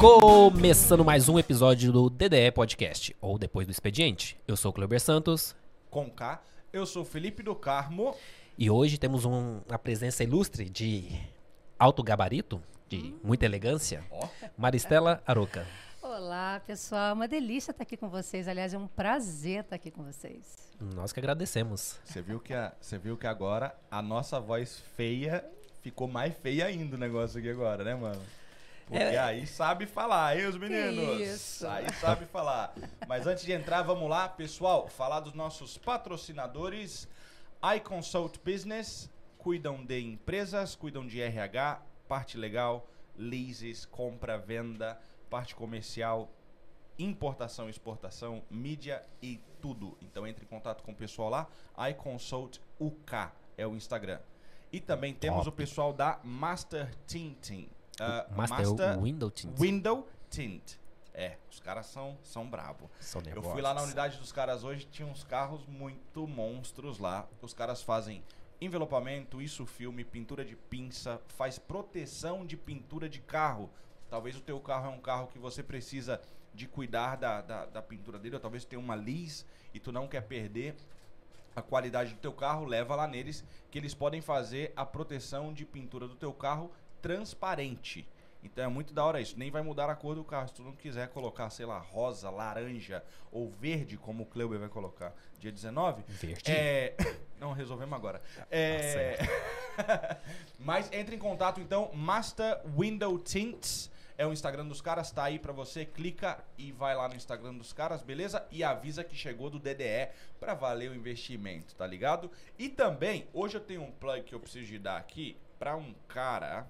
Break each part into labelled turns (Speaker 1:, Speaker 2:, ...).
Speaker 1: Começando mais um episódio do DDE Podcast, ou Depois do Expediente. Eu sou o Cleber Santos
Speaker 2: com K. Eu sou Felipe do Carmo.
Speaker 1: e hoje temos um- uma presença ilustre de alto gabarito, de muita elegância,
Speaker 2: Ó.
Speaker 1: Maristela Aroca.
Speaker 3: Olá, pessoal. É uma delícia estar aqui com vocês. Aliás, é um prazer estar aqui com vocês.
Speaker 1: Nós que agradecemos.
Speaker 2: Você viu que a- você viu que agora a nossa voz feia ficou mais feia ainda o negócio aqui agora, né, mano? Porque
Speaker 1: É.
Speaker 2: aí sabe falar, hein, os meninos?
Speaker 3: isso.
Speaker 2: Aí sabe falar. Mas antes de entrar, vamos lá, pessoal, falar dos nossos patrocinadores. iConsult Business, cuidam de empresas, cuidam de RH, parte legal, leases, compra, venda, parte comercial, importação, exportação, mídia e tudo. Então entre em contato com o pessoal lá, iConsultUK é o Instagram. E também temos o pessoal da Master Tinting. Ah,
Speaker 1: Master, Window Team.
Speaker 2: Window Tint. É, os caras são, são brabo. Eu fui lá na unidade dos caras hoje, tinha uns carros muito monstros lá. Os caras fazem envelopamento, isso filme, pintura de pinça, faz proteção de pintura de carro. Talvez o teu carro é um carro que você precisa de cuidar da, da, da pintura dele, ou talvez tenha uma lis e tu não quer perder a qualidade do teu carro, leva lá neles que eles podem fazer a proteção de pintura do teu carro transparente. Então é muito da hora isso. Nem vai mudar a cor do carro. Se tu não quiser colocar, sei lá, rosa, laranja ou verde, como o Cleuber vai colocar dia 19,
Speaker 1: Verde.
Speaker 2: é... Não, resolvemos agora. É... Mas entre em contato então, Master Window Tints. É o Instagram dos caras, tá aí pra você. Clica e vai lá no Instagram dos caras, beleza? E avisa que chegou do DDE pra valer o investimento, tá ligado? E também, hoje eu tenho um plug que eu preciso de dar aqui pra um cara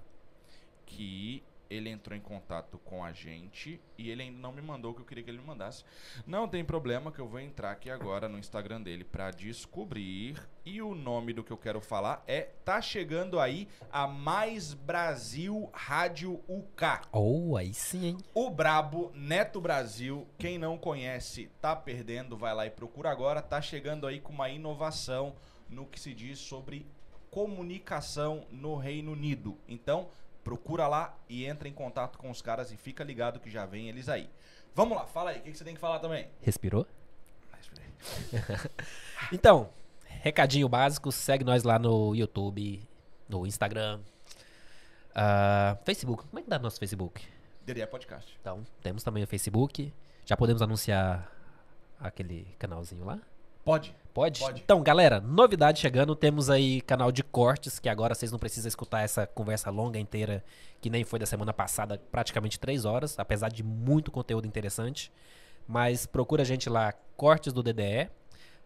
Speaker 2: que ele entrou em contato com a gente e ele ainda não me mandou o que eu queria que ele me mandasse. Não tem problema que eu vou entrar aqui agora no Instagram dele pra descobrir. E o nome do que eu quero falar é Tá chegando aí a Mais Brasil Rádio UK.
Speaker 1: Ou Oh, aí sim, hein?
Speaker 2: O Brabo Neto Brasil, quem não conhece, tá perdendo, vai lá e procura agora. Tá chegando aí com uma inovação no que se diz sobre comunicação no Reino Unido. Então, procura lá e entra em contato com os caras e fica ligado que já vem eles aí. Vamos lá, fala aí, o que, que você tem que falar também?
Speaker 1: Respirou? Então, recadinho básico, segue nós lá no YouTube, no Instagram, ah, Facebook. Como é que dá nosso Facebook?
Speaker 2: DDE Podcast.
Speaker 1: Então, temos também o Facebook. Já podemos anunciar aquele canalzinho lá?
Speaker 2: Pode.
Speaker 1: Pode?
Speaker 2: Pode.
Speaker 1: Então, galera, novidade chegando. Temos aí canal de cortes, que agora vocês não precisam escutar essa conversa longa inteira, que nem foi da semana passada, praticamente três horas, apesar de muito conteúdo interessante. Mas procura a gente lá, Cortes do DDE.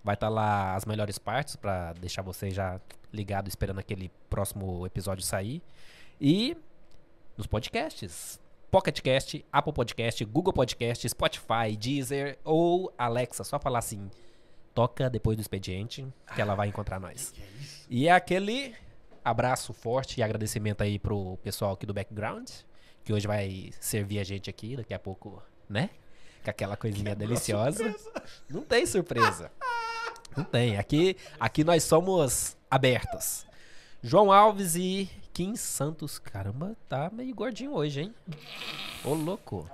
Speaker 1: Vai estar lá as melhores partes, pra deixar você já ligado, esperando aquele próximo episódio sair. E nos podcasts. Pocket Cast, Apple Podcast, Google Podcast, Spotify, Deezer ou Alexa. Só falar assim, toca depois do expediente, que ela vai encontrar nós. E é aquele abraço forte e agradecimento aí pro pessoal aqui do background, que hoje vai servir a gente aqui, daqui a pouco, né? Com aquela coisinha deliciosa. Não tem surpresa. Não tem. Aqui, aqui nós somos abertas. João Alves e Kim Santos. Caramba, tá meio gordinho hoje, hein? Ô, louco.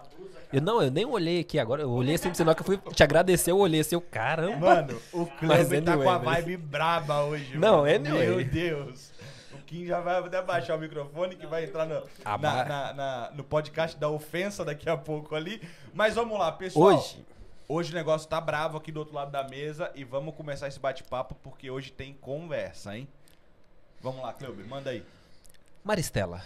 Speaker 1: Eu não, eu nem olhei aqui agora. Eu olhei assim, senão que eu fui te agradecer, eu olhei assim, eu, caramba.
Speaker 2: Mano, o Cleber tá
Speaker 1: anyway,
Speaker 2: com a
Speaker 1: mas-
Speaker 2: vibe braba hoje.
Speaker 1: Não,
Speaker 2: mano.
Speaker 1: anyway.
Speaker 2: Meu Deus. O Kim já vai até baixar o microfone que vai entrar no,
Speaker 1: Ah,
Speaker 2: na-
Speaker 1: mas-
Speaker 2: na- na- no podcast da ofensa daqui a pouco ali. Mas vamos lá, pessoal.
Speaker 1: Hoje,
Speaker 2: Hoje o negócio tá bravo aqui do outro lado da mesa e vamos começar esse bate-papo porque hoje tem conversa, hein? Vamos lá, Cleube, manda aí.
Speaker 1: Maristela,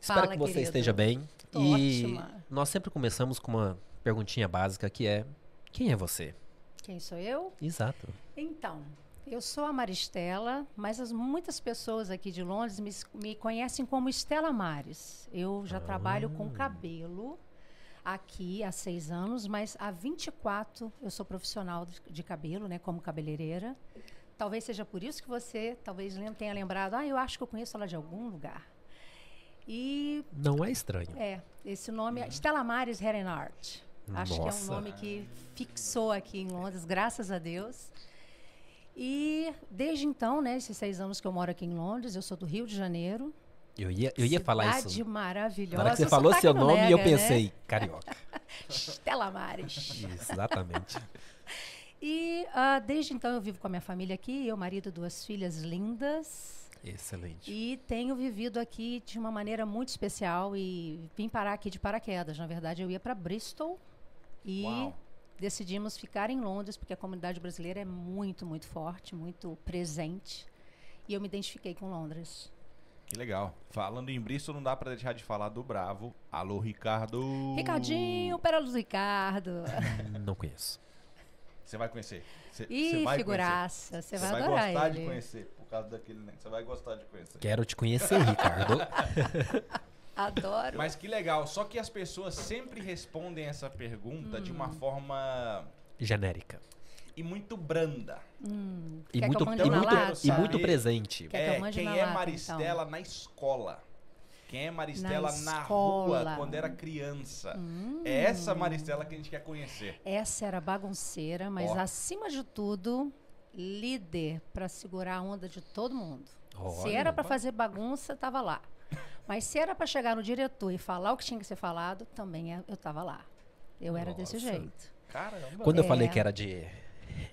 Speaker 1: espero
Speaker 3: Fala,
Speaker 1: que você
Speaker 3: querido.
Speaker 1: esteja bem.
Speaker 3: Tô
Speaker 1: e
Speaker 3: ótima.
Speaker 1: nós sempre começamos com uma perguntinha básica que é: quem é você?
Speaker 3: Quem sou eu?
Speaker 1: Exato.
Speaker 3: Então, eu sou a Maristela, mas as muitas pessoas aqui de Londres me, s- me conhecem como Estela Mares. Eu já trabalho com cabelo aqui há seis anos, mas há 24 eu sou profissional de, de cabelo, né, como cabeleireira. Talvez seja por isso que você talvez lem- tenha lembrado, ah, eu acho que eu conheço ela de algum lugar. E
Speaker 1: Não é estranho.
Speaker 3: É, esse nome é Stella Maris Herenart. Acho que é
Speaker 1: Uhum. Nossa.
Speaker 3: um nome que fixou aqui em Londres, graças a Deus. E desde então, né, esses seis anos que eu moro aqui em Londres, eu sou do Rio de Janeiro.
Speaker 1: Eu ia, eu ia falar isso.
Speaker 3: Cidade
Speaker 1: Na
Speaker 3: maravilhosa.
Speaker 1: hora que você
Speaker 3: O
Speaker 1: falou
Speaker 3: sotaque
Speaker 1: seu
Speaker 3: não
Speaker 1: nome, eu
Speaker 3: nega, né?
Speaker 1: pensei, carioca.
Speaker 3: Estela Mares.
Speaker 1: Exatamente.
Speaker 3: E ah, desde então eu vivo com a minha família aqui, eu, marido, duas filhas lindas.
Speaker 1: Excelente.
Speaker 3: E tenho vivido aqui de uma maneira muito especial e vim parar aqui de paraquedas. Na verdade, eu ia para Bristol e
Speaker 2: Uau.
Speaker 3: decidimos ficar em Londres porque a comunidade brasileira é muito, muito forte, muito presente. E eu me identifiquei com Londres.
Speaker 2: Que legal. Falando em Bristol, não dá pra deixar de falar do Bravo. Alô, Ricardo.
Speaker 3: Ricardinho, Pera Luz Ricardo.
Speaker 1: Não conheço.
Speaker 2: Você vai conhecer. Você
Speaker 3: Ih,
Speaker 2: vai
Speaker 3: figuraça. Você
Speaker 2: conhecer.
Speaker 3: vai,
Speaker 2: vai
Speaker 3: adorar
Speaker 2: gostar
Speaker 3: ele.
Speaker 2: de conhecer, por causa daquele... Você vai gostar de conhecer.
Speaker 1: Quero te conhecer, Ricardo.
Speaker 3: Adoro.
Speaker 2: Mas que legal. Só que as pessoas sempre respondem essa pergunta de
Speaker 3: Hum.
Speaker 2: uma forma...
Speaker 1: Genérica.
Speaker 2: E muito branda.
Speaker 1: E
Speaker 3: Quer que
Speaker 1: muito,
Speaker 3: eu mande um
Speaker 1: e
Speaker 3: na
Speaker 1: muito,
Speaker 3: lata?
Speaker 1: e muito
Speaker 2: Sabe?
Speaker 1: presente.
Speaker 3: Quer que eu mande
Speaker 2: quem
Speaker 3: na
Speaker 2: é
Speaker 3: lata, então?
Speaker 2: Maristela na escola. Quem é Maristela na,
Speaker 3: escola.
Speaker 2: rua quando era criança. É essa Maristela que a gente quer conhecer.
Speaker 3: Hum. Essa era bagunceira, mas
Speaker 2: Ó.
Speaker 3: acima de tudo, líder para segurar a onda de todo mundo. se
Speaker 1: Olha,
Speaker 3: era para fazer bagunça, tava lá. Mas se era para chegar no diretor e falar o que tinha que ser falado, também é- eu tava lá. Eu era desse
Speaker 1: Nossa.
Speaker 3: jeito.
Speaker 2: Caramba.
Speaker 1: Quando eu
Speaker 3: É.
Speaker 1: falei que era de.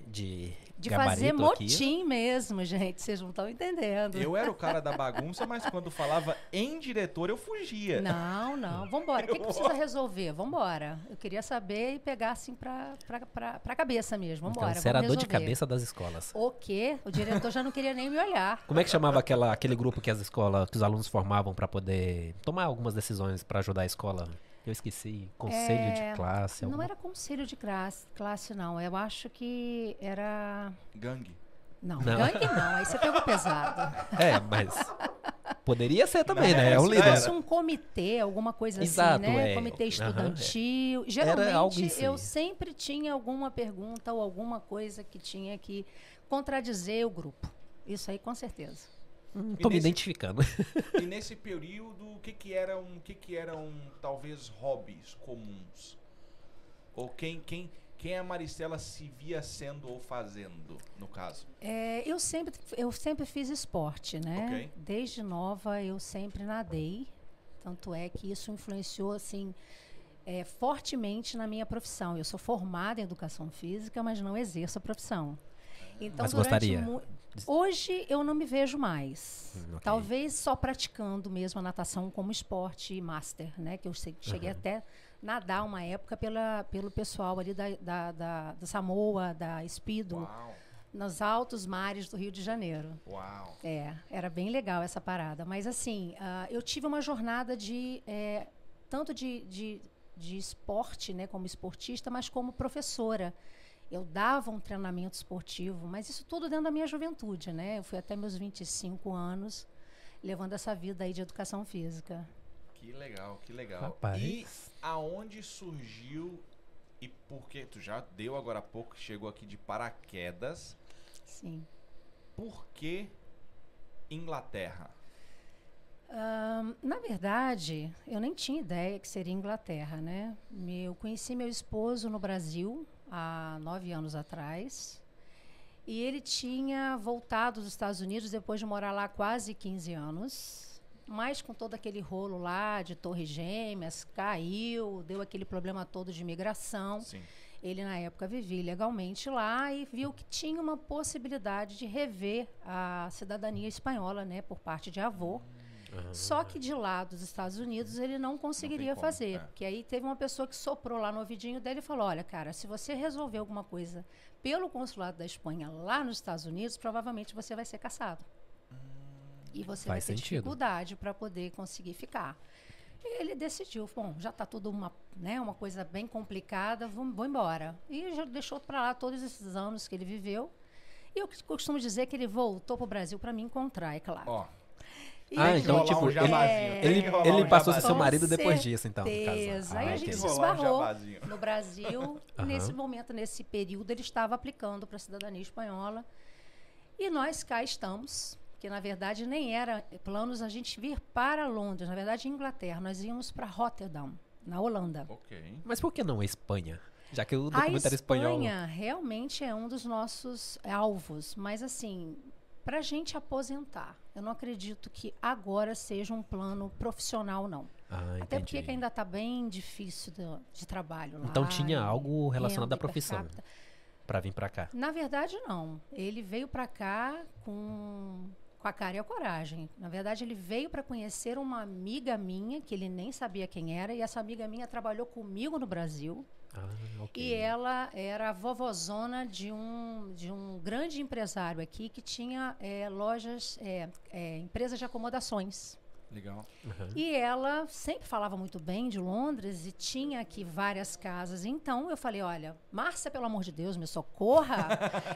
Speaker 1: De,
Speaker 3: De
Speaker 1: gabarito
Speaker 3: fazer
Speaker 1: aqui,
Speaker 3: motim mesmo, gente. Vocês não estão entendendo.
Speaker 2: Eu era o cara da bagunça, mas quando falava em diretor, eu fugia.
Speaker 3: Não, não. Vambora. O que, que precisa resolver? Vambora. Eu queria saber e pegar assim pra, pra, pra, pra cabeça mesmo.
Speaker 1: Então,
Speaker 3: Vambora.
Speaker 1: você era a
Speaker 3: vamos
Speaker 1: dor de
Speaker 3: resolver.
Speaker 1: cabeça das escolas.
Speaker 3: O quê? O diretor já não queria nem me olhar.
Speaker 1: Como é que chamava aquela, aquele grupo que as escolas, que os alunos formavam pra poder tomar algumas decisões pra ajudar a escola? Eu esqueci. Conselho de classe.
Speaker 3: É, Não
Speaker 1: alguma-
Speaker 3: era conselho de classe, classe, não. Eu acho que era.
Speaker 2: Gangue.
Speaker 3: Não,
Speaker 1: Não.
Speaker 3: gangue não. Aí você pegou pesado.
Speaker 1: É, mas. Poderia ser também,
Speaker 2: Não,
Speaker 1: né? É um
Speaker 2: isso
Speaker 3: Se
Speaker 1: líder.
Speaker 2: era.
Speaker 3: fosse um comitê, alguma coisa
Speaker 1: Exato,
Speaker 3: assim, né?
Speaker 1: é.
Speaker 3: Comitê
Speaker 1: Aham,
Speaker 3: estudantil. Geralmente
Speaker 1: algo assim.
Speaker 3: eu sempre tinha alguma pergunta ou alguma coisa que tinha que contradizer o grupo. Isso aí com certeza.
Speaker 1: Hum, Tô me
Speaker 2: nesse-
Speaker 1: identificando.
Speaker 2: E nesse período, o que que eram, o que que eram talvez hobbies comuns? Ou quem, quem, quem a Maristela se via sendo ou fazendo, no caso?
Speaker 3: É, eu, sempre, eu sempre fiz esporte, né?
Speaker 2: Ok.
Speaker 3: Desde nova eu sempre nadei. Tanto é que isso influenciou assim é, fortemente na minha profissão. Eu sou formada em educação física, mas não exerço a profissão.
Speaker 2: Ah.
Speaker 3: Então,
Speaker 1: Mas
Speaker 3: durante
Speaker 1: gostaria?
Speaker 3: mu- Hoje eu não me vejo mais.
Speaker 1: Hum, ok.
Speaker 3: Talvez só praticando mesmo a natação como esporte master, né? Que eu sei- cheguei
Speaker 1: Uhum.
Speaker 3: até nadar uma época pela, pelo pessoal ali da, da, da- da Samoa, da Speedo
Speaker 2: Uau,
Speaker 3: nos altos mares do Rio de Janeiro.
Speaker 2: uau.
Speaker 3: É, era bem legal essa parada. Mas assim, ah, eu tive uma jornada de eh, tanto de, de, de esporte, né, como esportista, mas como professora. Eu dava um treinamento esportivo, mas isso tudo dentro da minha juventude, né? Eu fui até meus 25 anos levando essa vida aí de educação física.
Speaker 2: Que legal, que legal.
Speaker 1: Rapaz.
Speaker 2: E aonde surgiu e por que tu já deu agora há pouco, chegou aqui de paraquedas,
Speaker 3: Sim.
Speaker 2: por que Inglaterra?
Speaker 3: Na verdade, eu nem tinha ideia que seria Inglaterra, né? Me- Eu conheci meu esposo no Brasil há nove anos atrás. E ele tinha voltado dos Estados Unidos depois de morar lá quase 15 anos. Mas com todo aquele rolo lá de Torres Gêmeas, caiu, deu aquele problema todo de imigração.
Speaker 2: Sim.
Speaker 3: Ele, na época, vivia ilegalmente lá e viu que tinha uma possibilidade de rever a cidadania espanhola, né, por parte de avô. Só que de lá dos Estados Unidos ele não conseguiria
Speaker 2: como,
Speaker 3: fazer.
Speaker 2: é.
Speaker 3: Porque aí teve uma pessoa que soprou lá no ouvidinho dele e falou: Olha, cara, se você resolver alguma coisa pelo consulado da Espanha lá nos Estados Unidos, provavelmente você vai ser caçado. E você vai
Speaker 1: Faz
Speaker 3: ter
Speaker 1: sentido.
Speaker 3: dificuldade para poder conseguir ficar. E ele decidiu, bom, já está tudo uma, né, uma coisa bem complicada, vou, vou embora. E já deixou para lá todos esses anos que ele viveu. E eu costumo dizer que ele voltou para o Brasil para me encontrar, é claro.
Speaker 2: Ó,
Speaker 3: E É.
Speaker 1: Ah,
Speaker 2: tem que
Speaker 1: então,
Speaker 2: rolar
Speaker 1: tipo,
Speaker 2: um
Speaker 1: ele-
Speaker 2: jabazinho, tem
Speaker 1: Ele,
Speaker 2: que rolar
Speaker 1: ele
Speaker 2: um
Speaker 1: passou a ser
Speaker 2: jabazinho.
Speaker 1: seu
Speaker 3: Com
Speaker 1: marido depois
Speaker 3: certeza.
Speaker 1: disso, então. no caso.
Speaker 3: Aí a gente
Speaker 1: entendi.
Speaker 3: se
Speaker 2: Tem que rolar um
Speaker 3: esbarrou
Speaker 2: jabazinho.
Speaker 3: no Brasil. e
Speaker 1: Aham.
Speaker 3: nesse momento, nesse período, ele estava aplicando para a cidadania espanhola. E nós cá estamos, que na verdade nem era planos a gente vir para Londres, na verdade Inglaterra. Nós íamos para Rotterdam, na Holanda.
Speaker 2: ok.
Speaker 1: Mas por que não a Espanha? Já que o
Speaker 3: A
Speaker 1: documentário espanhol. né?
Speaker 3: Espanha realmente é um dos nossos alvos, mas assim, para a gente aposentar, eu não acredito que agora seja um plano profissional, não.
Speaker 1: Ah,
Speaker 3: Até porque
Speaker 1: entendi.
Speaker 3: que ainda está bem difícil do- de trabalho lá.
Speaker 1: Então tinha
Speaker 3: e
Speaker 1: algo relacionado
Speaker 3: renda
Speaker 1: à
Speaker 3: e per
Speaker 1: profissão
Speaker 3: capita.
Speaker 1: pra vir pra cá.
Speaker 3: Na verdade, não. Ele veio para cá com, com a cara e a coragem. Na verdade, ele veio para conhecer uma amiga minha, que ele nem sabia quem era, e essa amiga minha trabalhou comigo no Brasil.
Speaker 1: Ah, ok.
Speaker 3: E é ela era a vovozona de um, de um grande empresário aqui que tinha eh, lojas, eh, eh, empresas de acomodações.
Speaker 2: Legal.
Speaker 1: Aham.
Speaker 3: E ela sempre falava muito bem de Londres e tinha aqui várias casas. Então eu falei: olha, Márcia, pelo amor de Deus, me socorra.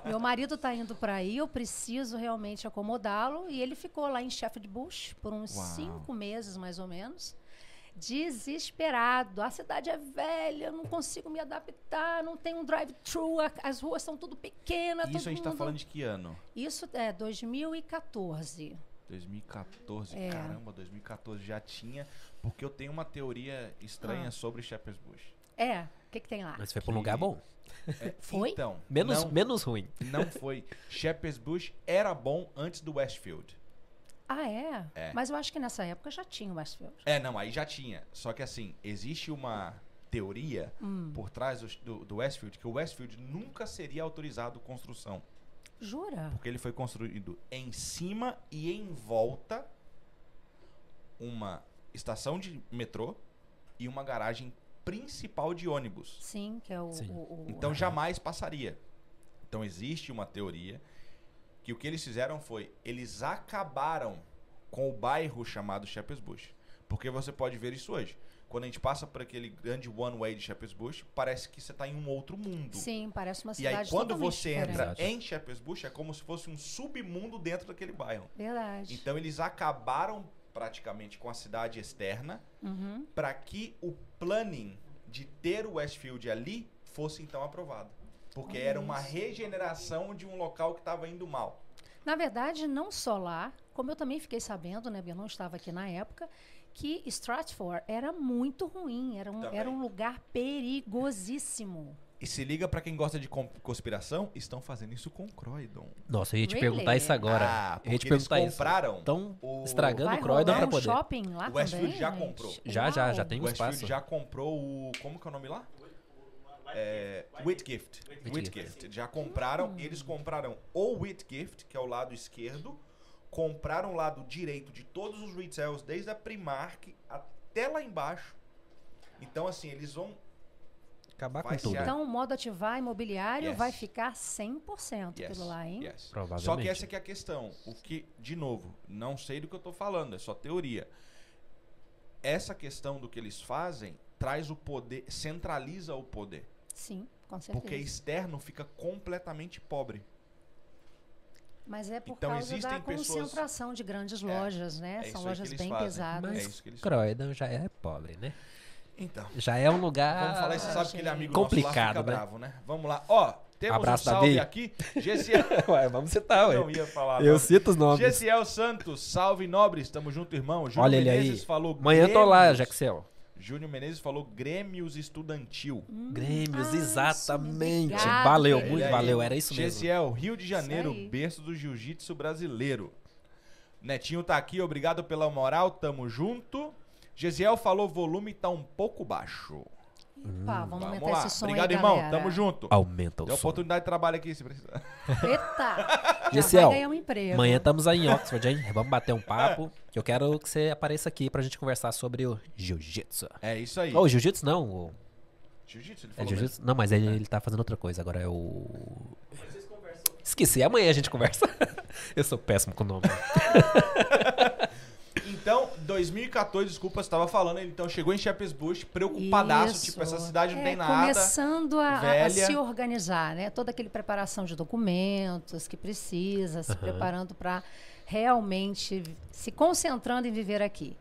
Speaker 3: Meu marido está indo para aí, eu preciso realmente acomodá-lo. E ele ficou lá em Sheffield Bush por uns
Speaker 2: Uau.
Speaker 3: cinco meses, mais ou menos. Desesperado, a cidade é velha, eu não consigo me adaptar, não tem um drive-thru, a- as ruas são tudo pequenas.
Speaker 2: Isso a gente tá
Speaker 3: mundo-
Speaker 2: falando de que ano?
Speaker 3: Isso é 2014.
Speaker 2: 2014,
Speaker 3: É.
Speaker 2: caramba, 2014 já tinha, porque eu tenho uma teoria estranha
Speaker 3: Ah.
Speaker 2: sobre Shepherd's Bush.
Speaker 3: É, o que, que tem lá?
Speaker 1: Mas foi pra um lugar bom.
Speaker 2: É,
Speaker 3: Foi?
Speaker 2: Então,
Speaker 1: Menos,
Speaker 2: não,
Speaker 1: menos ruim.
Speaker 2: não foi. Shepherd's Bush era bom antes do Westfield.
Speaker 3: Ah, é?
Speaker 2: É.
Speaker 3: Mas eu acho que nessa época já tinha o Westfield.
Speaker 2: É, não, aí já tinha. Só que assim, existe uma teoria
Speaker 3: Hum.
Speaker 2: por trás do, do- do Westfield que o Westfield nunca seria autorizado construção,
Speaker 3: Jura?
Speaker 2: porque ele foi construído em cima e em volta uma estação de metrô e uma garagem principal de ônibus.
Speaker 3: Sim, que é o.
Speaker 1: Sim.
Speaker 3: o- o-
Speaker 2: Então
Speaker 3: a-
Speaker 2: jamais passaria. Então existe uma teoria que o que eles fizeram foi eles acabaram com o bairro chamado Shepherd's Bush. Porque você pode ver isso hoje. Quando a gente passa por aquele grande one way de Shepherd's Bush, parece que você está em um outro mundo.
Speaker 3: Sim, parece uma
Speaker 2: e
Speaker 3: cidade.
Speaker 2: aí quando
Speaker 3: totalmente
Speaker 2: você entra
Speaker 1: diferente.
Speaker 2: em Shepherd's Bush é como se fosse um submundo dentro daquele bairro.
Speaker 3: Verdade.
Speaker 2: Então eles acabaram praticamente com a cidade externa
Speaker 3: Uhum.
Speaker 2: para que o planning de ter o Westfield ali fosse então aprovado. Porque
Speaker 3: Olha
Speaker 2: era uma
Speaker 3: isso.
Speaker 2: regeneração de um local que estava indo mal.
Speaker 3: Na verdade, não só lá, como eu também fiquei sabendo, né? Porque eu não estava aqui na época, que Stratford era muito ruim. Era um,
Speaker 2: Também.
Speaker 3: era um lugar perigosíssimo.
Speaker 2: E se liga para quem gosta de com- conspiração, estão fazendo isso com o Croydon.
Speaker 1: Nossa, eu ia te
Speaker 3: Really?
Speaker 1: perguntar isso agora.
Speaker 2: Ah,
Speaker 1: eu ia te
Speaker 2: porque eles
Speaker 1: perguntar isso.
Speaker 2: compraram.
Speaker 1: Então,
Speaker 2: o-
Speaker 1: estragando
Speaker 3: Vai
Speaker 1: o Croydon
Speaker 3: rolar
Speaker 1: pra
Speaker 3: um
Speaker 1: poder.
Speaker 3: shopping lá
Speaker 2: O Westfield
Speaker 3: também,
Speaker 2: já
Speaker 3: gente?
Speaker 2: comprou.
Speaker 1: Já, já,
Speaker 3: Uau.
Speaker 1: já tem
Speaker 2: o
Speaker 1: um
Speaker 2: Westfield
Speaker 1: espaço.
Speaker 2: já comprou o. Como que é o nome lá? É, Whitgift.
Speaker 1: Whitgift.
Speaker 2: Whitgift. Já
Speaker 3: Hum.
Speaker 2: compraram, eles compraram o Whitgift, que é o lado esquerdo, compraram o lado direito de todos os retails, desde a Primark até lá embaixo. Então, assim, eles vão.
Speaker 1: Acabar
Speaker 2: Vai
Speaker 1: com
Speaker 2: ser
Speaker 1: tudo.
Speaker 3: Então, o modo ativar imobiliário
Speaker 2: Yes.
Speaker 3: vai ficar 100%
Speaker 2: Yes,
Speaker 3: pelo lá, hein?
Speaker 2: yes.
Speaker 1: Provavelmente.
Speaker 2: Só que essa que é a questão. O que, de novo, não sei do que eu tô falando, é só teoria. Essa questão do que eles fazem traz o poder, centraliza o poder.
Speaker 3: Sim, com certeza.
Speaker 2: Porque externo fica completamente pobre.
Speaker 3: Mas é por
Speaker 2: Então,
Speaker 3: causa da
Speaker 2: existem pessoas-
Speaker 3: concentração de grandes lojas, né?
Speaker 2: é isso aí
Speaker 3: São
Speaker 2: que
Speaker 3: lojas
Speaker 2: eles
Speaker 3: bem
Speaker 2: fazem.
Speaker 3: pesadas.
Speaker 2: É
Speaker 1: Mas
Speaker 2: isso que eles
Speaker 1: Croydon já é pobre, né?
Speaker 2: Então,
Speaker 1: Já é um lugar.
Speaker 2: vamos falar isso, sabe
Speaker 3: Ah, gente.
Speaker 2: aquele amigo nosso lá
Speaker 1: Complicado,
Speaker 2: fica
Speaker 1: né?
Speaker 2: bravo, né? Vamos lá. Ó, temos
Speaker 1: Abraço,
Speaker 2: um salve
Speaker 1: Davi.
Speaker 2: aqui. Gessiel,
Speaker 1: Ué, vamos citar, ué.
Speaker 2: não ia falar.
Speaker 1: Eu
Speaker 2: não.
Speaker 1: cito os nomes.
Speaker 2: Gessiel Santos, salve nobres, tamo junto, irmão. Júnior
Speaker 1: Olha ele aí.
Speaker 2: Menezes falou
Speaker 1: Amanhã eu tô lá,
Speaker 2: Grêmios.
Speaker 1: Jaxel.
Speaker 2: Júnior Menezes falou Grêmios Estudantil.
Speaker 1: Grêmios,
Speaker 3: Ah,
Speaker 1: exatamente.
Speaker 3: isso, obrigado,
Speaker 1: valeu,
Speaker 3: querido.
Speaker 1: muito
Speaker 2: Ele É, aí.
Speaker 1: valeu. Era isso mesmo.
Speaker 2: Gessiel, Rio de Janeiro,
Speaker 3: Isso aí.
Speaker 2: berço do jiu-jitsu brasileiro. Netinho tá aqui, obrigado pela moral, tamo junto. Gesiel falou, volume tá um pouco baixo.
Speaker 3: Epa, vamos aumentar
Speaker 2: Vamos lá.
Speaker 3: esse som
Speaker 2: Obrigado,
Speaker 3: aí,
Speaker 2: irmão.
Speaker 3: galera.
Speaker 2: Tamo junto.
Speaker 1: Aumenta
Speaker 2: Deu
Speaker 1: o som.
Speaker 2: oportunidade de trabalho aqui se precisar.
Speaker 3: Eita!
Speaker 1: Gessiel,
Speaker 3: Já vai ganhar um emprego.
Speaker 1: Amanhã estamos aí em Oxford, hein? Vamos bater um papo. que Eu quero que você apareça aqui pra gente conversar sobre o jiu-jitsu.
Speaker 2: É isso aí.
Speaker 1: Não, o jiu-jitsu não. o-
Speaker 2: Jiu-jitsu, ele
Speaker 1: É
Speaker 2: falou. né? mesmo.
Speaker 1: jiu-jitsu? Não, mas ele, ele tá fazendo outra coisa. Agora é o. Esqueci, amanhã a gente conversa. Eu sou péssimo com o nome.
Speaker 2: Então, 2014, desculpa, você tava falando, ele então chegou em Shepherd's Bush, preocupadaço,
Speaker 3: Isso.
Speaker 2: tipo, essa cidade não
Speaker 3: É,
Speaker 2: tem nada.
Speaker 3: Começando a, a- a
Speaker 2: velha.
Speaker 3: se organizar, né? Toda aquela preparação de documentos que precisa, se preparando para realmente se concentrando em viver aqui.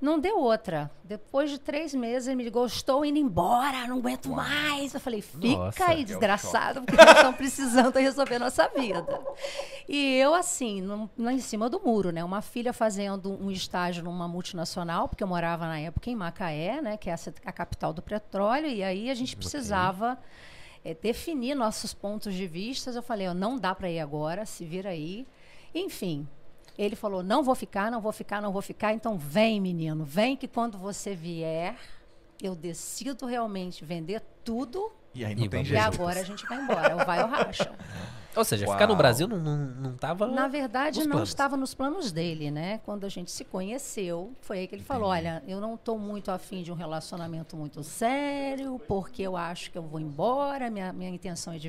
Speaker 3: Não deu outra. Depois de três meses, ele me ligou: estou indo embora, não aguento mais. Eu falei: fica
Speaker 1: Nossa,
Speaker 3: aí,
Speaker 1: é o
Speaker 3: desgraçado, porque nós estamos precisando resolver nossa vida. E eu, assim, num- lá em cima do muro, né? Uma filha fazendo um estágio numa multinacional, porque eu morava na época em Macaé, né? Que é a, cit- a capital do petróleo, e aí a gente precisava. eh, definir nossos pontos de vista. Eu falei, ó, não dá para ir agora, se vira aí. Enfim, ele falou: não vou ficar, não vou ficar, não vou ficar. Então vem, menino, vem que quando você vier, eu decido realmente vender tudo
Speaker 2: E aí
Speaker 1: não E tem vamos-
Speaker 3: e agora a gente vai embora. Ou vai ou racha.
Speaker 1: Ou seja, ficar no
Speaker 2: Uau.
Speaker 1: Brasil não, não, não tava.
Speaker 3: Na verdade,
Speaker 1: Nos
Speaker 3: não
Speaker 1: planos.
Speaker 3: estava nos planos dele, né? Quando a gente se conheceu, foi aí que ele falou: olha, eu não estou muito afim de um relacionamento muito sério, porque eu acho que eu vou embora, minha, minha intenção é de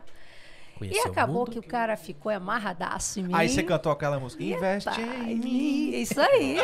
Speaker 2: é
Speaker 3: E
Speaker 1: conhecer o
Speaker 3: acabou
Speaker 1: mundo.
Speaker 3: que o cara ficou amarradaço em mim.
Speaker 2: Aí você cantou aquela música. Investe
Speaker 3: Tá,
Speaker 2: em mim.
Speaker 3: Isso aí.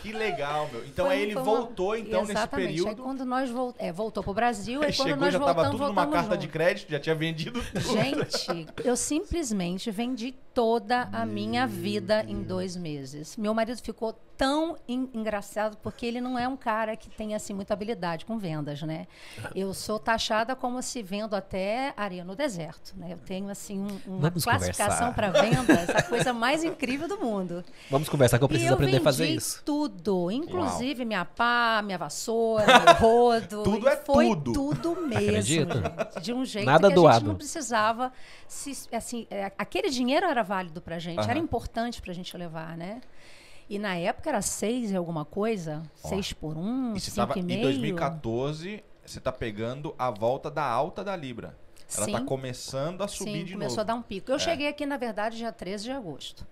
Speaker 2: Que legal, meu. Então
Speaker 3: Foi- um-
Speaker 2: aí ele
Speaker 3: foi uma-
Speaker 2: voltou, então, nesse
Speaker 3: Exatamente. Aí
Speaker 2: período.
Speaker 3: quando nós vol... é, voltou pro Brasil, aí
Speaker 2: Aí
Speaker 3: quando
Speaker 2: chegou,
Speaker 3: nós
Speaker 2: já
Speaker 3: voltamos,
Speaker 2: tava tudo numa
Speaker 3: voltamos
Speaker 2: carta de
Speaker 3: junto.
Speaker 2: crédito, já tinha vendido tudo.
Speaker 3: Gente, eu simplesmente vendi toda a minha vida em dois meses. Meu marido ficou tão en- engraçado porque ele não é um cara que tem assim muita habilidade com vendas, né? Eu sou taxada como se vendo até areia no deserto, né? Eu tenho assim um- uma
Speaker 1: Vamos
Speaker 3: classificação
Speaker 1: conversar.
Speaker 3: para vendas, a coisa mais incrível do mundo.
Speaker 1: Vamos conversar que eu
Speaker 3: e
Speaker 1: preciso
Speaker 3: eu
Speaker 1: aprender a
Speaker 3: vendi
Speaker 1: fazer isso.
Speaker 3: tudo, inclusive minha pá, minha vassoura, meu rodo.
Speaker 2: Tudo
Speaker 3: e
Speaker 2: é
Speaker 3: foi
Speaker 2: tudo.
Speaker 3: mesmo.
Speaker 1: Acredito.
Speaker 3: gente. De um jeito
Speaker 1: Nada
Speaker 3: que a
Speaker 1: doado.
Speaker 3: gente não precisava. se- assim, é, aquele dinheiro era válido pra gente,
Speaker 2: Aham.
Speaker 3: era importante pra gente levar, né? E na época era seis e alguma coisa,
Speaker 2: Ó.
Speaker 3: seis por um,
Speaker 2: E você
Speaker 3: cinco
Speaker 2: tava,
Speaker 3: e meio.
Speaker 2: em 2014, você tá pegando a volta da alta da Libra. Ela
Speaker 3: sim,
Speaker 2: tá começando a subir
Speaker 3: sim,
Speaker 2: de
Speaker 3: começou
Speaker 2: novo.
Speaker 3: a
Speaker 2: É.
Speaker 3: dar um pico. Eu cheguei aqui, na verdade, dia 13 de agosto.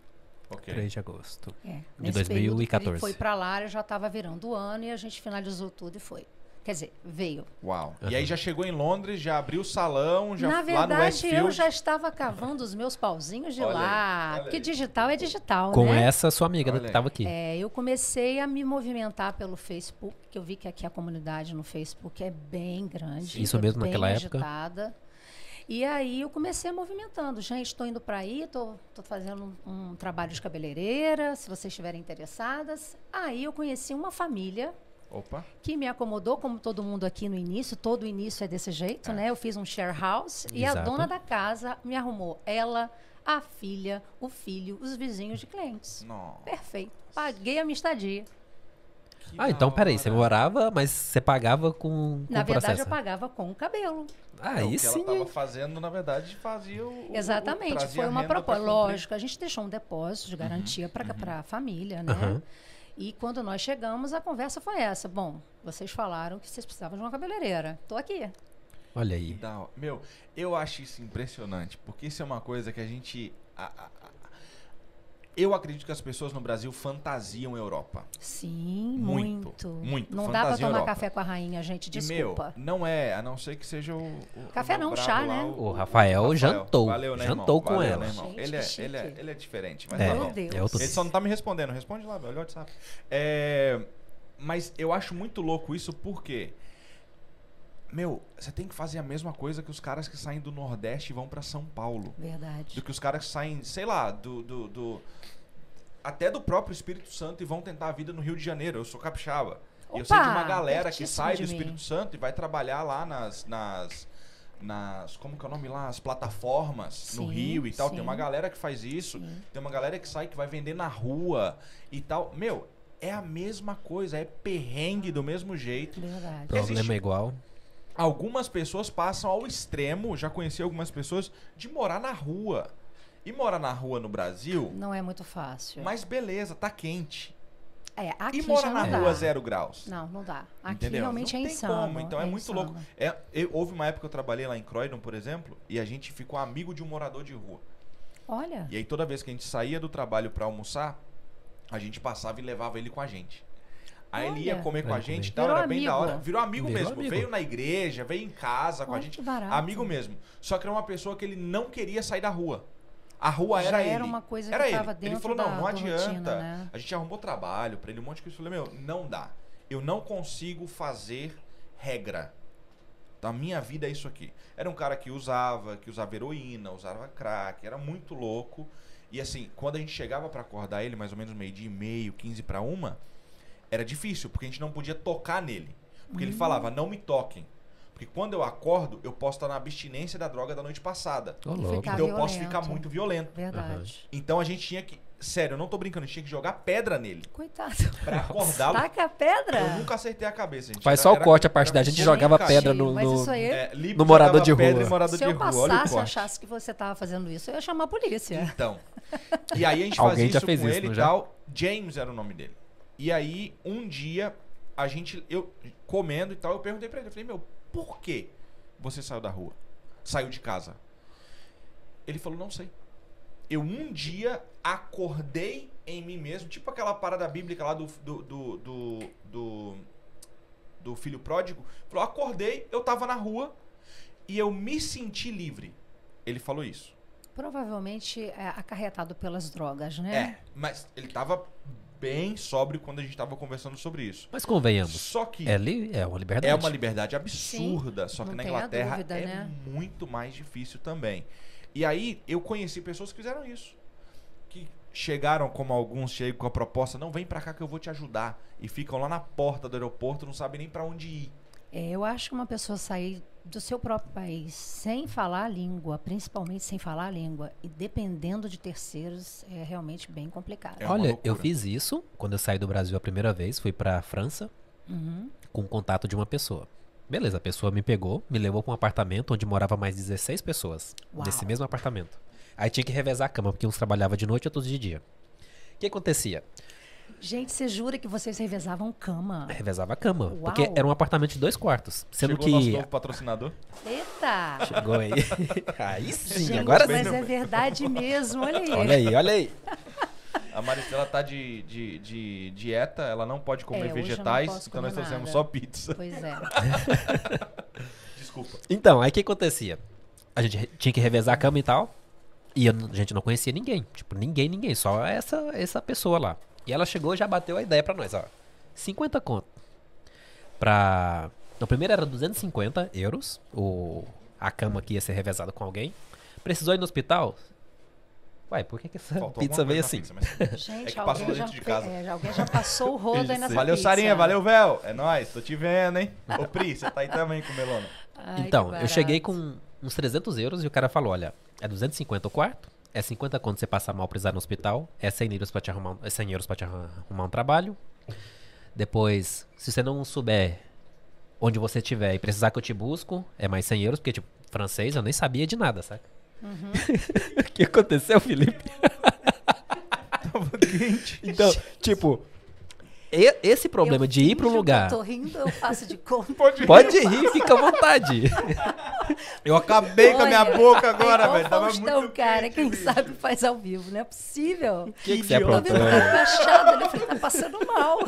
Speaker 2: Ok.
Speaker 1: 3 de agosto.
Speaker 3: É,
Speaker 1: De
Speaker 3: nesse período que ele
Speaker 1: 2014.
Speaker 3: Foi pra lá, eu já tava virando o ano e a gente finalizou tudo e foi. Quer dizer, veio.
Speaker 2: Uau. E aí já chegou em Londres, já abriu o salão, já
Speaker 3: Na
Speaker 2: lá no
Speaker 3: verdade,
Speaker 2: Westfield.
Speaker 3: eu já estava cavando os meus pauzinhos de
Speaker 2: Olha aí,
Speaker 3: lá.
Speaker 2: olha
Speaker 3: porque
Speaker 2: aí.
Speaker 3: digital é digital,
Speaker 1: Com
Speaker 3: né?
Speaker 1: essa sua amiga né,
Speaker 2: Olha
Speaker 1: que
Speaker 2: aí.
Speaker 1: tava aqui.
Speaker 3: É, eu comecei a me movimentar pelo Facebook, que eu vi que aqui a comunidade no Facebook é bem grande.
Speaker 1: Isso
Speaker 3: é
Speaker 1: mesmo,
Speaker 3: bem
Speaker 1: naquela época?
Speaker 3: agitada. E aí eu comecei movimentando. Gente, estou indo para aí, estou fazendo um, um trabalho de cabeleireira, se vocês estiverem interessadas. Aí eu conheci uma família
Speaker 2: Opa.
Speaker 3: que me acomodou, como todo mundo aqui no início, todo início é desse jeito, né? Eu fiz um share house e a
Speaker 1: Exato.
Speaker 3: dona da casa me arrumou ela, a filha, o filho, os vizinhos de clientes.
Speaker 2: Não.
Speaker 3: Perfeito. Paguei a minha estadia.
Speaker 2: Que
Speaker 1: Ah,
Speaker 2: da
Speaker 1: então peraí,
Speaker 2: hora.
Speaker 1: você morava, mas você pagava com, com
Speaker 3: Na
Speaker 1: o
Speaker 3: verdade,
Speaker 1: processo.
Speaker 3: eu pagava com o cabelo.
Speaker 1: Ah,
Speaker 2: É, o
Speaker 1: aí
Speaker 2: que
Speaker 1: sim.
Speaker 2: ela tava
Speaker 1: hein?
Speaker 2: fazendo, na verdade, fazia o. o- o-
Speaker 3: Exatamente.
Speaker 2: trazia
Speaker 3: Foi uma
Speaker 2: renda pra
Speaker 3: proposta.
Speaker 2: cumprir.
Speaker 3: Lógico, a gente deixou um depósito de garantia para a família, né?
Speaker 1: Aham.
Speaker 3: E quando nós chegamos, a conversa foi essa. Bom, vocês falaram que vocês precisavam de uma cabeleireira. Tô aqui.
Speaker 1: Olha
Speaker 2: Que
Speaker 1: aí.
Speaker 2: da hora. Meu, eu acho isso impressionante, porque isso é uma coisa que a gente. a- a- a- eu acredito que as pessoas no Brasil fantasiam a Europa.
Speaker 3: Sim,
Speaker 2: Muito,
Speaker 3: muito.
Speaker 2: muito.
Speaker 3: Não dá para
Speaker 2: Fantasia
Speaker 3: tomar
Speaker 2: Europa.
Speaker 3: café com a rainha, gente. Desculpa.
Speaker 2: E, meu, não é, a não ser que seja o. o-
Speaker 3: Café
Speaker 2: o
Speaker 3: não,
Speaker 2: brabo
Speaker 3: chá,
Speaker 2: lá,
Speaker 3: né?
Speaker 1: O Rafael jantou,
Speaker 2: Valeu, né, irmão?
Speaker 1: jantou com
Speaker 2: Valeu,
Speaker 1: ela.
Speaker 2: né, irmão?
Speaker 3: Gente,
Speaker 2: ele,
Speaker 3: que
Speaker 2: é,
Speaker 3: chique.
Speaker 2: ele, é, ele é diferente, mas
Speaker 1: É,
Speaker 2: tá
Speaker 3: Meu
Speaker 2: bom.
Speaker 3: Deus.
Speaker 1: é outro
Speaker 2: Ele só não tá me respondendo. Responde lá, meu. Olha o WhatsApp. É, mas eu acho muito louco isso porque. Meu, você tem que fazer a mesma coisa que os caras que saem do Nordeste e vão pra São Paulo. Do
Speaker 3: Verdade.
Speaker 2: que os caras que saem, sei lá, do, do, do- Até do próprio Espírito Santo e vão tentar a vida no Rio de Janeiro. Eu sou capixaba. E eu sei de uma
Speaker 3: Opa,
Speaker 2: galera que
Speaker 3: pertíssimo
Speaker 2: sai do
Speaker 3: de mim.
Speaker 2: Espírito Santo e vai trabalhar lá nas. nas nas, como que é o nome lá? As plataformas no
Speaker 3: Sim,
Speaker 2: Rio e tal. Tem
Speaker 3: sim.
Speaker 2: uma galera que faz isso.
Speaker 3: Sim.
Speaker 2: Tem uma galera que sai que vai vender na rua e tal. Meu, é a mesma coisa, é perrengue do mesmo jeito.
Speaker 3: Verdade.
Speaker 1: Problema
Speaker 2: Existe-
Speaker 1: igual.
Speaker 2: Algumas pessoas passam ao extremo, já conheci algumas pessoas, de morar na rua. E morar na rua no Brasil,
Speaker 3: Não é muito fácil.
Speaker 2: mas beleza, tá quente.
Speaker 3: é, aqui
Speaker 2: E morar
Speaker 3: já
Speaker 2: na
Speaker 3: não dá.
Speaker 2: rua zero graus.
Speaker 3: Não, não dá. Aqui
Speaker 2: Entendeu?
Speaker 3: realmente
Speaker 2: não
Speaker 3: é
Speaker 2: tem
Speaker 3: insano.
Speaker 2: Como. Então é, muito
Speaker 3: insano.
Speaker 2: louco. É, eu- houve uma época que eu trabalhei lá em Croydon, por exemplo, e a gente ficou amigo de um morador de rua.
Speaker 3: Olha,
Speaker 2: E aí toda vez que a gente saía do trabalho pra almoçar, a gente passava e levava ele com a gente. Aí ele ia
Speaker 3: Olha.
Speaker 2: comer com
Speaker 1: Olha
Speaker 2: a
Speaker 1: que
Speaker 2: gente, e
Speaker 1: bem.
Speaker 2: tal,
Speaker 3: Virou
Speaker 2: era bem da
Speaker 3: amigo.
Speaker 2: hora. Virou amigo
Speaker 1: Virou
Speaker 2: mesmo.
Speaker 1: amigo.
Speaker 2: Veio na igreja, veio em casa tá com a
Speaker 3: olha
Speaker 2: gente.
Speaker 3: que barato.
Speaker 2: Amigo mesmo. Só que era uma pessoa que ele não queria sair da rua. A rua
Speaker 3: Já
Speaker 2: era ele.
Speaker 3: era uma coisa
Speaker 2: Era
Speaker 3: que
Speaker 2: ele.
Speaker 3: estava
Speaker 2: Ele
Speaker 3: dentro
Speaker 2: falou,
Speaker 3: da
Speaker 2: não, não
Speaker 3: da
Speaker 2: adianta.
Speaker 3: rotina, né?
Speaker 2: A gente arrumou trabalho pra ele, um monte de coisa. Eu falei, meu, não dá. Eu não consigo fazer regra. A minha vida é isso aqui. Era um cara que usava, que usava heroína, usava crack, era muito louco. E assim, quando a gente chegava pra acordar ele, mais ou menos meio-dia e meio, 15 pra uma, era difícil, porque a gente não podia tocar nele. Porque
Speaker 3: Hum.
Speaker 2: ele falava, não me toquem. Porque quando eu acordo, eu posso estar na abstinência da droga da noite passada.
Speaker 1: Ô, louco.
Speaker 3: Ficar
Speaker 2: então eu posso
Speaker 3: Tá violento.
Speaker 2: ficar muito violento.
Speaker 3: Verdade.
Speaker 2: Então a gente tinha que. Sério, eu não tô brincando, a gente tinha que jogar pedra nele
Speaker 3: Coitado.
Speaker 2: pra acordá-lo.
Speaker 3: Taca a pedra?
Speaker 2: Eu nunca acertei a cabeça, gente.
Speaker 1: Faz
Speaker 2: Era-
Speaker 1: só o
Speaker 2: era-
Speaker 1: corte a parte da
Speaker 2: era
Speaker 1: gente
Speaker 2: muito
Speaker 1: jogava
Speaker 2: cachê.
Speaker 1: pedra no.
Speaker 3: Mas
Speaker 1: no-
Speaker 3: isso aí.
Speaker 2: É, Lipe
Speaker 1: No morador
Speaker 2: jogava
Speaker 1: de
Speaker 2: pedra
Speaker 1: rua.
Speaker 2: E morador
Speaker 3: Se
Speaker 2: de
Speaker 3: eu
Speaker 2: rua. Olha o
Speaker 3: passasse e
Speaker 2: corte.
Speaker 3: achasse que você estava fazendo isso, eu ia chamar a polícia.
Speaker 2: Então. E aí a gente
Speaker 1: Alguém
Speaker 2: fazia
Speaker 1: já
Speaker 2: isso
Speaker 1: fez
Speaker 2: com
Speaker 1: isso,
Speaker 2: ele
Speaker 1: não
Speaker 2: e
Speaker 1: já?
Speaker 2: tal. James era o nome dele. E aí, um dia, a gente, eu comendo e tal, eu perguntei pra ele, eu falei, meu, por que você saiu da rua? Saiu de casa? Ele falou, não sei. Eu um dia acordei em mim mesmo, tipo aquela parada bíblica lá do. do. do. do, do- do filho pródigo. Falou, acordei, eu tava na rua e eu me senti livre. Ele falou isso.
Speaker 3: Provavelmente é, acarretado pelas drogas, né?
Speaker 2: É, mas ele tava bem sóbrio quando a gente tava conversando sobre isso.
Speaker 1: Mas convenhamos.
Speaker 2: Só que
Speaker 1: É,
Speaker 2: é,
Speaker 1: li... é uma liberdade.
Speaker 2: uma liberdade absurda, só que
Speaker 3: não
Speaker 2: na
Speaker 3: tenha
Speaker 2: Inglaterra
Speaker 3: dúvida,
Speaker 2: é
Speaker 3: né?
Speaker 2: muito mais difícil também. E aí eu conheci pessoas que fizeram isso. Que chegaram, como alguns chegam com a proposta, não vem pra cá que eu vou te ajudar. E ficam lá na porta do aeroporto, não sabem nem pra onde ir.
Speaker 3: É, eu acho que uma pessoa sair do seu próprio país sem falar a língua, principalmente sem falar a língua, e dependendo de terceiros, é realmente bem complicado.
Speaker 2: É uma
Speaker 1: Olha, eu
Speaker 2: loucura.
Speaker 1: fiz isso quando eu saí do Brasil a primeira vez, fui pra França.
Speaker 3: Uhum.
Speaker 1: com o contato de uma pessoa. Beleza, a pessoa me pegou, me levou pra um apartamento onde morava mais 16 pessoas.
Speaker 3: Uau.
Speaker 1: Nesse mesmo apartamento. Aí tinha que revezar a cama, porque uns trabalhava de noite e outros de dia. O que acontecia?
Speaker 3: Gente, você jura que vocês revezavam cama?
Speaker 2: É.
Speaker 1: Revezava a cama,
Speaker 3: Uau.
Speaker 1: porque era um apartamento de dois quartos. Sendo
Speaker 2: Chegou
Speaker 1: que.
Speaker 2: nosso novo patrocinador.
Speaker 3: Eita!
Speaker 1: Chegou aí. aí sim,
Speaker 3: Gente,
Speaker 1: agora
Speaker 3: mas
Speaker 2: né?
Speaker 1: sim.
Speaker 3: é verdade mesmo, olha aí.
Speaker 1: Olha aí, olha aí.
Speaker 2: A Maristela tá de, de, de dieta, ela não pode
Speaker 3: É,
Speaker 2: comer
Speaker 3: hoje eu não
Speaker 2: vegetais,
Speaker 3: posso
Speaker 2: então nós
Speaker 3: comer
Speaker 2: trouxemos
Speaker 3: nada.
Speaker 2: só pizza.
Speaker 3: Pois é.
Speaker 2: Desculpa.
Speaker 1: Então, aí o que acontecia? A gente re- tinha que revezar a cama e tal. E eu n- a gente não conhecia ninguém. Tipo, ninguém, ninguém. Só essa, essa pessoa lá. E ela chegou e já bateu a ideia pra nós, ó. 50 conto. Pra. O primeiro era 250 euros. O... A cama que ia ser revezada com alguém. Precisou ir no hospital? Ué, por que, que essa
Speaker 2: Faltou
Speaker 1: pizza
Speaker 2: alguma
Speaker 1: veio
Speaker 2: coisa
Speaker 1: assim?
Speaker 2: na pizza, mas- É
Speaker 3: Gente,
Speaker 2: que passou
Speaker 3: alguém,
Speaker 2: dentro
Speaker 3: já,
Speaker 2: de
Speaker 3: fe-
Speaker 2: casa.
Speaker 3: é, alguém já passou o rodo aí nessa
Speaker 2: Valeu,
Speaker 3: pizza.
Speaker 2: Sarinha, valeu, Véu. É nóis, tô te vendo, hein? Ô, Pri, você tá aí também com o Melona.
Speaker 3: Ai, que
Speaker 1: Então, eu
Speaker 3: barato.
Speaker 1: cheguei com uns 300 euros e o cara falou: olha, é 250 o quarto, é 50 quando você passar mal precisar no hospital, é 100 euros pra te arrumar, um- é 100 euros pra te arran- arrumar um trabalho. Depois, se você não souber onde você estiver e precisar que eu te busco, é mais 100 euros, porque, tipo, francês eu nem sabia de nada, saca?
Speaker 3: Uhum.
Speaker 1: o que aconteceu, Felipe? Tá Então, tipo, e- esse problema
Speaker 3: Eu
Speaker 1: de ir pro
Speaker 3: finjo que
Speaker 1: lugar.
Speaker 3: Eu tô rindo, eu faço de conta.
Speaker 2: Pode
Speaker 1: Pode rir, fica à vontade.
Speaker 2: Eu acabei com a minha
Speaker 3: Olha,
Speaker 2: boca
Speaker 3: é
Speaker 2: agora,
Speaker 3: igual
Speaker 2: velho. Tava
Speaker 3: Faustão,
Speaker 2: muito
Speaker 3: cara,
Speaker 2: quente,
Speaker 3: quem
Speaker 2: bicho.
Speaker 3: sabe faz ao vivo, não é possível.
Speaker 1: que que você
Speaker 3: Tô
Speaker 1: aprontou?
Speaker 3: vendo que tá encaixado, né? Eu falei, tá passando mal.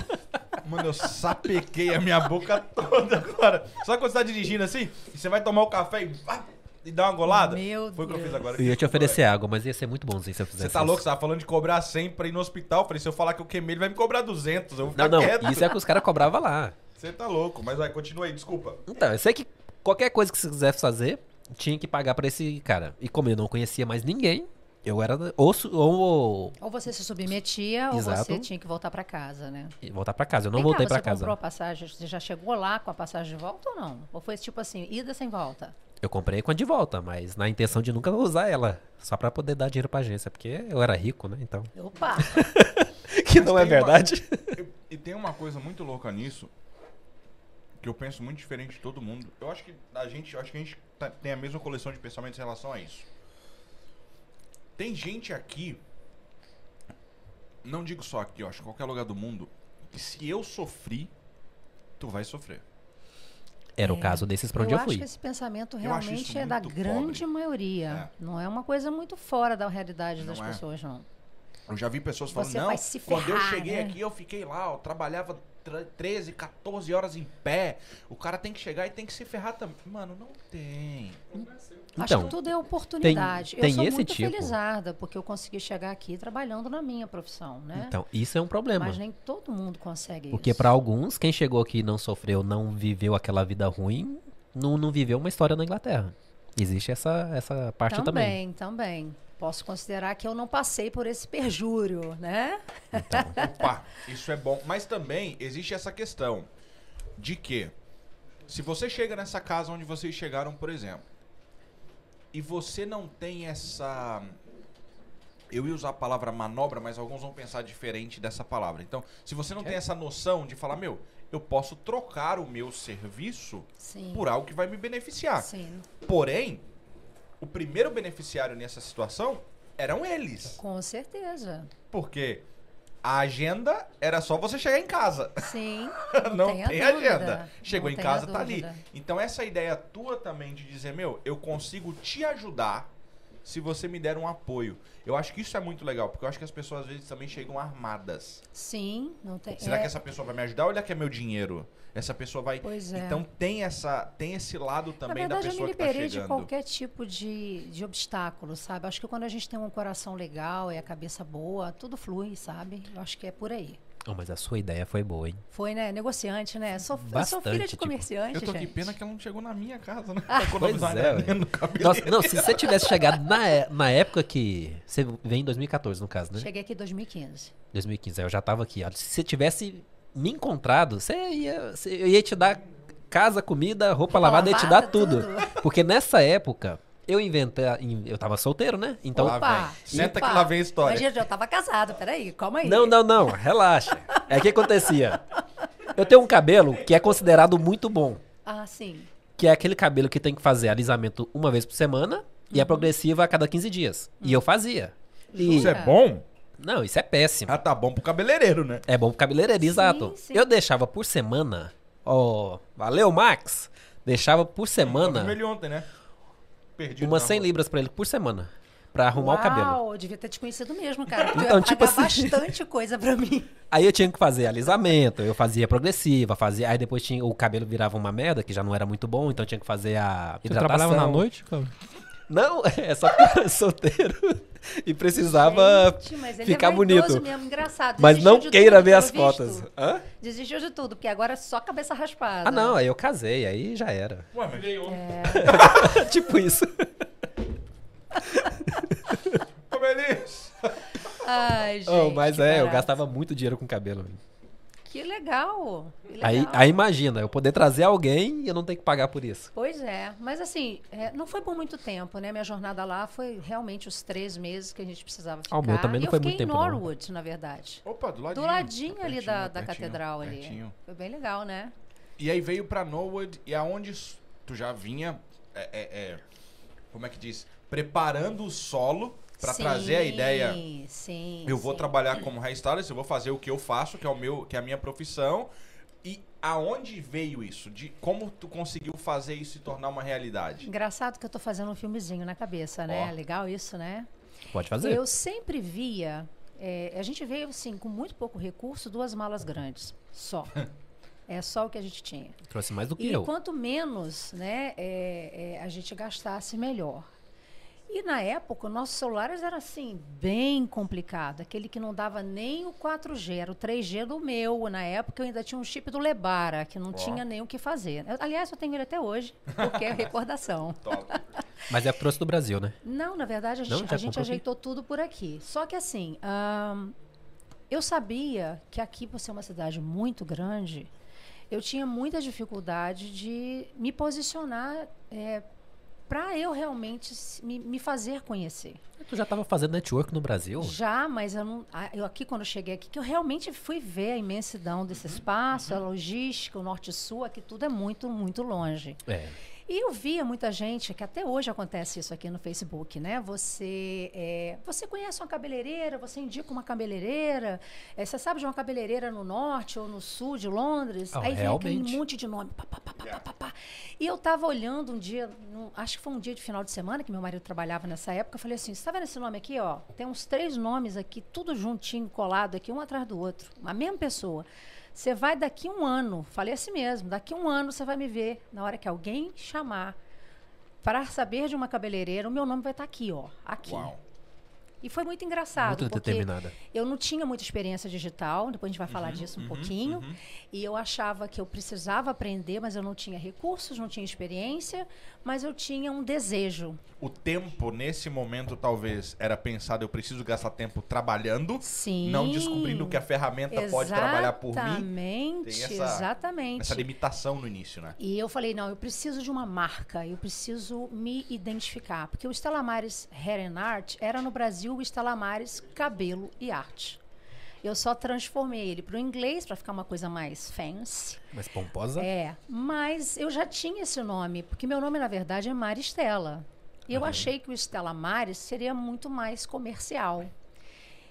Speaker 2: Mano,
Speaker 1: né?
Speaker 2: eu sapequei a minha boca toda agora. Só quando você tá dirigindo assim, e você vai tomar o café e, pá, e dá uma golada?
Speaker 3: Meu
Speaker 2: Foi o que eu
Speaker 3: Deus.
Speaker 2: fiz agora.
Speaker 1: Eu ia te oferecer água, mas ia ser muito bonzinho se eu fizesse
Speaker 2: Você tá
Speaker 1: isso.
Speaker 2: louco? Você tava falando de cobrar 100 pra ir no hospital. Eu Falei, se eu falar que eu queimei, ele vai me cobrar 200. Eu vou
Speaker 1: Não,
Speaker 2: ficar
Speaker 1: não,
Speaker 2: tá quieto.
Speaker 1: isso é o que os caras cobravam lá.
Speaker 2: Você tá louco, mas vai, continua aí, desculpa.
Speaker 1: Então, eu sei que qualquer coisa que você quisesse fazer, tinha que pagar pra esse cara. E como eu não conhecia mais ninguém, eu era ou, su- ou, ou-
Speaker 3: Ou você se submetia,
Speaker 1: Exato.
Speaker 3: ou você tinha que voltar pra casa, né?
Speaker 1: e voltar pra casa. Eu não
Speaker 3: Vem cá,
Speaker 1: voltei pra
Speaker 3: Você
Speaker 1: casa.
Speaker 3: comprou a passagem, você já chegou lá com a passagem de volta ou não? Ou foi tipo assim, ida sem volta?
Speaker 1: Eu comprei com a de volta, mas na intenção de nunca usar ela. Só pra poder dar dinheiro pra agência, porque eu era rico, né? Então.
Speaker 3: Opa!
Speaker 1: Que
Speaker 2: não é verdade. E- E tem uma coisa muito louca nisso, que eu penso muito diferente de todo mundo. Eu acho que a gente, eu acho que a gente tá- tem a mesma coleção de pensamentos em relação a isso. Tem gente aqui, não digo só aqui, eu acho que qualquer lugar do mundo, que se eu sofri, tu vai sofrer.
Speaker 1: Era o caso desses pra onde eu,
Speaker 3: acho
Speaker 1: fui.
Speaker 3: que esse pensamento
Speaker 2: Eu acho
Speaker 3: realmente
Speaker 2: isso
Speaker 3: é da
Speaker 2: muito
Speaker 3: grande
Speaker 2: pobre.
Speaker 3: maioria. Não é uma coisa muito fora da realidade das
Speaker 2: Não é.
Speaker 3: pessoas, não.
Speaker 2: Eu já vi pessoas falando,
Speaker 3: Você
Speaker 2: não,
Speaker 3: vai se
Speaker 2: quando eu
Speaker 3: ferrar,
Speaker 2: cheguei
Speaker 3: né?"
Speaker 2: aqui, eu fiquei lá, eu trabalhava tre- 13, 14 horas em pé. O cara tem que chegar e tem que se ferrar também. Mano, não tem.
Speaker 3: Acho
Speaker 1: Então,
Speaker 3: que tudo é oportunidade.
Speaker 1: tem
Speaker 3: eu sou
Speaker 1: esse
Speaker 3: muito
Speaker 1: tipo.
Speaker 3: felizarda, porque eu consegui chegar aqui trabalhando na minha profissão, né?
Speaker 1: Então, isso é um problema.
Speaker 3: Mas nem todo mundo consegue
Speaker 1: Porque
Speaker 3: isso.
Speaker 1: pra alguns, quem chegou aqui e não sofreu, não viveu aquela vida ruim, não, não viveu uma história na Inglaterra. Existe essa, essa parte também.
Speaker 3: Também, também. Posso considerar que eu não passei por esse perjúrio, né?
Speaker 1: Então.
Speaker 2: Opa, isso é bom. Mas também existe essa questão de que se você chega nessa casa onde vocês chegaram, por exemplo, e você não tem essa. Eu ia usar a palavra manobra, mas alguns vão pensar diferente dessa palavra. Então, se você não tem essa noção de falar, meu, eu posso trocar o meu serviço
Speaker 3: Sim.
Speaker 2: por algo que vai me beneficiar.
Speaker 3: Sim,
Speaker 2: Porém, o primeiro beneficiário nessa situação eram eles.
Speaker 3: com certeza.
Speaker 2: Porque a agenda era só você chegar em casa.
Speaker 3: Sim.
Speaker 2: Não
Speaker 3: tenha
Speaker 2: tem
Speaker 3: dúvida.
Speaker 2: agenda. Chegou
Speaker 3: Não
Speaker 2: em
Speaker 3: tenha
Speaker 2: casa, tá ali.
Speaker 3: dúvida.
Speaker 2: Então essa ideia tua também de dizer, meu, eu consigo te ajudar se você me der um apoio. Eu acho que isso é muito legal, porque eu acho que as pessoas às vezes também chegam armadas.
Speaker 3: Sim, não tem.
Speaker 2: Será
Speaker 3: é,
Speaker 2: que essa pessoa vai me ajudar ou ela quer meu dinheiro? Essa pessoa vai.
Speaker 3: Pois é.
Speaker 2: Então tem essa, tem esse lado
Speaker 3: Na
Speaker 2: também da
Speaker 3: verdade, eu me
Speaker 2: pessoa que tá
Speaker 3: liberei
Speaker 2: chegando.
Speaker 3: de qualquer tipo de, de obstáculo, sabe? Acho que quando a gente tem um coração legal e a cabeça boa, tudo flui, sabe? Eu acho que é por aí.
Speaker 1: Oh, mas a sua ideia foi boa, hein?
Speaker 3: Foi, né? Negociante, né? Sou, eu sou
Speaker 1: Bastante,
Speaker 3: filha de
Speaker 1: tipo.
Speaker 3: comerciante,
Speaker 2: Eu tô aqui,
Speaker 3: gente. Ah.
Speaker 2: pena que ela não chegou na minha casa, né? Pra
Speaker 1: pois é,
Speaker 2: uma graninha
Speaker 1: velho.
Speaker 2: no cabelo.
Speaker 1: Nossa, não, se você tivesse chegado na, é- na época que. Você veio em 2014, no caso, né?
Speaker 3: Cheguei aqui em 2015.
Speaker 1: 2015, eu já tava aqui. ó. Se você tivesse me encontrado, você ia, você- eu ia te dar casa, comida, roupa, lavada, ia te dar tudo. Porque nessa época, eu inventei. Eu tava solteiro, né? Então.
Speaker 2: Lá
Speaker 3: Opa,
Speaker 2: vem. Senta
Speaker 3: opa.
Speaker 2: que lá vem a história.
Speaker 3: Mas, gente, eu tava casado, peraí, calma aí.
Speaker 1: Não, não, não, relaxa. É o que acontecia. Eu tenho um cabelo que é considerado muito bom.
Speaker 3: Ah, sim.
Speaker 1: Que é aquele cabelo que tem que fazer alisamento uma vez por semana e é progressiva a cada 15 dias. E eu fazia. E-
Speaker 2: Uhum. Isso é bom?
Speaker 1: Não, isso é péssimo.
Speaker 2: Ah, tá bom pro cabeleireiro, né?
Speaker 1: É bom pro cabeleireiro, exato.
Speaker 3: sim.
Speaker 1: Eu deixava por semana. Ó, valeu, Max. Deixava por
Speaker 2: Eu vi
Speaker 1: semana
Speaker 2: ele ontem, né? Perdido
Speaker 1: umas
Speaker 2: na
Speaker 1: 100
Speaker 2: rua.
Speaker 1: libras pra ele por semana. Pra arrumar o cabelo.
Speaker 3: Uau, eu devia ter te conhecido mesmo, cara. Tu ia
Speaker 1: Então,
Speaker 3: pagar
Speaker 1: tipo assim-
Speaker 3: bastante coisa pra mim.
Speaker 1: Aí eu tinha que fazer alisamento, eu fazia progressiva, fazia. Aí depois tinha, o cabelo virava uma merda, que já não era muito bom, então tinha que fazer a.
Speaker 4: Você
Speaker 1: hidratação.
Speaker 4: trabalhava na noite, Cláudio?
Speaker 1: Não, é só porque eu era solteiro e precisava
Speaker 3: Gente, mas ele
Speaker 1: ficar
Speaker 3: é vaidoso
Speaker 1: bonito.
Speaker 3: mesmo, engraçado.
Speaker 1: Mas
Speaker 3: Desistiu
Speaker 1: não
Speaker 3: de
Speaker 1: queira
Speaker 3: tudo,
Speaker 1: ver
Speaker 3: pelo
Speaker 1: as
Speaker 3: visto.
Speaker 1: fotos. Hã?
Speaker 3: Desistiu de tudo, porque agora é só cabeça raspada.
Speaker 1: Ah, não, aí eu casei, aí já era.
Speaker 2: Ué, mas É. veio ontem.
Speaker 1: tipo isso.
Speaker 2: Ô, Belis!
Speaker 3: Ai, gente.
Speaker 1: Oh, mas
Speaker 3: que
Speaker 1: é, eu
Speaker 3: barato.
Speaker 1: gastava muito dinheiro com cabelo.
Speaker 3: Que legal. que legal.
Speaker 1: Aí, aí imagina, eu poder trazer alguém e eu não ter que pagar por isso.
Speaker 3: Pois é, mas assim, é, não foi por muito tempo, né? Minha jornada lá foi realmente os três meses que a gente precisava ficar.
Speaker 1: Ah, o meu também
Speaker 3: E
Speaker 1: não
Speaker 3: eu
Speaker 1: foi
Speaker 3: fiquei
Speaker 1: muito
Speaker 3: em
Speaker 1: tempo, não.
Speaker 3: Norwood, na verdade.
Speaker 2: Opa, do ladinho.
Speaker 3: Do ladinho
Speaker 2: Tá
Speaker 3: ali
Speaker 2: pertinho,
Speaker 3: da, da
Speaker 2: pertinho,
Speaker 3: catedral ali.
Speaker 2: pertinho.
Speaker 3: Foi bem legal, né?
Speaker 2: E aí veio pra Norwood, e aonde s- tu já vinha, é, é, é, como é que diz? Preparando o solo pra
Speaker 3: Sim,
Speaker 2: trazer a ideia.
Speaker 3: Sim.
Speaker 2: Eu vou
Speaker 3: sim.
Speaker 2: trabalhar como hairstylist, eu vou fazer o que eu faço, que é, o meu, que é a minha profissão. E aonde veio isso? De como tu conseguiu fazer isso se tornar uma realidade?
Speaker 3: Engraçado que eu tô fazendo um filmezinho na cabeça, né?
Speaker 2: Ó.
Speaker 3: Legal isso, né?
Speaker 1: Pode fazer.
Speaker 3: Eu sempre via. é, a gente veio, assim, com muito pouco recurso, duas malas grandes. Só. é só o que a gente tinha.
Speaker 1: Trouxe mais do que
Speaker 3: E
Speaker 1: eu.
Speaker 3: quanto menos né, é, é, a gente gastasse, melhor. E na época, nossos celulares era assim, bem complicado. Aquele que não dava nem o 4G, era o 3G do meu. Na época, eu ainda tinha um chip do Lebara, que não tinha nem o que fazer. Eu- aliás, eu tenho ele até hoje, porque é recordação.
Speaker 2: Top.
Speaker 1: Mas é o que trouxe do Brasil, né?
Speaker 3: Não, na verdade, a
Speaker 1: Não,
Speaker 3: gente,
Speaker 1: já
Speaker 3: a gente
Speaker 1: comprou aqui?
Speaker 3: ajeitou tudo por aqui. Só que assim, ahn, eu sabia que aqui, por ser uma cidade muito grande, eu tinha muita dificuldade de me posicionar para eu realmente se- me, me fazer conhecer.
Speaker 1: Tu já tava fazendo network no Brasil?
Speaker 3: Já, mas eu, não, a- eu aqui, quando eu cheguei aqui, que eu realmente fui ver a imensidão desse
Speaker 1: Uhum,
Speaker 3: espaço, a logística, o norte-sul, aqui tudo é muito, muito longe.
Speaker 1: É.
Speaker 3: E eu via muita gente, que até hoje acontece isso aqui no Facebook, né? Você, é, você conhece uma cabeleireira, você indica uma cabeleireira, é, você sabe de uma cabeleireira no norte ou no sul de Londres?
Speaker 1: Ah,
Speaker 3: Aí vem
Speaker 1: realmente.
Speaker 3: aquele monte de nome. Pá, pá, pá, pá, pá, pá, pá. E eu tava olhando um dia, num- acho que foi um dia de final de semana que meu marido trabalhava nessa época, eu falei assim, você tá vendo esse nome aqui, ó? Tem uns três nomes aqui, tudo juntinho, colado aqui, um atrás do outro. A mesma pessoa. Você vai daqui um ano, falei assim mesmo, daqui um ano você vai me ver, na hora que alguém chamar para saber de uma cabeleireira, o meu nome vai estar tá aqui, ó. Aqui.
Speaker 2: Uau.
Speaker 3: E foi muito engraçado,
Speaker 1: Muito
Speaker 3: porque
Speaker 1: determinada.
Speaker 3: eu não tinha muita experiência digital, depois a gente vai falar
Speaker 2: Uhum,
Speaker 3: disso um
Speaker 2: uhum,
Speaker 3: pouquinho.
Speaker 2: uhum.
Speaker 3: E eu achava que eu precisava aprender, mas eu não tinha recursos, não tinha experiência, mas eu tinha um desejo.
Speaker 2: O tempo, nesse momento, talvez, era pensado, eu preciso gastar tempo trabalhando,
Speaker 3: Sim.
Speaker 2: não descobrindo que a ferramenta pode trabalhar por mim.
Speaker 3: Exatamente,
Speaker 2: Tem essa-
Speaker 3: exatamente.
Speaker 2: Essa limitação no início, né?
Speaker 3: E eu falei, não, eu preciso de uma marca, eu preciso me identificar. Porque o Estelamares Hair and Art era no Brasil o Estelamares Cabelo e Arte. Eu só transformei ele para o inglês, para ficar uma coisa mais fancy.
Speaker 1: Mas pomposa?
Speaker 3: É, mas eu já tinha esse nome, porque meu nome, na verdade, é Maristela. E eu achei que o Estela Maris seria muito mais comercial.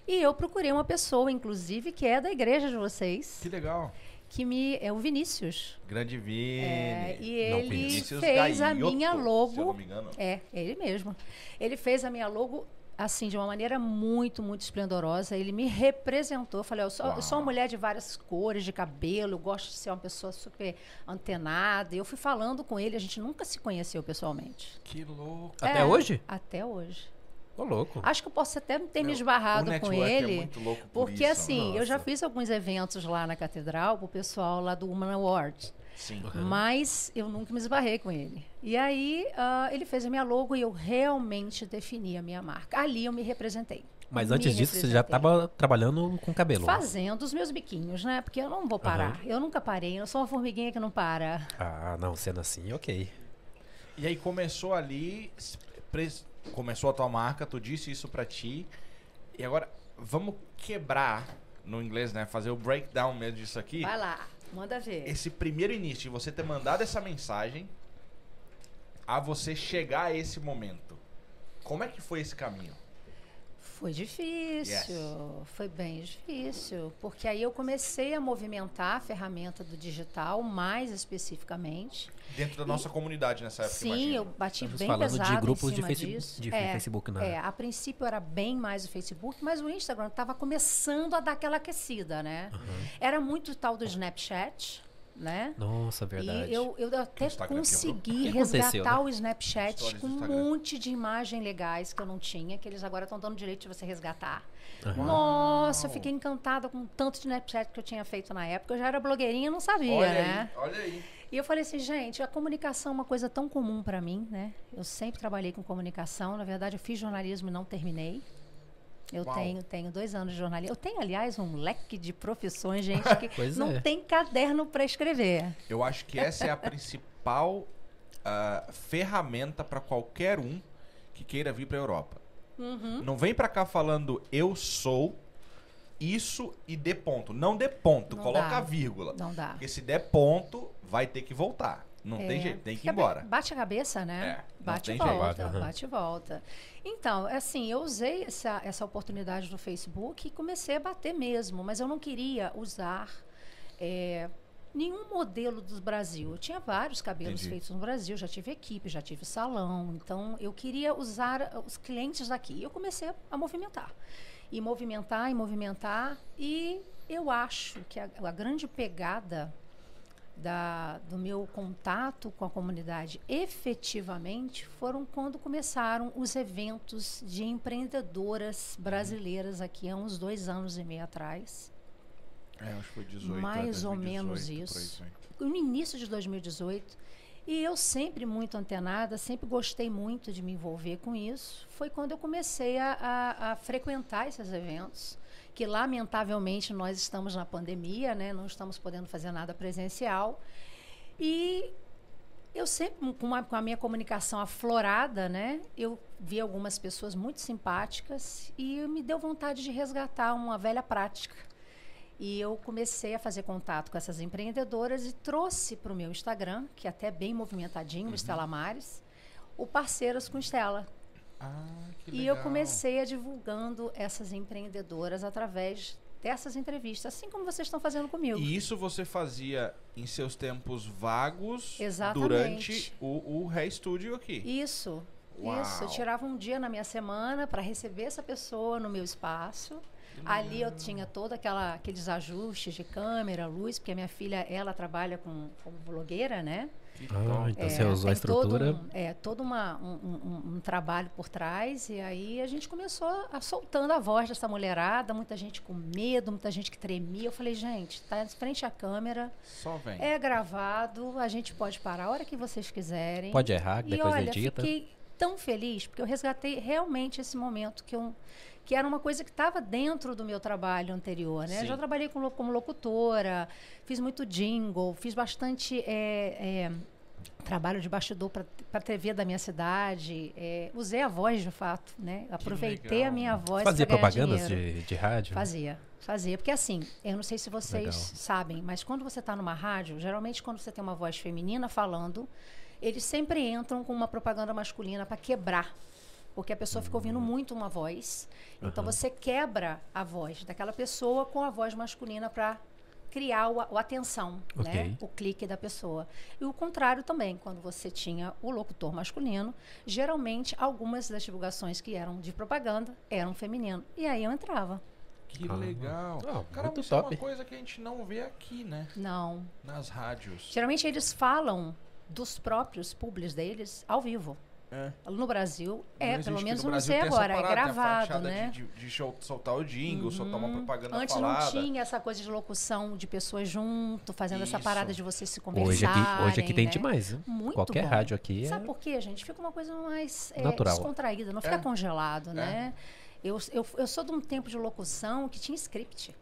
Speaker 3: E eu procurei uma pessoa, inclusive, que é da igreja de vocês,
Speaker 2: legal.
Speaker 3: que me é o Vinícius.
Speaker 2: Grande Vini.
Speaker 3: É, e
Speaker 1: Não
Speaker 3: ele
Speaker 1: conheço.
Speaker 2: Vinícius
Speaker 3: fez a
Speaker 2: Gaioto,
Speaker 3: minha
Speaker 2: Se eu não
Speaker 3: logo.
Speaker 2: me engano.
Speaker 3: É, ele mesmo. Ele fez a minha logo assim de uma maneira muito, muito esplendorosa. Ele me representou. Eu falei, "Ó, eu sou, eu sou
Speaker 2: Uau.
Speaker 3: uma mulher de várias cores de cabelo, eu gosto de ser uma pessoa super antenada. E eu fui falando com ele, a gente nunca se conheceu pessoalmente.
Speaker 2: Que louco.
Speaker 1: Até
Speaker 3: É, Ah,
Speaker 1: hoje?
Speaker 3: Até hoje.
Speaker 1: Ô, louco.
Speaker 3: Acho que eu posso até ter me
Speaker 2: Não,
Speaker 3: esbarrado
Speaker 2: o
Speaker 3: com
Speaker 2: network
Speaker 3: ele.
Speaker 2: É muito louco por
Speaker 3: porque
Speaker 2: isso.
Speaker 3: assim, eu já
Speaker 2: Nossa.
Speaker 3: fiz alguns eventos lá na catedral pro pessoal lá do Human Awards.
Speaker 2: Sim.
Speaker 3: Mas eu nunca me esbarrei com ele. E aí ah, ele fez a minha logo e eu realmente defini a minha marca. Ali eu me representei.
Speaker 1: Mas
Speaker 3: Me
Speaker 1: antes disso, você já
Speaker 3: representei.
Speaker 1: tava né? trabalhando com cabelo.
Speaker 3: Fazendo os meus biquinhos, né? Porque eu não vou parar. Eu nunca parei. Eu sou uma formiguinha que não para.
Speaker 1: Ah, não, sendo assim, ok.
Speaker 2: E aí começou ali, s- pres- começou a tua marca, tu disse isso pra ti. E agora vamos quebrar no inglês, né? Fazer o breakdown mesmo disso aqui.
Speaker 3: Vai lá, manda ver.
Speaker 2: Esse primeiro início, de você ter mandado essa mensagem a você chegar a esse momento. Como é que foi esse caminho?
Speaker 3: Foi difícil. Foi bem difícil. Porque aí eu comecei a movimentar a ferramenta do digital mais especificamente.
Speaker 2: Dentro da nossa comunidade nessa época,
Speaker 3: Sim,
Speaker 2: imagino.
Speaker 3: eu bati
Speaker 1: Estamos
Speaker 3: bem
Speaker 1: falando
Speaker 3: pesado
Speaker 1: de grupos
Speaker 3: em
Speaker 1: de
Speaker 3: cima
Speaker 1: Facebook,
Speaker 3: disso.
Speaker 1: de
Speaker 3: É.
Speaker 1: Facebook né? na
Speaker 3: É, a princípio era bem mais o Facebook, mas o Instagram estava começando a dar aquela aquecida, né? Era muito tal do Snapchat, né?
Speaker 1: Nossa, verdade.
Speaker 3: E eu, eu até
Speaker 2: Instagram quebrou.
Speaker 3: consegui
Speaker 1: O que aconteceu,
Speaker 3: resgatar
Speaker 1: né?
Speaker 3: o Snapchat
Speaker 2: Stories do
Speaker 3: com um
Speaker 2: Instagram.
Speaker 3: monte de imagem legais que eu não tinha, que eles agora estão dando direito de você resgatar.
Speaker 1: Aham.
Speaker 3: Nossa, eu
Speaker 2: Uau.
Speaker 3: fiquei encantada com o tanto de Snapchat que eu tinha feito na época. Eu já era blogueirinha e não sabia,
Speaker 2: Olha
Speaker 3: né?
Speaker 2: aí, olha aí.
Speaker 3: E eu falei assim, gente, a comunicação é uma coisa tão comum para mim, né? Eu sempre trabalhei com comunicação. Na verdade, eu fiz jornalismo e não terminei. Eu
Speaker 2: Uau.
Speaker 3: tenho, tenho dois anos de jornalismo. Eu tenho, aliás, um leque de profissões, gente, que
Speaker 1: Pois
Speaker 3: não
Speaker 1: é.
Speaker 3: tem caderno para escrever.
Speaker 2: Eu acho que essa é a principal ah, ferramenta para qualquer um que queira vir para Europa. Não vem para cá falando eu sou isso e dê ponto. Não dê ponto,
Speaker 3: Não
Speaker 2: coloca
Speaker 3: dá.
Speaker 2: a vírgula.
Speaker 3: Não dá.
Speaker 2: Porque se der ponto, vai ter que voltar. Não
Speaker 3: É.
Speaker 2: tem jeito, tem que ir
Speaker 3: Fica bem-
Speaker 2: embora.
Speaker 3: Bate a cabeça, né?
Speaker 2: É, não
Speaker 3: bate
Speaker 2: tem
Speaker 3: e
Speaker 2: jeito.
Speaker 3: volta,
Speaker 1: Aham.
Speaker 3: bate e volta. Então, assim, eu usei essa, essa oportunidade do Facebook e comecei a bater mesmo, mas eu não queria usar é, nenhum modelo do Brasil. Eu tinha vários cabelos
Speaker 2: Entendi.
Speaker 3: feitos no Brasil, já tive equipe, já tive salão, então eu queria usar ah, os clientes daqui. E eu comecei a- a movimentar. E movimentar, e movimentar, e eu acho que a- a grande pegada da- do meu contato com a comunidade efetivamente foram quando começaram os eventos de empreendedoras brasileiras aqui há uns dois anos e meio atrás.
Speaker 2: É, acho que foi
Speaker 3: 18, é, Mais ou 2018, menos por aí isso. No início de 2018, e eu sempre muito antenada, sempre gostei muito de me envolver com isso, foi quando eu comecei a, a- a frequentar esses eventos, que lamentavelmente nós estamos na pandemia, né? não estamos podendo fazer nada presencial, E eu sempre, com a, com a minha comunicação aflorada, né? Eu vi algumas pessoas muito simpáticas e me deu vontade de resgatar uma velha prática. E eu comecei a fazer contato com essas empreendedoras e trouxe para o meu Instagram, que até é bem movimentadinho,
Speaker 2: Uhum.
Speaker 3: o Estela Mares, o Parceiras com Estela.
Speaker 2: Ah, que
Speaker 3: E eu
Speaker 2: legal.
Speaker 3: comecei a divulgando essas empreendedoras através dessas entrevistas, assim como vocês estão fazendo comigo.
Speaker 2: E isso você fazia em seus tempos vagos
Speaker 3: Exatamente.
Speaker 2: durante o, o Ré Studio aqui.
Speaker 3: Isso.
Speaker 2: Uau.
Speaker 3: Isso, eu tirava um dia na minha semana para receber essa pessoa no meu espaço.
Speaker 2: Que
Speaker 3: Ali eu tinha toda aquela aqueles ajustes de câmera, luz, porque a minha filha, ela trabalha com como blogueira, né?
Speaker 2: Que Que
Speaker 1: Ah,
Speaker 2: top.
Speaker 1: então você usou a
Speaker 3: É, tem todo
Speaker 1: estrutura.
Speaker 3: um- é, todo uma- um, um- um- um trabalho por trás. E aí a gente começou a, soltando a voz dessa mulherada, muita gente com medo, muita gente que tremia. Eu falei, gente, tá de frente à câmera,
Speaker 2: Só vem.
Speaker 3: é gravado, a gente pode parar a hora que vocês quiserem.
Speaker 1: Pode errar, tá? que
Speaker 3: E
Speaker 1: depois
Speaker 3: olha,
Speaker 1: edita.
Speaker 3: fiquei tão feliz porque eu resgatei realmente esse momento que eu que era uma coisa que estava dentro do meu trabalho anterior, né?
Speaker 2: Sim.
Speaker 3: Eu já trabalhei com lo- como locutora, fiz muito jingle, fiz bastante é, é, trabalho de bastidor para a TV da minha cidade, é, usei a voz de fato, né? Aproveitei
Speaker 2: legal.
Speaker 3: a minha voz
Speaker 1: Fazia
Speaker 3: pra ganhar
Speaker 1: propagandas
Speaker 3: dinheiro.
Speaker 1: de, de rádio?
Speaker 3: Fazia, fazia. Porque assim, eu não sei se vocês
Speaker 1: né? Legal.
Speaker 3: sabem, mas quando você está numa rádio, geralmente quando você tem uma voz feminina falando, eles sempre entram com uma propaganda masculina para quebrar. Porque a pessoa fica
Speaker 1: Hum.
Speaker 3: ouvindo muito uma voz. Então você quebra a voz daquela pessoa com a voz masculina para criar o, a o atenção,
Speaker 1: Ok.
Speaker 3: né? o clique da pessoa. E o contrário também, quando você tinha o locutor masculino, geralmente algumas das divulgações que eram de propaganda eram feminino. E aí eu entrava.
Speaker 2: Que
Speaker 1: Ah.
Speaker 2: legal.
Speaker 1: Ah,
Speaker 2: Cara,
Speaker 1: muito
Speaker 2: isso é
Speaker 1: top.
Speaker 2: uma coisa que a gente não vê aqui, né?
Speaker 3: Não.
Speaker 2: Nas rádios.
Speaker 3: Geralmente eles falam dos próprios públicos deles ao vivo.
Speaker 2: É.
Speaker 3: No Brasil, é,
Speaker 2: existe
Speaker 3: pelo
Speaker 2: que
Speaker 3: menos
Speaker 2: no
Speaker 3: eu não sei
Speaker 2: Brasil tem essa
Speaker 3: agora, é
Speaker 2: parada, tem a
Speaker 3: gravado,
Speaker 2: fachada
Speaker 3: né? Uhum.
Speaker 2: De, de- de show- soltar o jingle, soltar uma propaganda
Speaker 3: Antes
Speaker 2: falada.
Speaker 3: não tinha essa coisa de locução de pessoas junto, fazendo essa
Speaker 2: Isso.
Speaker 3: parada de você
Speaker 1: Hoje
Speaker 3: se conversar.
Speaker 1: aqui, hoje aqui tem
Speaker 3: né?
Speaker 1: demais. hein?
Speaker 3: Muito
Speaker 1: Qualquer
Speaker 3: bom.
Speaker 1: rádio aqui é
Speaker 3: Sabe por quê, gente? Fica uma coisa mais é,
Speaker 1: Natural.
Speaker 3: descontraída, não fica
Speaker 2: É.
Speaker 3: congelado, né? Eu, eu, eu sou de um tempo de locução que tinha script.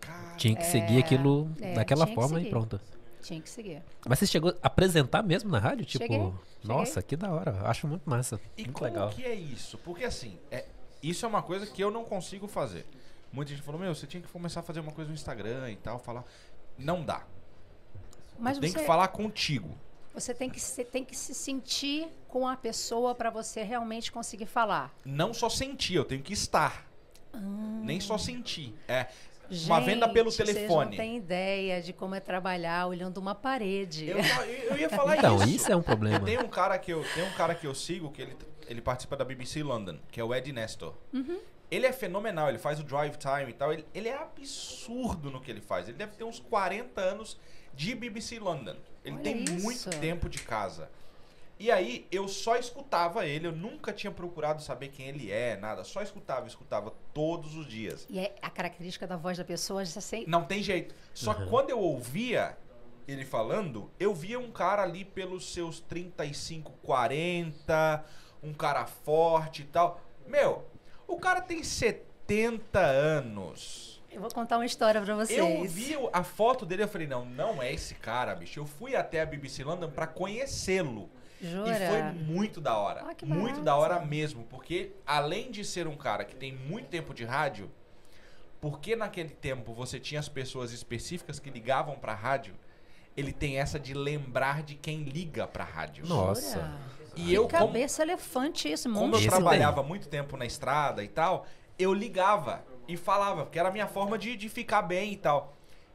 Speaker 2: Cara,
Speaker 1: Tinha que seguir aquilo
Speaker 3: é,
Speaker 1: daquela
Speaker 3: tinha que
Speaker 1: forma e
Speaker 3: seguir.
Speaker 1: pronto.
Speaker 3: Tinha que seguir.
Speaker 1: Mas você chegou a apresentar mesmo na rádio? Tipo,
Speaker 3: Cheguei,
Speaker 1: nossa, que da hora. Acho muito massa.
Speaker 2: E
Speaker 1: muito
Speaker 2: como
Speaker 1: legal.
Speaker 2: que é isso? Porque assim, é, isso é uma coisa que eu não consigo fazer. Muita gente falou, meu, você tinha que começar a fazer uma coisa no Instagram e tal, falar. Não dá.
Speaker 3: Mas
Speaker 2: Tem
Speaker 3: você,
Speaker 2: que falar contigo.
Speaker 3: você tem que se, tem que se sentir com a pessoa para você realmente conseguir falar.
Speaker 2: Não só sentir, eu tenho que estar.
Speaker 3: Ah.
Speaker 2: Nem só sentir. É.
Speaker 3: Gente,
Speaker 2: Uma venda pelo
Speaker 3: Vocês
Speaker 2: telefone.
Speaker 3: não têm ideia de como é trabalhar olhando uma parede.
Speaker 2: Eu, ta- eu ia falar
Speaker 1: Então,
Speaker 2: isso.
Speaker 1: isso é um problema.
Speaker 2: Tem um cara que eu, tem um cara que eu sigo que ele, ele participa da BBC London, que é o Ed Nestor.
Speaker 3: Uhum.
Speaker 2: Ele é fenomenal, ele faz o drive time e tal. Ele, ele é absurdo no que ele faz. Ele deve ter uns 40 anos de BBC London. Ele
Speaker 3: Olha
Speaker 2: tem
Speaker 3: isso.
Speaker 2: muito tempo de casa. E aí, eu só escutava ele, eu nunca tinha procurado saber quem ele é, nada. Só escutava, escutava todos os dias.
Speaker 3: E é a característica da voz da pessoa, já sei.
Speaker 2: Não tem jeito. Só que quando eu ouvia ele falando, eu via um cara ali pelos seus 35, 40, um cara forte e tal. Meu, o cara tem 70 anos.
Speaker 3: Eu vou contar uma história para vocês.
Speaker 2: Eu vi o- a foto dele, eu falei, não, não é esse cara, bicho. Eu fui até a BBC London pra conhecê-lo.
Speaker 3: Jura?
Speaker 2: E foi muito da hora.
Speaker 3: Ah, que
Speaker 2: muito
Speaker 3: barato.
Speaker 2: da hora mesmo, porque além de ser um cara que tem muito tempo de rádio, porque naquele tempo você tinha as pessoas específicas que ligavam pra rádio, ele tem essa de lembrar de quem liga pra rádio.
Speaker 1: Nossa.
Speaker 2: E
Speaker 3: Que
Speaker 2: eu, como,
Speaker 3: cabeça elefante isso,
Speaker 2: como
Speaker 3: monstro.
Speaker 2: eu
Speaker 1: Esse é
Speaker 2: trabalhava muito tempo na estrada e tal, eu ligava e falava, porque era a minha forma de, de ficar bem e tal.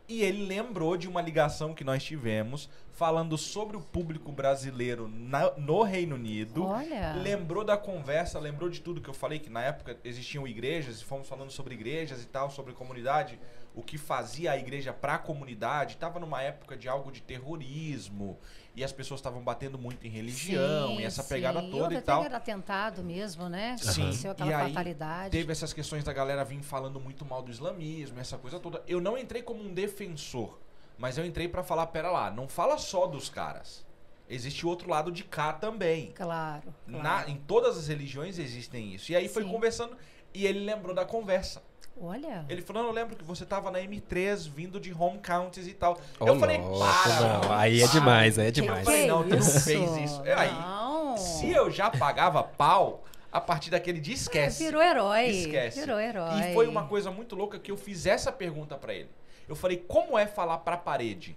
Speaker 2: E ele lembrou de uma ligação que nós tivemos falando sobre o público brasileiro na- no Reino Unido.
Speaker 3: Olha.
Speaker 2: Lembrou da conversa, lembrou de tudo que eu falei, que na época existiam igrejas, e fomos falando sobre igrejas e tal, sobre comunidade, o que fazia a igreja pra comunidade. Tava numa época de algo de terrorismo, e as pessoas estavam batendo muito em religião,
Speaker 3: Sim,
Speaker 2: e essa
Speaker 3: sim.
Speaker 2: pegada toda
Speaker 3: houve
Speaker 2: e
Speaker 3: até
Speaker 2: tal.
Speaker 3: Era atentado mesmo, né?
Speaker 2: Sim.
Speaker 3: Aconteceu aquela
Speaker 2: E aí,
Speaker 3: fatalidade.
Speaker 2: Teve essas questões da galera vir falando muito mal do islamismo, essa coisa toda. Eu não entrei como um defensor, mas eu entrei pra falar, pera lá, não fala só dos caras. Existe o outro lado de cá também.
Speaker 3: Claro. claro.
Speaker 2: Na, em todas as religiões existem isso. E aí foi
Speaker 3: Sim. Hum.
Speaker 2: conversando e ele lembrou da conversa.
Speaker 3: Olha.
Speaker 2: Ele falou, não, eu lembro que você tava na M3 vindo de home counties e tal.
Speaker 1: Ô,
Speaker 2: eu falei,
Speaker 1: louco,
Speaker 2: para!
Speaker 1: Oh, não.
Speaker 2: mano,
Speaker 1: Aí é
Speaker 2: para."
Speaker 1: demais, aí é
Speaker 3: Que
Speaker 2: Eu
Speaker 1: demais.
Speaker 2: Tipo, falei,
Speaker 3: que
Speaker 2: não, tu não
Speaker 3: isso?
Speaker 2: fez isso. É aí.
Speaker 3: Não.
Speaker 2: Se eu já pagava pau, a partir daquele dia esquece.
Speaker 3: Ah, Virou herói.
Speaker 2: Esquece.
Speaker 3: Virou herói.
Speaker 2: E foi uma coisa muito louca que eu fiz essa pergunta pra ele. Eu falei, como é falar pra parede?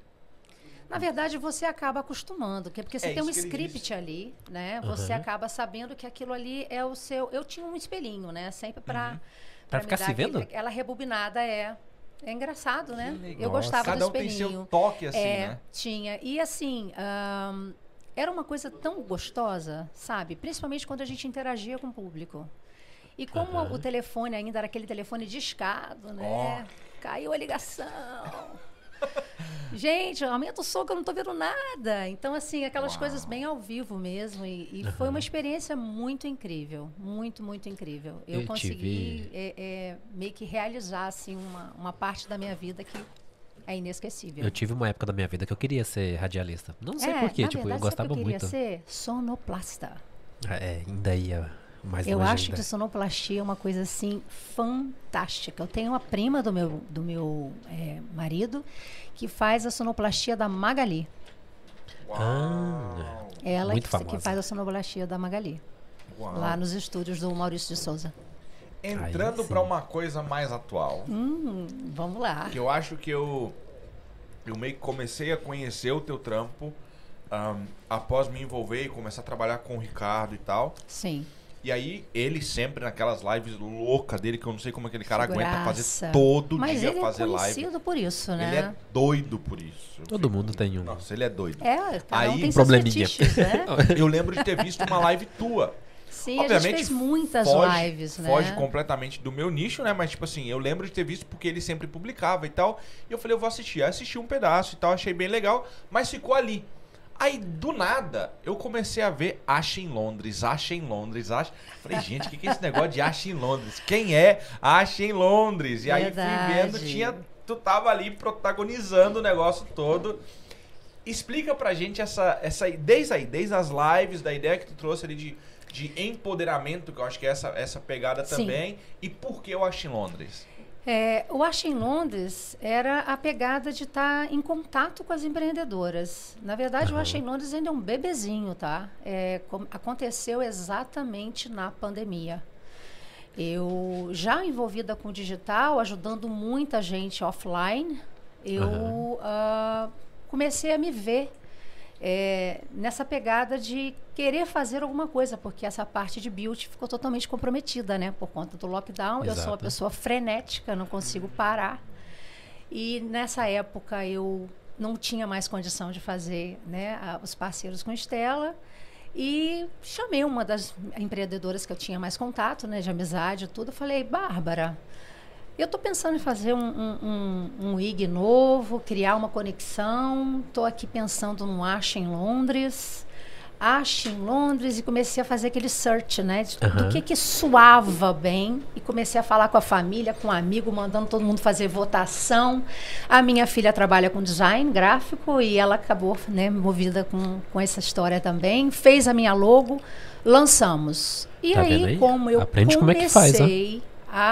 Speaker 3: Na verdade, você acaba acostumando, que- porque você
Speaker 2: É
Speaker 3: tem um
Speaker 2: isso que ele
Speaker 3: script ali, né? Você
Speaker 1: Aham.
Speaker 3: acaba sabendo que aquilo ali é o seu. Eu tinha um espelhinho, né? Sempre
Speaker 2: Uhum.
Speaker 3: pra.
Speaker 1: Pra
Speaker 3: me
Speaker 1: ficar
Speaker 3: dar
Speaker 1: se vendo?
Speaker 3: aquele- Ela rebobinada é. É engraçado, né?
Speaker 2: legal.
Speaker 3: Eu gostava
Speaker 2: Cada um
Speaker 3: do
Speaker 2: tem
Speaker 3: espelhinho.
Speaker 2: seu toque, assim,
Speaker 3: é,
Speaker 2: né?
Speaker 3: tinha. E assim, ahn, era uma coisa tão gostosa, sabe? Principalmente quando a gente interagia com o público. E como
Speaker 1: Aham.
Speaker 3: o telefone ainda era aquele telefone discado, né? Caiu a ligação. Gente, aumenta o som que eu não tô vendo nada. Então, assim, aquelas
Speaker 2: Uau.
Speaker 3: coisas bem ao vivo mesmo. E, e foi uma experiência muito incrível. Muito, muito incrível. Eu,
Speaker 1: Eu te
Speaker 3: consegui
Speaker 1: vi.
Speaker 3: é, é, meio que realizar, assim, uma, uma parte da minha vida que é inesquecível.
Speaker 1: Eu tive uma época da minha vida que eu queria ser radialista. Não sei
Speaker 3: é,
Speaker 1: por porquê,
Speaker 3: na
Speaker 1: tipo, eu
Speaker 3: verdade, sabe
Speaker 1: gostava
Speaker 3: o que eu
Speaker 1: muito.
Speaker 3: queria ser sonoplasta.
Speaker 1: É, ainda ia mais
Speaker 3: Eu
Speaker 1: longe
Speaker 3: acho
Speaker 1: ainda.
Speaker 3: que sonoplastia é uma coisa assim fantástica. Eu tenho uma prima do meu, do meu é, marido que faz a sonoplastia da Magali. É
Speaker 2: Uau.
Speaker 1: Ah.
Speaker 3: Ela
Speaker 1: Muito
Speaker 3: que,
Speaker 1: famosa.
Speaker 3: que faz a sonoplastia da Magali,
Speaker 2: Uau.
Speaker 3: lá nos estúdios do Maurício de Souza.
Speaker 2: Entrando
Speaker 1: Aí
Speaker 2: pra
Speaker 1: sim.
Speaker 2: uma coisa mais atual,
Speaker 3: Hum, vamos lá.
Speaker 2: que eu acho que eu eu meio que comecei a conhecer o teu trampo ahn, após me envolver e começar a trabalhar com o Ricardo e tal.
Speaker 3: Sim.
Speaker 2: E aí, ele sempre naquelas lives loucas dele, que eu não sei como aquele cara aguenta fazer
Speaker 3: Figuraça.
Speaker 2: todo
Speaker 3: Mas
Speaker 2: dia
Speaker 3: ele é
Speaker 2: fazer
Speaker 3: conhecido
Speaker 2: live.
Speaker 3: por isso,
Speaker 2: Ele é
Speaker 3: né?
Speaker 2: doido por isso. Eu
Speaker 1: Todo mundo tem um.
Speaker 2: Nossa, ele é doido.
Speaker 3: É, cada um
Speaker 2: Aí,
Speaker 3: tem seus
Speaker 1: probleminha.
Speaker 3: fetiches, né?
Speaker 2: Eu lembro de ter visto uma live tua.
Speaker 3: Sim, a
Speaker 2: Obviamente,
Speaker 3: gente fez muitas
Speaker 2: foge,
Speaker 3: lives, né?
Speaker 2: Foge completamente do meu nicho, né? Mas, tipo assim, eu lembro de ter visto porque ele sempre publicava e tal. E eu falei, eu vou assistir. Aí assisti um pedaço e tal, achei bem legal, mas ficou ali. Aí, do nada, eu comecei a ver Acha em Londres, Acha em Londres, Acha... Falei, gente, o que, que é esse negócio de Acha em Londres? Quem é Acha em Londres? E aí, fui
Speaker 3: Verdade.
Speaker 2: vendo, tinha... Tu tava ali protagonizando o negócio todo. Explica pra gente essa, essa desde aí, desde as lives, da ideia que tu trouxe ali de, de empoderamento, que eu acho que é essa, essa pegada
Speaker 3: Sim.
Speaker 2: também, e por que eu acho em Londres.
Speaker 3: É, o Acha em Londres era a pegada de estar em contato com as empreendedoras. Na verdade, o Acha em Londres ainda é um bebezinho, tá? É, com- aconteceu exatamente na pandemia. Eu já envolvida com o digital, ajudando muita gente offline,
Speaker 1: Aham.
Speaker 3: eu ah, comecei a me ver é, nessa pegada de querer fazer alguma coisa, porque essa parte de beauty ficou totalmente comprometida, né? Por conta do lockdown. Eu sou uma
Speaker 1: Exato.
Speaker 3: pessoa frenética, não consigo parar. E nessa época eu não tinha mais condição de fazer né, a- os parceiros com Estela. E chamei uma das empreendedoras que eu tinha mais contato, né, de amizade e tudo. Falei, Bárbara, eu estou pensando em fazer um, um, um, um IG novo, criar uma conexão. Estou aqui pensando num Acha em Londres. Acha em Londres e comecei a fazer aquele search, né? de- Do
Speaker 1: Aham.
Speaker 3: que que suava bem. E comecei a falar com a família, com um amigo, mandando todo mundo fazer votação. A minha filha trabalha com design gráfico e ela acabou né, movida com, com essa história também. Fez a minha logo, lançamos. E
Speaker 1: Tá
Speaker 3: aí,
Speaker 1: vendo aí?
Speaker 3: como eu
Speaker 1: Aprende
Speaker 3: comecei
Speaker 1: como é que faz, ó.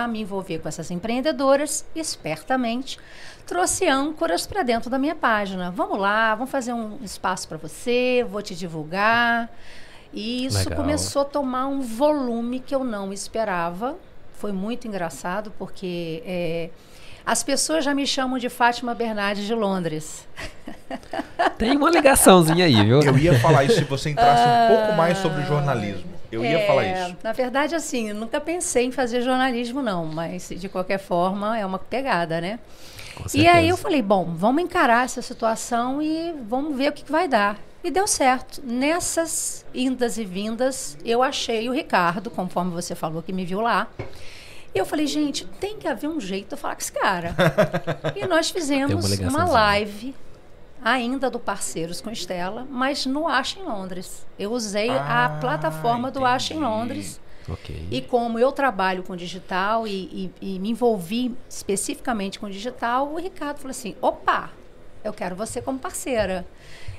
Speaker 3: a me envolver com essas empreendedoras, espertamente, trouxe âncoras para dentro da minha página. Vamos lá, vamos fazer um espaço para você, vou te divulgar. E isso
Speaker 1: Legal.
Speaker 3: começou a tomar um volume que eu não esperava. Foi muito engraçado, porque é, as pessoas já me chamam de Fátima Bernardes de Londres.
Speaker 1: Tem uma ligaçãozinha aí, viu?
Speaker 2: Eu ia falar isso se você entrasse um pouco mais sobre jornalismo. Eu ia
Speaker 3: Ah, É,
Speaker 2: falar isso.
Speaker 3: Na verdade, assim, eu nunca pensei em fazer jornalismo, não, mas de qualquer forma é uma pegada, né?
Speaker 1: Com
Speaker 3: E
Speaker 1: certeza.
Speaker 3: aí eu falei, bom, vamos encarar essa situação e vamos ver o que, que vai dar. E deu certo. Nessas indas e vindas, eu achei o Ricardo, conforme você falou que me viu lá. E eu falei, gente, tem que haver um jeito de eu falar com esse cara. e nós fizemos uma,
Speaker 1: ligaçãozinha.
Speaker 3: live ainda do Parceiros com Estela, mas no Acha em Londres. Eu usei
Speaker 2: Ah,
Speaker 3: a plataforma do Acha em
Speaker 2: entendi.
Speaker 3: Londres
Speaker 1: Ok.
Speaker 2: É
Speaker 3: e como eu trabalho com digital e, e- e me envolvi especificamente com digital, o Ricardo falou assim: opa, eu quero você como parceira.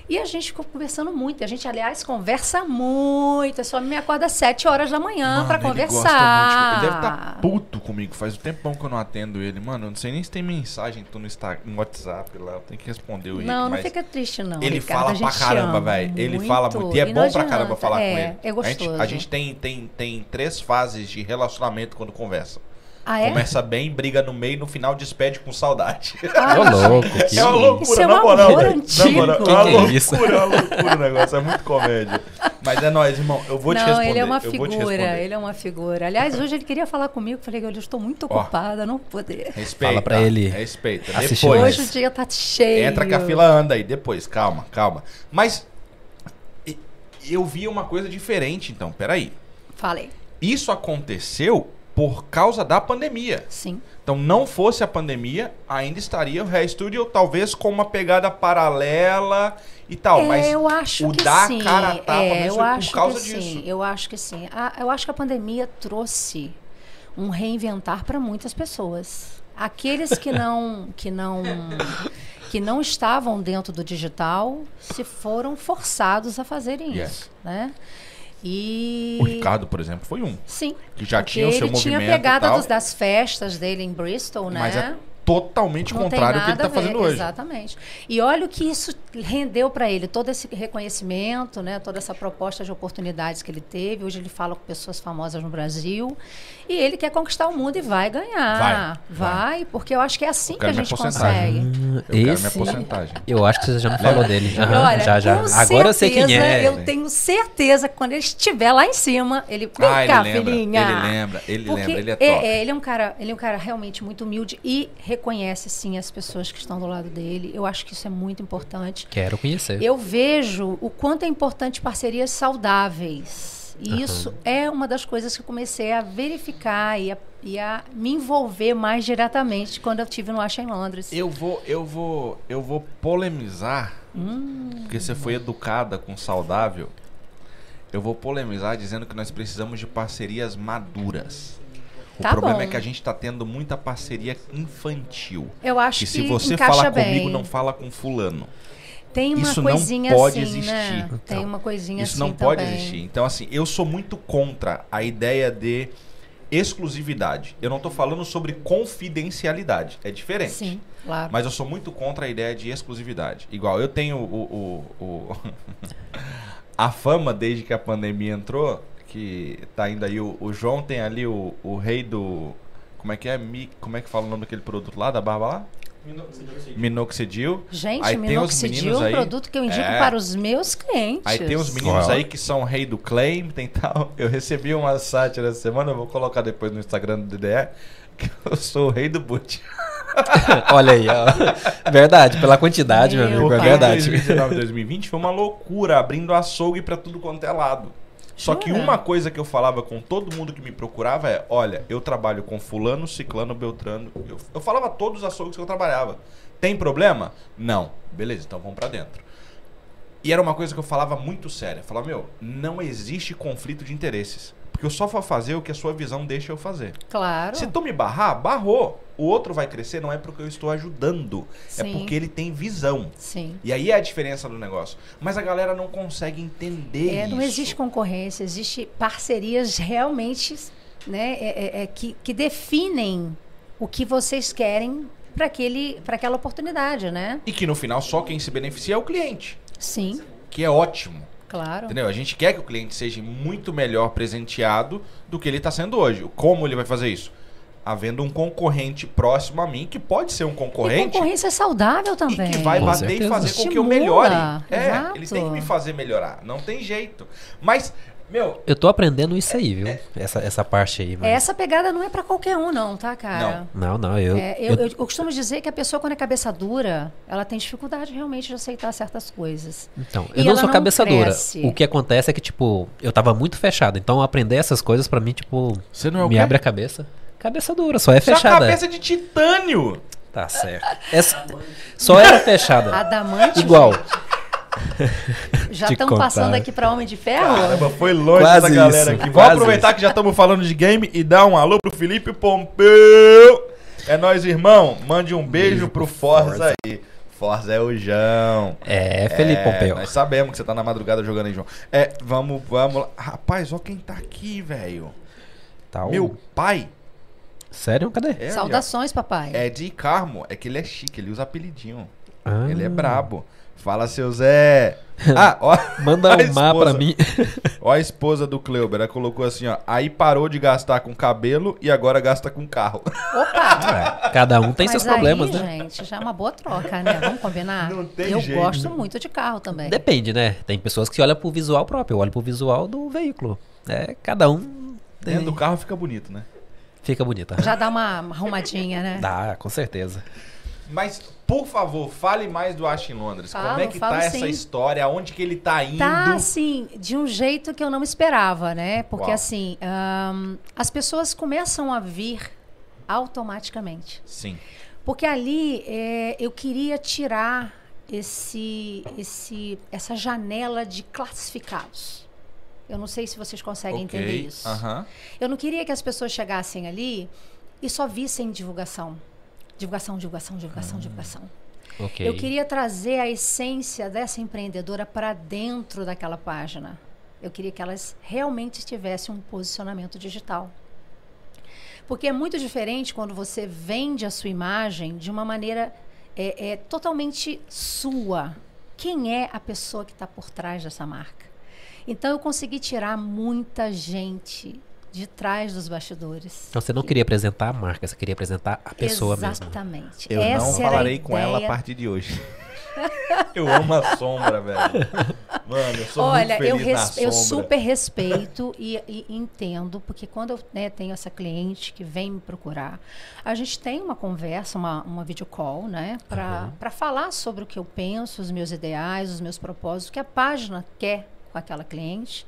Speaker 3: E a gente ficou conversando muito. A gente, aliás, conversa muito. É Só me acorda às 7 horas da manhã para
Speaker 2: Mano, ele gosta
Speaker 3: conversar.
Speaker 2: muito. Ele deve estar puto comigo. Faz um tempão que eu não atendo ele. Mano, eu não sei nem se tem mensagem tu no, Insta- no WhatsApp lá. Eu tenho que responder o Henrique.
Speaker 3: Não, não
Speaker 2: mas
Speaker 3: fica triste, não.
Speaker 2: Ele
Speaker 3: Ricardo,
Speaker 2: fala
Speaker 3: a
Speaker 2: pra
Speaker 3: gente
Speaker 2: caramba,
Speaker 3: ama
Speaker 2: velho. Ele fala muito. E é
Speaker 3: não
Speaker 2: bom pra caramba
Speaker 3: adianta.
Speaker 2: falar com
Speaker 3: É,
Speaker 2: ele.
Speaker 3: É
Speaker 2: A gente,
Speaker 3: gostoso.
Speaker 2: a gente tem, tem, tem três fases de relacionamento quando conversa.
Speaker 3: Ah, é?
Speaker 2: Começa bem, briga no meio, no final despede com saudade.
Speaker 3: Ah,
Speaker 1: Ô, louco, que
Speaker 2: é uma loucura,
Speaker 3: Isso é um
Speaker 2: na moral.
Speaker 3: amor
Speaker 2: velho.
Speaker 3: antigo.
Speaker 2: Na moral,
Speaker 1: Que
Speaker 2: é
Speaker 1: que
Speaker 2: uma
Speaker 1: é isso?
Speaker 2: loucura, é uma loucura o negócio. É muito comédia. Mas é nóis, irmão. Eu vou te
Speaker 3: não,
Speaker 2: responder.
Speaker 3: ele é uma
Speaker 2: eu vou te
Speaker 3: figura,
Speaker 2: responder.
Speaker 3: ele é uma figura. Aliás, hoje ele queria falar comigo, falei, olha, eu estou muito ocupada, não vou poder.
Speaker 2: Respeita.
Speaker 1: Fala pra ele
Speaker 2: Respeita.
Speaker 1: assistir
Speaker 2: Depois.
Speaker 1: nós.
Speaker 3: Hoje o dia tá cheio.
Speaker 2: Entra que a fila anda aí depois, calma, calma. Mas e- eu vi uma coisa diferente, então, peraí.
Speaker 3: Falei.
Speaker 2: Isso aconteceu por causa da pandemia.
Speaker 3: Sim.
Speaker 2: Então, não fosse a pandemia, ainda estaria o Hair Studio, talvez com uma pegada paralela e tal.
Speaker 3: É,
Speaker 2: mas
Speaker 3: eu acho
Speaker 2: o
Speaker 3: que
Speaker 2: dar a
Speaker 3: sim.
Speaker 2: cara a tapa
Speaker 3: é,
Speaker 2: mesmo
Speaker 3: eu
Speaker 2: é por
Speaker 3: acho
Speaker 2: causa
Speaker 3: que
Speaker 2: disso.
Speaker 3: Sim. Eu acho que sim. A- eu acho que a pandemia trouxe um reinventar para muitas pessoas. Aqueles que não que não que não estavam dentro do digital se foram forçados a fazerem
Speaker 2: Yes.
Speaker 3: isso, né? E
Speaker 2: o Ricardo, por exemplo, foi um.
Speaker 3: sim,
Speaker 2: Que já
Speaker 3: porque
Speaker 2: tinha o seu
Speaker 3: ele
Speaker 2: movimento
Speaker 3: tinha a
Speaker 2: e
Speaker 3: pegada
Speaker 2: tal,
Speaker 3: dos- das festas dele em Bristol, né?
Speaker 2: Mas é totalmente
Speaker 3: Não tem
Speaker 2: contrário ao que ele
Speaker 3: nada
Speaker 2: tá
Speaker 3: a ver,
Speaker 2: fazendo hoje.
Speaker 3: Exatamente. E olha o que isso rendeu para ele, todo esse reconhecimento, né, toda essa proposta de oportunidades que ele teve. Hoje ele fala com pessoas famosas no Brasil. E ele quer conquistar o mundo e vai
Speaker 2: Vai,
Speaker 3: ganhar.
Speaker 2: vai.
Speaker 3: porque eu acho que é assim
Speaker 2: Eu
Speaker 3: que
Speaker 2: quero
Speaker 3: a gente
Speaker 2: minha porcentagem.
Speaker 3: consegue. Uhum.
Speaker 2: Eu quero minha
Speaker 1: Ah, Esse-
Speaker 2: porcentagem.
Speaker 1: Eu acho que você já não falou dele. Aham,
Speaker 3: Olha,
Speaker 1: já, já.
Speaker 3: com
Speaker 1: Agora eu sei quem
Speaker 3: certeza,
Speaker 1: é.
Speaker 3: Eu tenho certeza que quando ele estiver lá em cima, ele. Vem
Speaker 2: ah, ele
Speaker 3: cá,
Speaker 2: lembra,
Speaker 3: filhinha.
Speaker 2: ele lembra, ele
Speaker 3: Porque
Speaker 2: lembra, ele é top.
Speaker 3: é, ele é um cara, ele é um cara realmente muito humilde e reconhece sim as pessoas que estão do lado dele. Eu acho que isso é muito importante.
Speaker 1: Quero
Speaker 2: É.
Speaker 1: conhecer.
Speaker 3: Eu vejo o quanto é importante parcerias saudáveis. E isso é uma das coisas que eu comecei a verificar e a, e a me envolver mais diretamente quando eu tive no Acha em Londres.
Speaker 2: Eu vou, eu vou, eu vou polemizar,
Speaker 3: Hum,
Speaker 2: porque você foi educada com saudável. Eu vou polemizar dizendo que nós precisamos de parcerias maduras. O
Speaker 3: Tá
Speaker 2: problema
Speaker 3: bom.
Speaker 2: é que a gente está tendo muita parceria infantil.
Speaker 3: Eu acho
Speaker 2: Que
Speaker 3: que
Speaker 2: se você
Speaker 3: encaixa
Speaker 2: falar
Speaker 3: bem.
Speaker 2: comigo, não fala com fulano.
Speaker 3: Tem uma
Speaker 2: isso não
Speaker 3: coisinha
Speaker 2: pode
Speaker 3: assim, né?
Speaker 2: existir. Então,
Speaker 3: Tem uma coisinha
Speaker 2: Isso
Speaker 3: assim
Speaker 2: não pode
Speaker 3: também.
Speaker 2: existir. Então, assim, eu sou muito contra a ideia de exclusividade. Eu não estou falando sobre confidencialidade. É diferente.
Speaker 3: Sim, claro.
Speaker 2: Mas eu sou muito contra a ideia de exclusividade. Igual, eu tenho o. o- o- o- a fama desde que a pandemia entrou, que tá indo aí. O, o João tem ali o, o rei do. Como é que é? Mi- como é que fala o nome daquele produto lá, da barba lá? Minoxidil.
Speaker 3: Gente,
Speaker 2: Aí tem os
Speaker 3: minoxidil
Speaker 2: meninos
Speaker 3: é um
Speaker 2: aí-
Speaker 3: produto que eu indico
Speaker 2: É.
Speaker 3: para os meus clientes.
Speaker 2: Aí tem uns meninos
Speaker 1: Olha.
Speaker 2: aí que são rei do claim, tem tal. Eu recebi uma sátira essa semana, eu vou colocar depois no Instagram do DDE, que eu sou o rei do boot.
Speaker 1: Olha aí, ó. Verdade, pela quantidade, meu
Speaker 3: Meu
Speaker 1: amigo. É
Speaker 3: pai.
Speaker 1: verdade.
Speaker 2: 2019, 2020 foi uma loucura, abrindo açougue pra tudo quanto é lado. Só que
Speaker 3: Jura?
Speaker 2: uma coisa que eu falava com todo mundo que me procurava é: olha, eu trabalho com Fulano, Ciclano, Beltrano. Eu, eu falava todos os açougues que eu trabalhava. Tem problema? Não. Beleza, então vamos pra dentro. E era uma coisa que eu falava muito séria. Eu Falava, meu, não existe conflito de interesses. Porque eu só vou fazer o que a sua visão deixa eu fazer.
Speaker 3: Claro.
Speaker 2: Se tu me barrar, barrou. O outro vai crescer, não é porque eu estou ajudando. É
Speaker 3: Sim.
Speaker 2: porque ele tem visão.
Speaker 3: Sim.
Speaker 2: E aí é a diferença do negócio. Mas a galera não consegue entender
Speaker 3: É,
Speaker 2: isso.
Speaker 3: não existe concorrência, existe parcerias realmente né, é- é- é que, que definem o que vocês querem para aquela oportunidade, né?
Speaker 2: E que no final só quem se beneficia é o cliente,
Speaker 3: Sim,
Speaker 2: que é ótimo.
Speaker 3: claro.
Speaker 2: Entendeu? A gente quer que o cliente seja muito melhor presenteado do que ele está sendo hoje. Como ele vai fazer isso? Havendo um concorrente próximo a mim, que pode ser um
Speaker 3: E
Speaker 2: concorrente,
Speaker 3: concorrência é saudável
Speaker 2: e
Speaker 3: também.
Speaker 2: que vai
Speaker 1: Com
Speaker 2: bater e
Speaker 1: certeza.
Speaker 2: fazer com que eu
Speaker 3: Estimula,
Speaker 2: melhore. É, ele
Speaker 3: exato.
Speaker 2: tem que me fazer melhorar. Não tem jeito. Mas, meu,
Speaker 1: Eu tô aprendendo isso aí, viu? Essa, essa parte aí,
Speaker 2: né?
Speaker 1: mas...
Speaker 3: Essa pegada não é para qualquer um, não, tá, cara?
Speaker 1: Não, não, eu.
Speaker 3: É, eu, eu- eu costumo dizer que a pessoa, quando é cabeça dura, ela tem dificuldade realmente de aceitar certas coisas.
Speaker 1: Então,
Speaker 3: E
Speaker 1: eu não
Speaker 3: ela
Speaker 1: sou
Speaker 3: não
Speaker 1: cabeça dura.
Speaker 3: cresce.
Speaker 1: O que acontece é que, tipo, eu tava muito fechado. Então, aprender essas coisas pra mim, tipo,
Speaker 2: você não é o
Speaker 1: me
Speaker 2: quê?
Speaker 1: abre a cabeça. Cabeça dura, só é
Speaker 2: Você é uma
Speaker 1: fechada.
Speaker 2: cabeça de titânio.
Speaker 1: Tá certo. Essa- Só era fechada.
Speaker 3: Adamante,
Speaker 1: Igual.
Speaker 3: já
Speaker 1: te
Speaker 3: estão
Speaker 1: contar.
Speaker 3: passando aqui para Homem de Ferro?
Speaker 2: Caramba, foi longe
Speaker 1: Quase
Speaker 2: essa galera
Speaker 1: isso,
Speaker 2: aqui. Vamos
Speaker 1: quase
Speaker 2: aproveitar que já estamos falando de game e dar um alô pro Felipe Pompeu. É nós, irmão. Mande um beijo pro Forza aí. Forza é o João.
Speaker 1: É, Felipe
Speaker 2: É,
Speaker 1: Pompeu.
Speaker 2: Nós sabemos que você tá na madrugada jogando aí, João. É, vamos, vamos lá. Rapaz, ó quem tá aqui, velho.
Speaker 1: Tá, ô.
Speaker 2: Meu pai.
Speaker 1: Sério? Cadê?
Speaker 2: É,
Speaker 3: Saudações, papai.
Speaker 2: É de Carmo. É que ele é chique, ele usa apelidinho.
Speaker 1: Ah,
Speaker 2: Ele é brabo. Fala, seu Zé. Ah, ó.
Speaker 1: Manda
Speaker 2: a
Speaker 1: um mar pra
Speaker 2: esposa.
Speaker 1: mim.
Speaker 2: Ó a esposa do Cleuber, ela colocou assim, ó. Aí parou de gastar com cabelo e agora gasta com carro.
Speaker 3: Opa!
Speaker 1: Ah, Cada um tem
Speaker 3: Mas
Speaker 1: seus problemas,
Speaker 3: aí,
Speaker 1: né?
Speaker 3: gente, já é uma boa troca, né? Vamos combinar?
Speaker 2: Não tem
Speaker 3: eu
Speaker 2: jeito.
Speaker 3: gosto muito de carro também.
Speaker 1: Depende, né? Tem pessoas que olham pro visual próprio. Eu olho pro visual do veículo. É, cada um tem-
Speaker 2: Dentro do carro fica bonito, né?
Speaker 1: fica bonita. Tá
Speaker 3: Já dá uma arrumadinha, né?
Speaker 1: Dá, com certeza.
Speaker 2: Mas Por favor, fale mais do Ash em Londres. Como
Speaker 3: Falo,
Speaker 2: é que
Speaker 3: falo
Speaker 2: tá essa
Speaker 3: sim.
Speaker 2: história? Aonde que ele tá indo?
Speaker 3: Tá, assim, de um jeito que eu não esperava, né? Porque,
Speaker 2: Uau.
Speaker 3: assim, ahn, as pessoas começam a vir automaticamente.
Speaker 2: Sim.
Speaker 3: Porque ali é, eu queria tirar esse, esse, essa janela de classificados. Eu não sei se vocês conseguem
Speaker 2: Ok,
Speaker 3: entender Tá isso.
Speaker 2: aham.
Speaker 3: Eu não queria que as pessoas chegassem ali e só vissem divulgação. Divulgação, divulgação, divulgação,
Speaker 2: Ah.
Speaker 3: divulgação.
Speaker 1: Ok.
Speaker 3: Eu queria trazer a essência dessa empreendedora para dentro daquela página. Eu queria que elas realmente tivessem um posicionamento digital. Porque é muito diferente quando você vende a sua imagem de uma maneira é, é, totalmente sua. Quem é a pessoa que está por trás dessa marca? Então eu consegui tirar muita gente de trás dos bastidores.
Speaker 1: Então você não queria apresentar a marca, você queria apresentar a pessoa mesmo.
Speaker 3: Exatamente.
Speaker 2: Eu
Speaker 3: Essa
Speaker 2: não
Speaker 3: era a
Speaker 2: falarei com ela a
Speaker 3: ideia.
Speaker 2: partir de hoje. eu amo a sombra, velho. Mano, eu sou
Speaker 3: Olha,
Speaker 2: muito feliz
Speaker 3: eu,
Speaker 2: na
Speaker 3: res-
Speaker 2: sombra.
Speaker 3: eu super respeito e, e entendo, porque quando eu né, tenho essa cliente que vem me procurar, a gente tem uma conversa, uma, uma video call, né? Para falar sobre o que eu penso, os meus ideais, os meus propósitos, o que a página quer com aquela cliente.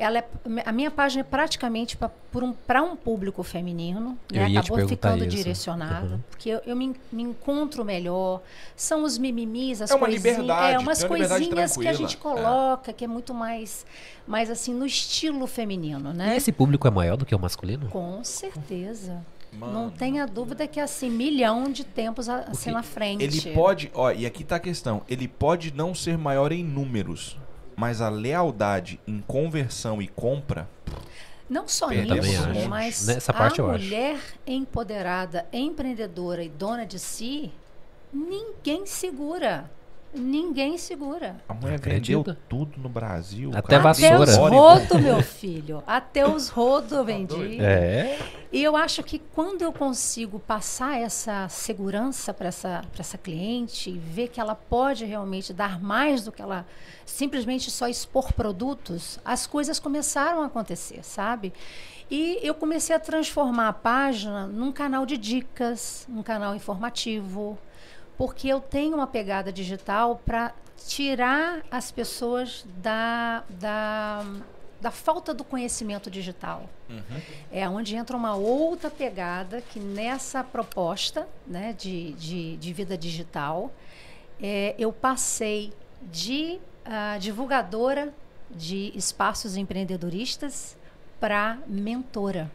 Speaker 3: Ela é, a minha página é praticamente para um, pra um público feminino, né?
Speaker 1: Eu ia te
Speaker 3: acabou
Speaker 1: perguntar
Speaker 3: ficando
Speaker 1: isso.
Speaker 3: direcionada,
Speaker 1: Uhum.
Speaker 3: porque eu, eu me, en- me encontro melhor, são os mimimis, as
Speaker 2: É uma
Speaker 3: coisinhas,
Speaker 2: liberdade,
Speaker 3: é, umas
Speaker 2: tem uma liberdade
Speaker 3: coisinhas que a
Speaker 2: tranquila,
Speaker 3: gente
Speaker 2: é.
Speaker 3: coloca, que é muito mais, mais assim, no estilo feminino,
Speaker 1: E
Speaker 3: né?
Speaker 1: Esse público é maior do que o masculino?
Speaker 3: Com certeza. Não
Speaker 2: Mano.
Speaker 3: tenha dúvida que é assim, milhão de tempos a-
Speaker 2: Porque
Speaker 3: assim na frente.
Speaker 2: Ele pode, ó, e aqui tá a questão. Ele pode não ser maior em números, mas a lealdade em conversão e compra
Speaker 3: Não só
Speaker 2: Eu também
Speaker 3: nisso,
Speaker 2: acho.
Speaker 3: mas
Speaker 1: Nessa parte
Speaker 3: a
Speaker 1: eu acho.
Speaker 3: mulher empoderada, empreendedora e dona de si, ninguém segura. Ninguém segura.
Speaker 2: A mulher
Speaker 1: Acredita?
Speaker 2: vendeu tudo no Brasil.
Speaker 1: Até
Speaker 2: cara.
Speaker 3: Até os
Speaker 1: vassoura.
Speaker 2: Olha,
Speaker 3: rodo, meu filho. Até os rodo eu vendi.
Speaker 2: Tá doido?
Speaker 1: É.
Speaker 3: E eu acho que quando eu consigo passar essa segurança para essa, pra essa cliente e ver que ela pode realmente dar mais do que ela simplesmente só expor produtos, as coisas começaram a acontecer, sabe? E eu comecei a transformar a página num canal de dicas, um canal informativo, porque eu tenho uma pegada digital para tirar as pessoas da, da, da falta do conhecimento digital.
Speaker 2: Uhum.
Speaker 3: É onde entra uma outra pegada que nessa proposta né, de, de, de vida digital, é, eu passei de ah, divulgadora de espaços empreendedoristas para mentora.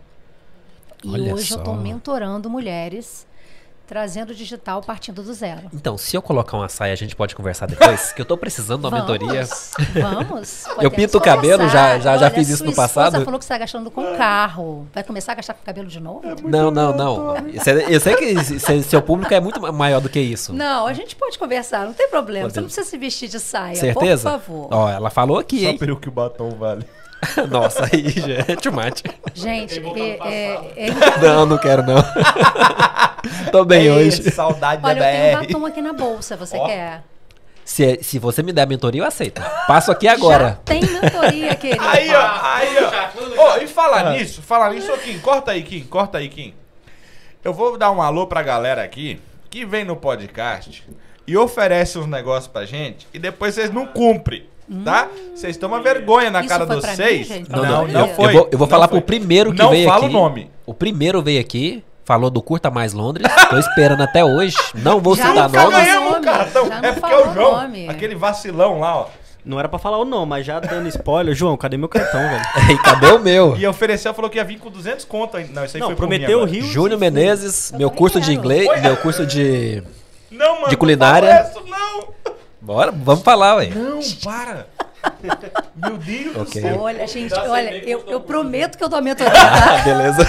Speaker 3: E
Speaker 1: Olha
Speaker 3: hoje
Speaker 1: só.
Speaker 3: eu estou mentorando mulheres, trazendo digital partindo do zero.
Speaker 1: Então, se eu colocar uma saia, a gente pode conversar depois? que eu tô precisando de uma mentoria.
Speaker 3: Vamos.
Speaker 1: Eu
Speaker 3: podemos
Speaker 1: pinto o cabelo, já- já- já
Speaker 3: Olha,
Speaker 1: fiz isso
Speaker 3: sua
Speaker 1: no
Speaker 3: esposa
Speaker 1: passado.
Speaker 3: falou que você está gastando com carro. Vai começar a gastar com cabelo de novo?
Speaker 1: Não, não, não. Cê- Eu sei que cê- seu público é muito ma- maior do que
Speaker 2: Então,
Speaker 1: isso.
Speaker 3: Não,
Speaker 2: né?
Speaker 3: a gente pode conversar, não tem problema. Você não
Speaker 1: Podemos.
Speaker 3: precisa se vestir de saia,
Speaker 1: Certeza?
Speaker 3: por favor.
Speaker 1: Ó, ela falou aqui, hein?
Speaker 2: pelo que o batom vale.
Speaker 1: Nossa, aí já é tomate.
Speaker 3: Gente,
Speaker 2: um
Speaker 3: é- é- é-
Speaker 1: Não, não quero não. Tô bem hoje.
Speaker 2: É Saudade
Speaker 3: olha, eu tenho um
Speaker 2: da BR.
Speaker 3: batom aqui na bolsa, você
Speaker 2: Ó.
Speaker 3: quer?
Speaker 1: Se, é, se você me der mentoria, eu aceito. Passo aqui
Speaker 3: Já
Speaker 1: agora.
Speaker 3: tem mentoria, querido.
Speaker 2: Aí, ó,
Speaker 4: Ah,
Speaker 2: aí, ó. Ô, e falar nisso, falar nisso, ô, Kim, corta aí, Kim, corta aí, Kim. Eu vou dar um alô pra galera aqui que vem no podcast e oferece uns negócios pra gente e depois vocês não cumprem, tá? Vocês tomam vergonha na
Speaker 3: Hum. Isso
Speaker 2: cara
Speaker 3: foi
Speaker 2: dos
Speaker 3: pra mim,
Speaker 2: seis.
Speaker 3: gente?
Speaker 2: não, não,
Speaker 3: Não, não.
Speaker 2: foi.
Speaker 1: Eu vou, eu vou
Speaker 2: Não
Speaker 1: falar
Speaker 2: foi.
Speaker 1: pro primeiro que
Speaker 2: Não
Speaker 1: veio
Speaker 2: fala
Speaker 1: aqui.
Speaker 2: o nome.
Speaker 1: O primeiro veio aqui, falou do Curta Mais Londres. Tô esperando até hoje. Não vou
Speaker 3: Já
Speaker 1: citar
Speaker 3: não fala
Speaker 2: Nunca
Speaker 1: nomes.
Speaker 3: nome.
Speaker 2: ganhamos, cara. Então,
Speaker 3: Já não
Speaker 2: é porque é o
Speaker 3: falou
Speaker 2: João,
Speaker 3: nome.
Speaker 2: aquele vacilão lá, ó.
Speaker 4: Não era pra falar o não, mas já dando spoiler, João, cadê meu cartão, velho?
Speaker 1: E cadê o meu?
Speaker 2: E ofereceu, falou que ia vir com 200 conto ainda. Não, isso aí
Speaker 4: Não,
Speaker 2: foi
Speaker 4: prometeu o
Speaker 2: o Rio.
Speaker 4: Rio.
Speaker 1: Júnior Menezes, meu
Speaker 3: tô
Speaker 1: curso de
Speaker 3: Tá ligado.
Speaker 1: inglês, meu curso de.
Speaker 2: Não, mano.
Speaker 1: De
Speaker 2: não
Speaker 1: culinária.
Speaker 2: fala isso, não.
Speaker 1: Bora, vamos falar, ué.
Speaker 2: Não, para. Meu Deus
Speaker 1: Ok.
Speaker 2: do céu.
Speaker 3: Olha, gente, olha, eu, eu prometo que eu dou a mentoria, tá?
Speaker 1: Ah, Beleza.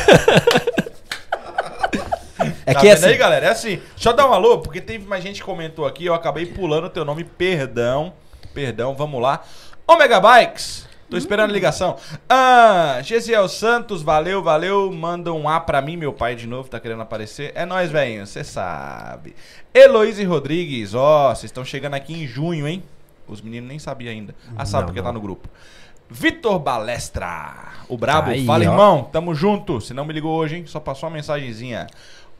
Speaker 1: É
Speaker 2: Tá
Speaker 1: que é
Speaker 2: vendo
Speaker 1: assim,
Speaker 2: aí, galera? É assim. Deixa eu dar um alô, porque teve mais gente que comentou aqui. Eu acabei pulando o teu nome. Perdão. Perdão, vamos lá. Omega Bikes. Tô esperando a
Speaker 1: Hum.
Speaker 2: ligação. Ah, Gesiel Santos, valeu, valeu. Manda um A pra mim, meu pai de novo, tá querendo aparecer. É nóis, velhinho, você sabe. Heloíse Rodrigues, ó, vocês estão chegando aqui em junho, hein? Os meninos nem sabiam ainda. Ah, sabe
Speaker 1: Não,
Speaker 2: porque
Speaker 1: não.
Speaker 2: tá no grupo. Vitor Balestra, o brabo.
Speaker 1: Tá Aí,
Speaker 2: Fala,
Speaker 1: ó.
Speaker 2: irmão, tamo junto. Se não me ligou hoje, hein? Só passou uma mensagenzinha.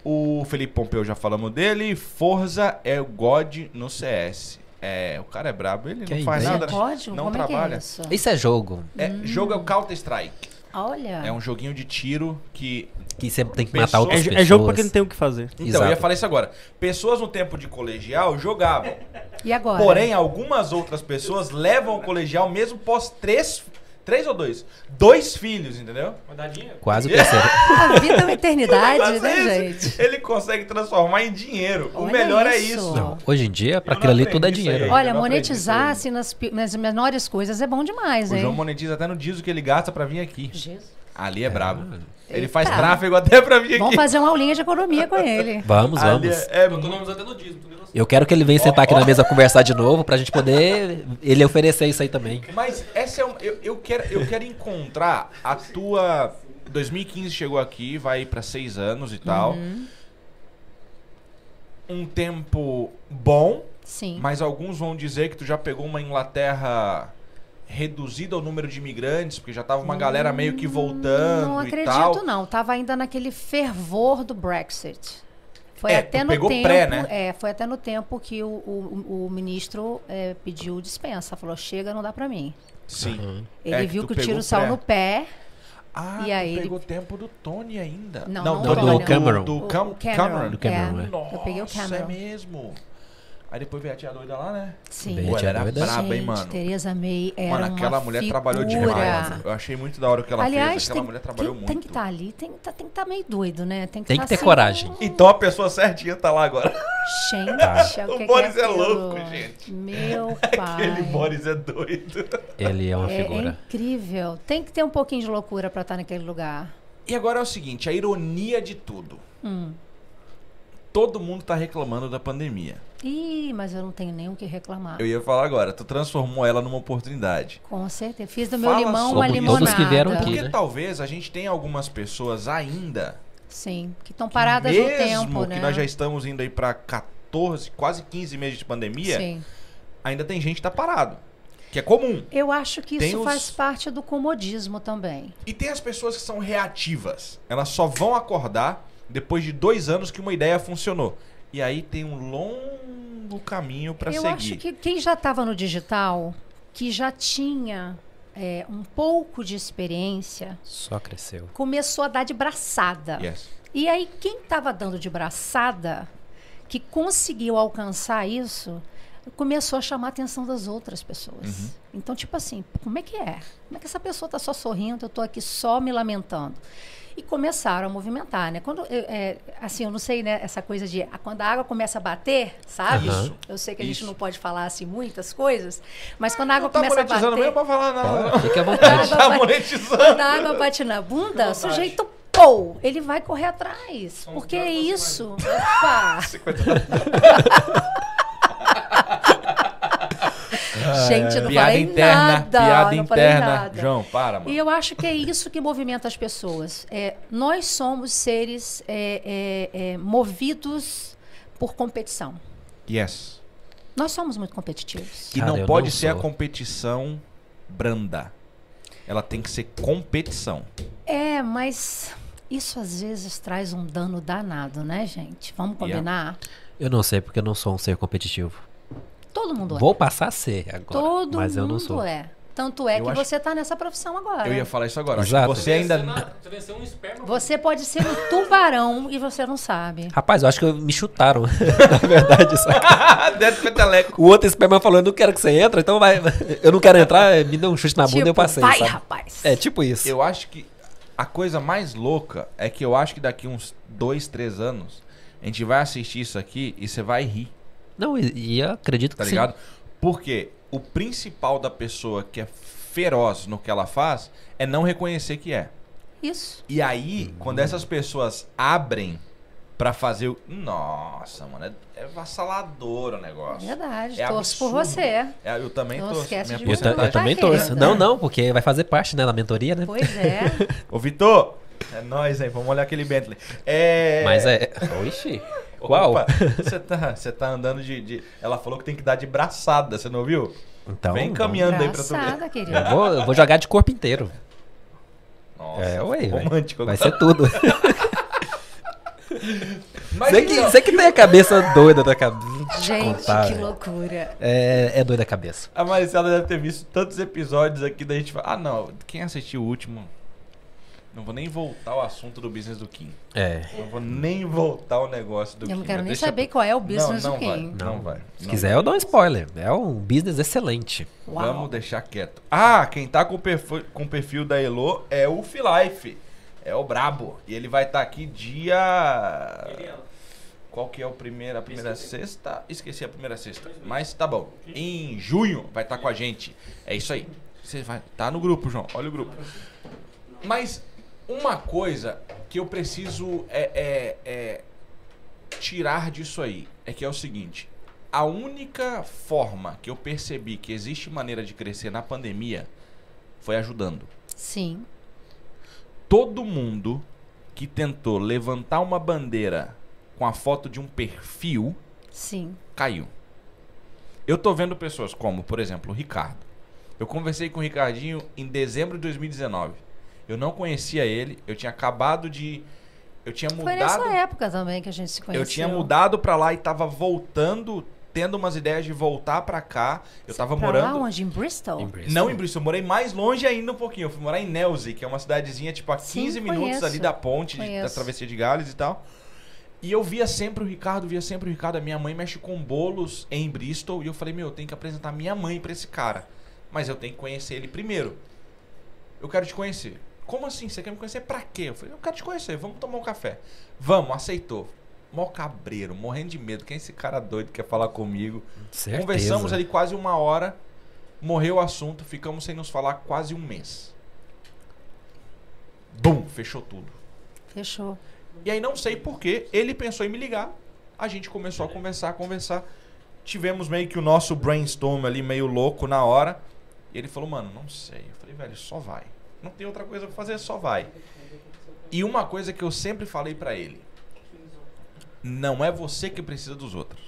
Speaker 2: O Felipe Pompeu já falamos dele. Forza é o God no CS. É, o cara é brabo, ele
Speaker 1: Que
Speaker 2: não faz
Speaker 1: ideia.
Speaker 2: nada.
Speaker 3: É código?
Speaker 2: Não
Speaker 3: Como
Speaker 2: trabalha.
Speaker 3: é que é isso? Hum.
Speaker 1: Isso é jogo.
Speaker 2: É, Jogo é o Counter Strike.
Speaker 3: Olha.
Speaker 2: É um joguinho de tiro que.
Speaker 1: Que você tem que
Speaker 2: Pessoas-
Speaker 1: matar
Speaker 4: É,
Speaker 1: outras
Speaker 4: jo-
Speaker 1: pessoas.
Speaker 4: é jogo pra quem não tem o que fazer.
Speaker 2: Então,
Speaker 1: Exato.
Speaker 2: eu ia falar isso agora. Pessoas no tempo de colegial jogavam.
Speaker 3: E agora?
Speaker 2: Porém, algumas outras pessoas levam o colegial mesmo pós três. Três ou dois? Dois filhos, entendeu?
Speaker 5: Mandadinha?
Speaker 1: Quase o terceiro.
Speaker 3: A vida é uma eternidade,
Speaker 2: Mas
Speaker 3: né,
Speaker 2: é isso.
Speaker 3: gente?
Speaker 2: Ele consegue transformar em dinheiro. o
Speaker 3: Olha
Speaker 2: melhor é
Speaker 3: isso.
Speaker 2: isso.
Speaker 1: Não, hoje em dia, pra
Speaker 2: Eu não
Speaker 1: aquilo ali
Speaker 2: aprendi
Speaker 1: tudo é
Speaker 2: isso aí.
Speaker 1: dinheiro.
Speaker 2: Eu
Speaker 3: Olha,
Speaker 2: não aprendi isso aí.
Speaker 3: monetizar-se nas, pi- nas menores coisas é bom demais,
Speaker 2: O
Speaker 3: hein?
Speaker 2: João monetiza até no diesel que ele gasta pra vir aqui.
Speaker 3: Jesus.
Speaker 2: Ali é brabo. Ele
Speaker 3: Eita.
Speaker 2: faz tráfego até pra vir
Speaker 3: Vamos
Speaker 2: aqui.
Speaker 3: fazer uma aulinha de economia com ele.
Speaker 1: Vamos,
Speaker 2: Ali
Speaker 1: vamos.
Speaker 2: é, é
Speaker 5: Eu tô nomeando até no dízimo, tô negociando.
Speaker 1: Eu quero que ele venha sentar aqui na mesa conversar de novo pra gente poder ele oferecer isso aí também.
Speaker 2: Mas essa é uma, eu, eu quero eu quero encontrar a tua 2015 chegou aqui, vai pra seis anos e tal.
Speaker 3: Uhum.
Speaker 2: Um tempo bom,
Speaker 3: Sim.
Speaker 2: mas alguns vão dizer que tu já pegou uma Inglaterra reduzida ao número de imigrantes, porque já tava uma galera meio que voltando
Speaker 3: Hum, Não
Speaker 2: e
Speaker 3: acredito,
Speaker 2: tal.
Speaker 3: não. Tava ainda naquele fervor do Brexit. Foi
Speaker 2: É,
Speaker 3: até
Speaker 2: tu
Speaker 3: no
Speaker 2: pegou
Speaker 3: tempo,
Speaker 2: pré, né?
Speaker 3: é, foi até no tempo que o, o- o ministro é, pediu dispensa, falou chega, não dá pra mim.
Speaker 2: Sim.
Speaker 3: Ele
Speaker 2: É que
Speaker 3: viu
Speaker 2: tu
Speaker 3: que, o
Speaker 2: pegou
Speaker 3: tiro saiu
Speaker 2: pré.
Speaker 3: no pé.
Speaker 2: Ah,
Speaker 3: E
Speaker 2: tu
Speaker 3: aí ele-
Speaker 2: pegou tempo do Tony ainda.
Speaker 3: Não, não
Speaker 2: Tony
Speaker 1: Tony, não. Cameron.
Speaker 2: Do,
Speaker 3: O-
Speaker 2: Cam-
Speaker 3: o
Speaker 2: Cameron.
Speaker 1: Do Cameron,
Speaker 3: é.
Speaker 1: é.
Speaker 2: Nossa,
Speaker 3: Eu peguei o
Speaker 2: é
Speaker 3: Cameron.
Speaker 2: mesmo. Aí depois veio a tia doida lá, né?
Speaker 3: Sim.
Speaker 1: Bem,
Speaker 2: Pô, ela
Speaker 1: tia
Speaker 2: era
Speaker 1: doida.
Speaker 2: braba, hein, mano?
Speaker 3: Gente, Teresa May era
Speaker 2: mano,
Speaker 3: uma
Speaker 2: aquela mulher
Speaker 3: figura.
Speaker 2: trabalhou demais. Eu achei muito da hora o que ela
Speaker 3: Aliás,
Speaker 2: fez. Aquela
Speaker 3: tem,
Speaker 2: mulher trabalhou
Speaker 3: tem-
Speaker 2: muito.
Speaker 3: tem que estar ali, tem que tá, estar meio doido, né? Tem que,
Speaker 1: Tem
Speaker 3: tá
Speaker 1: que ter
Speaker 3: assim,
Speaker 1: coragem.
Speaker 2: Então a pessoa certinha tá lá agora.
Speaker 3: Gente, o,
Speaker 2: O
Speaker 3: que que
Speaker 2: Boris é
Speaker 3: aquilo?
Speaker 2: louco, gente.
Speaker 3: Meu pai.
Speaker 2: Aquele Boris é doido.
Speaker 1: Ele é uma
Speaker 3: É, é
Speaker 1: figura.
Speaker 3: incrível. Tem que ter um pouquinho de loucura pra estar naquele lugar.
Speaker 2: E agora é o seguinte, a ironia de tudo.
Speaker 3: Hum.
Speaker 2: Todo mundo tá reclamando da pandemia.
Speaker 3: Ih, mas eu não tenho nem o que reclamar.
Speaker 2: Eu ia falar agora, tu transformou ela numa oportunidade.
Speaker 3: Com certeza. Fiz do meu
Speaker 2: Fala
Speaker 3: limão
Speaker 2: sobre
Speaker 3: uma
Speaker 1: todos
Speaker 3: limonada.
Speaker 1: que vieram aqui.
Speaker 2: Porque
Speaker 1: né?
Speaker 2: talvez a gente tenha algumas pessoas ainda
Speaker 3: Sim, que estão paradas
Speaker 2: mesmo
Speaker 3: no tempo, né?
Speaker 2: que nós já estamos indo aí pra 14, quase 15 meses de pandemia,
Speaker 3: Sim.
Speaker 2: ainda tem gente que tá parado. Que é comum.
Speaker 3: Eu acho que
Speaker 2: Tem
Speaker 3: isso
Speaker 2: os-
Speaker 3: faz parte do comodismo também.
Speaker 2: E tem as pessoas que são reativas. Elas só vão acordar depois de dois anos que uma ideia funcionou. E aí tem um longo caminho pra
Speaker 3: Eu
Speaker 2: seguir.
Speaker 3: acho que quem já estava no digital, que já tinha é, um pouco de experiência,
Speaker 1: Só cresceu.
Speaker 3: começou a dar de braçada.
Speaker 2: Yes.
Speaker 3: E aí, quem estava dando de braçada, que conseguiu alcançar isso, começou a chamar a atenção das outras pessoas.
Speaker 2: Uhum.
Speaker 3: Então, tipo assim, como é que é? Como é que essa pessoa está só sorrindo, eu estou aqui só me lamentando? E começaram a movimentar, né? Quando, eu, é, assim, eu não sei, né? Essa coisa de ah, quando a água começa a bater, sabe?
Speaker 1: Aham.
Speaker 3: Eu sei que a
Speaker 2: Isso.
Speaker 3: gente não pode falar assim muitas coisas, mas quando a água
Speaker 2: Não tá
Speaker 3: começa a
Speaker 2: monetizando mesmo
Speaker 3: bater,
Speaker 2: pra falar nada.
Speaker 1: Fique à
Speaker 2: Não
Speaker 1: vontade.
Speaker 2: tá monetizando.
Speaker 3: quando a água bate na bunda, o sujeito pô, ele vai correr atrás, porque é isso. Opa! Gente, eu não
Speaker 2: Piada
Speaker 3: falei
Speaker 2: interna,
Speaker 3: nada.
Speaker 2: piada
Speaker 3: não falei
Speaker 2: interna.
Speaker 3: nada.
Speaker 2: João, para, mano.
Speaker 3: E eu acho que é isso que movimenta as pessoas. É, nós somos seres é, é, é, movidos por competição.
Speaker 2: Yes.
Speaker 3: Nós somos muito competitivos.
Speaker 2: Que
Speaker 1: Cara,
Speaker 2: não
Speaker 1: eu
Speaker 2: pode
Speaker 1: não
Speaker 2: ser a
Speaker 1: sou.
Speaker 2: competição branda. Ela tem que ser competição.
Speaker 3: É, mas isso às vezes traz um dano danado, né, gente? Vamos
Speaker 2: Yeah.
Speaker 3: combinar?
Speaker 1: Eu não sei, porque eu não sou um ser competitivo.
Speaker 3: Todo mundo é.
Speaker 1: Vou passar a ser agora.
Speaker 3: Todo
Speaker 1: mas
Speaker 3: mundo
Speaker 1: eu não sou.
Speaker 3: é. Tanto é
Speaker 2: Eu
Speaker 3: que
Speaker 2: acho-
Speaker 3: você tá nessa profissão agora.
Speaker 2: Eu ia falar isso agora. Acho que
Speaker 1: Exato.
Speaker 2: Você ainda.
Speaker 5: venceu na- Você venceu um esperma.
Speaker 3: Você pode ser um tubarão e você não sabe.
Speaker 1: Rapaz, eu acho que eu- me chutaram. Na verdade, isso aqui.
Speaker 2: Dentro do peteleco.
Speaker 1: O outro esperma falou: eu não quero que você entre, então vai. Eu não quero entrar, me deu um chute na bunda e eu
Speaker 3: Tipo,
Speaker 1: passei.
Speaker 3: vai,
Speaker 1: sabe?
Speaker 3: rapaz.
Speaker 1: É tipo isso.
Speaker 2: Eu acho que a coisa mais louca é que eu acho que daqui uns dois, três anos a gente vai assistir isso aqui e você vai rir,
Speaker 1: Não, e, e eu acredito que
Speaker 2: tá
Speaker 1: sim.
Speaker 2: ligado? Porque o principal da pessoa que é feroz no que ela faz é não reconhecer que é.
Speaker 1: tipo,
Speaker 3: Isso.
Speaker 2: E aí, quando essas pessoas abrem pra fazer o. Nossa, mano, é, é vassalador o negócio.
Speaker 3: Verdade.
Speaker 2: É
Speaker 3: Torço por
Speaker 2: absurdo.
Speaker 3: você.
Speaker 2: É, eu também
Speaker 3: Não
Speaker 2: torço.
Speaker 3: esquece
Speaker 2: Minha
Speaker 3: de
Speaker 1: Eu,
Speaker 3: você
Speaker 1: ta- eu
Speaker 3: não
Speaker 2: porcentagem.
Speaker 3: tá
Speaker 1: também
Speaker 3: querendo,
Speaker 1: torço.
Speaker 3: né?
Speaker 1: Não, não, porque vai fazer parte, né, da mentoria, né?
Speaker 3: Pois é.
Speaker 2: Ô, Vitor! É nóis, hein? Vamos olhar aquele Bentley. É.
Speaker 1: Mas é. Oxi. Qual?
Speaker 2: Opa, Você tá, você tá andando de, de- Ela falou que tem que dar de braçada, você não ouviu?
Speaker 1: Então.
Speaker 2: Vem
Speaker 1: vamos.
Speaker 2: caminhando aí pra tu ver.
Speaker 3: Engraçada, querido.
Speaker 1: Eu vou, eu vou jogar de corpo inteiro.
Speaker 2: Nossa,
Speaker 1: é, ué,
Speaker 2: ficou
Speaker 1: ué.
Speaker 2: romântico
Speaker 1: Vai
Speaker 2: agora.
Speaker 1: ser tudo.
Speaker 2: Mas
Speaker 1: Você que,
Speaker 2: então-
Speaker 1: você que tem a cabeça doida da cabeça.
Speaker 3: Gente,
Speaker 1: contar,
Speaker 3: que
Speaker 1: velho.
Speaker 3: loucura.
Speaker 1: É, é doida a cabeça.
Speaker 2: A Maricela deve ter visto tantos episódios aqui da gente falar. Ah, não. Quem assistiu o último. Não vou nem voltar ao assunto do business do Kim.
Speaker 1: É.
Speaker 2: Não vou nem voltar ao negócio do Kim.
Speaker 3: Eu não quero
Speaker 2: mas
Speaker 3: nem
Speaker 2: deixa-
Speaker 3: saber qual é o business
Speaker 2: não, não
Speaker 3: do quem.
Speaker 2: Vai, não,
Speaker 1: Não.
Speaker 2: vai.
Speaker 1: Se
Speaker 2: não
Speaker 1: quiser,
Speaker 2: vai.
Speaker 1: eu dou um spoiler. É um business excelente.
Speaker 3: Uau.
Speaker 2: Vamos deixar quieto. Ah, quem tá com o perfil, com o perfil da Elo é o Filife. É o Brabo. E ele vai estar aqui dia. Qual que é o primeiro, a primeira sexta? Esqueci a primeira sexta. Mas tá bom. Em junho vai estar com a gente. É isso aí. Você vai. Tá no grupo, João. Olha o grupo. Mas uma coisa que eu preciso é, é- é tirar disso aí é que é o seguinte. A única forma que eu percebi que existe maneira de crescer na pandemia foi ajudando
Speaker 3: Sim.
Speaker 2: todo mundo que tentou levantar uma bandeira com a foto de um perfil
Speaker 3: Sim.
Speaker 2: caiu. Eu tô vendo pessoas como, por exemplo, o Ricardo. Eu conversei com o Ricardinho em dezembro de 2019. Eu não conhecia ele, eu tinha acabado de eu tinha
Speaker 3: Foi
Speaker 2: mudado
Speaker 3: nessa época também que a gente se conheceu.
Speaker 2: eu tinha mudado pra lá e tava voltando, tendo umas ideias de voltar pra cá. Eu tava
Speaker 3: pra
Speaker 2: morando
Speaker 3: Lá onde? Em Bristol?
Speaker 2: não em Bristol, eu morei mais longe ainda um pouquinho. Eu fui morar em Nelze, que é uma cidadezinha tipo a 15
Speaker 3: Sim,
Speaker 2: minutos
Speaker 3: conheço.
Speaker 2: ali da ponte, de- da
Speaker 3: Conheço.
Speaker 2: travessia de Gales e tal. E eu via sempre o Ricardo, via sempre o Ricardo. A minha mãe mexe com bolos em Bristol. E eu falei, meu, eu tenho que apresentar minha mãe pra esse cara. Mas eu tenho que conhecer ele primeiro. Eu quero te conhecer. Como assim? Você quer me conhecer pra quê? Eu falei, eu quero te conhecer, vamos tomar um café. Vamos, aceitou. Mó cabreiro, morrendo de medo. Quem é esse cara doido que quer falar comigo?
Speaker 1: Certeza.
Speaker 2: Conversamos ali quase uma hora, morreu o assunto, ficamos sem nos falar quase um mês. Bum, fechou tudo.
Speaker 3: Fechou.
Speaker 2: E aí não sei porquê, ele pensou em me ligar, a gente começou a conversar, a conversar. Tivemos meio que o nosso brainstorm ali meio louco na hora. E ele falou, mano, não sei. Eu falei, velho, só vai. Não tem outra coisa pra fazer, só vai. E uma coisa que eu sempre falei pra ele: não é você que precisa dos outros.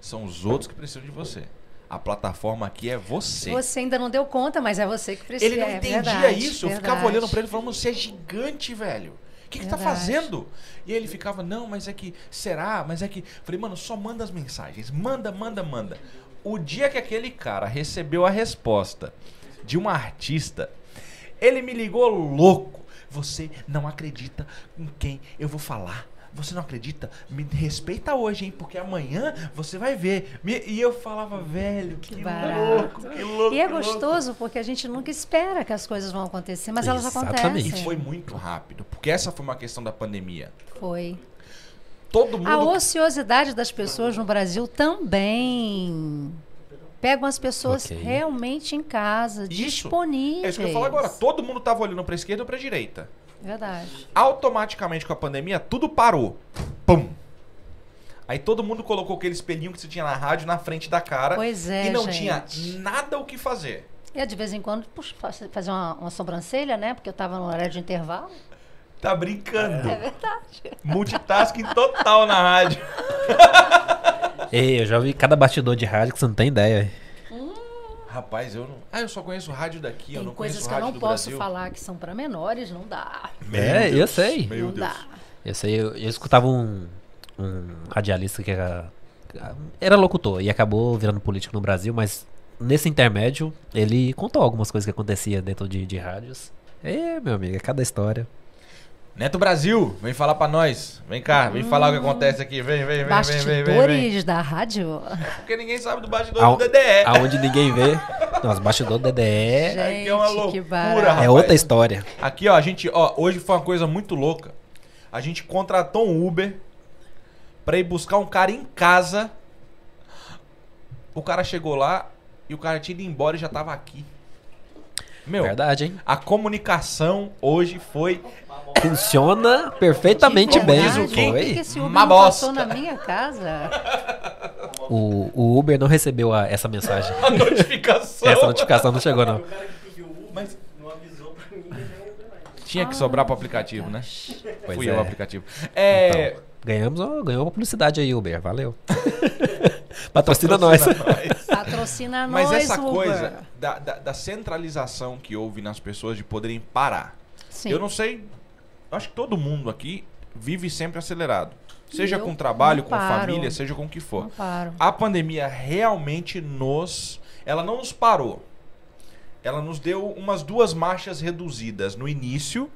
Speaker 2: São os outros que precisam de você. A plataforma aqui é você.
Speaker 3: Você ainda não deu conta, mas é você que precisa.
Speaker 2: Ele não
Speaker 3: é
Speaker 2: entendia
Speaker 3: verdade,
Speaker 2: isso. Eu ficava
Speaker 3: verdade.
Speaker 2: olhando pra ele e falando, você é gigante, velho. O que, que tá
Speaker 3: Verdade.
Speaker 2: fazendo? E ele ficava, não, mas é que. Será? Mas é que. Falei, mano, só manda as mensagens. Manda, manda, manda. O dia que aquele cara recebeu a resposta de uma artista, ele me ligou louco. Você não acredita com quem eu vou falar. Você não acredita? Me respeita hoje, hein? Porque amanhã você vai ver. Me- E eu falava, velho, que,
Speaker 3: Que
Speaker 2: louco,
Speaker 3: barato.
Speaker 2: que louco.
Speaker 3: E é
Speaker 2: que louco."
Speaker 3: gostoso porque a gente nunca espera que as coisas vão acontecer, mas elas
Speaker 1: Exatamente.
Speaker 2: E
Speaker 3: acontecem.
Speaker 2: foi muito rápido, porque essa foi uma questão da pandemia.
Speaker 3: Foi.
Speaker 2: Todo mundo.
Speaker 3: A ociosidade das pessoas no Brasil também. Pegam as pessoas
Speaker 1: Ok.
Speaker 3: realmente em casa,
Speaker 2: Isso.
Speaker 3: disponíveis.
Speaker 2: É isso que eu falo agora. Todo mundo tava olhando pra esquerda ou pra direita.
Speaker 3: Verdade.
Speaker 2: Automaticamente com a pandemia, tudo parou. Pum! Aí todo mundo colocou aquele espelhinho que você tinha na rádio na frente da cara.
Speaker 3: Pois é,
Speaker 2: Ah, e não
Speaker 3: gente.
Speaker 2: tinha nada o que fazer.
Speaker 3: E é de vez em quando, puxa, fa- fazer uma, uma sobrancelha, né? Porque eu tava no horário de intervalo.
Speaker 2: Tá brincando.
Speaker 3: É verdade.
Speaker 2: Multitasking total na rádio.
Speaker 1: Ei, eu já ouvi cada bastidor de rádio que você não tem ideia.
Speaker 2: Rapaz, eu não. Ah, eu só conheço rádio daqui, eu
Speaker 3: Tem
Speaker 2: não
Speaker 3: coisas
Speaker 2: conheço
Speaker 3: que eu
Speaker 2: rádio
Speaker 3: não
Speaker 2: do
Speaker 3: posso
Speaker 2: Brasil.
Speaker 3: falar que são para menores, não dá.
Speaker 1: é, eu sei.
Speaker 2: Meu
Speaker 3: não
Speaker 2: Deus.
Speaker 3: dá.
Speaker 1: Eu sei, eu, eu escutava um, um radialista que era, era locutor e acabou virando político no Brasil, mas nesse intermédio ele contou algumas coisas que acontecia dentro de, de rádios. É, meu amigo, é cada história.
Speaker 2: Neto Brasil, vem falar pra nós. Vem cá, vem falar o que acontece aqui. Vem, vem, vem, vem, vem, vem, vem.
Speaker 3: Hum. Bastidores da rádio.
Speaker 2: Porque ninguém sabe do bastidor
Speaker 1: Ao-
Speaker 2: do DDE.
Speaker 1: Aonde ninguém vê. Nós bastidor do DDE
Speaker 2: Aqui é uma
Speaker 3: Gente, que
Speaker 2: loucura,
Speaker 3: barato.
Speaker 1: é
Speaker 2: rapaz.
Speaker 1: outra história.
Speaker 2: Aqui, ó, a gente, ó, hoje foi uma coisa muito louca. A gente contratou um Uber pra ir buscar um cara em casa. O cara chegou lá e o cara tinha ido embora e já tava aqui. Meu,
Speaker 1: Verdade, hein?
Speaker 2: a comunicação hoje foi
Speaker 1: Funciona perfeitamente
Speaker 3: De
Speaker 1: bem.
Speaker 2: diz o
Speaker 3: verdade,
Speaker 2: Kim,
Speaker 3: por que que
Speaker 1: Foi.
Speaker 3: esse Uber
Speaker 2: uma
Speaker 3: não passou
Speaker 2: bosta.
Speaker 3: na minha casa?
Speaker 1: O, o Uber não recebeu a- essa mensagem.
Speaker 2: a notificação.
Speaker 1: Essa notificação não chegou, não.
Speaker 5: O cara que pediu o Uber não avisou pra mim, mas é o Uber mais.
Speaker 2: Tinha que sobrar pro aplicativo, né?
Speaker 1: Pois
Speaker 2: Fui
Speaker 1: é.
Speaker 2: eu o aplicativo. É,
Speaker 1: Então, ganhamos, ó, ganhou uma publicidade aí, Uber. Valeu. Patrocina nós.
Speaker 3: Patrocina nós,
Speaker 2: Mas essa
Speaker 3: Uber.
Speaker 2: coisa da, da- da centralização que houve nas pessoas de poderem parar.
Speaker 3: Sim.
Speaker 2: Eu não sei. Acho que todo mundo aqui vive sempre acelerado. Seja
Speaker 3: E eu
Speaker 2: com trabalho,
Speaker 3: não
Speaker 2: com
Speaker 3: paro.
Speaker 2: família, seja com o que for.
Speaker 3: Não paro.
Speaker 2: A pandemia realmente nos. Ela não nos parou. Ela nos deu umas duas marchas reduzidas no início.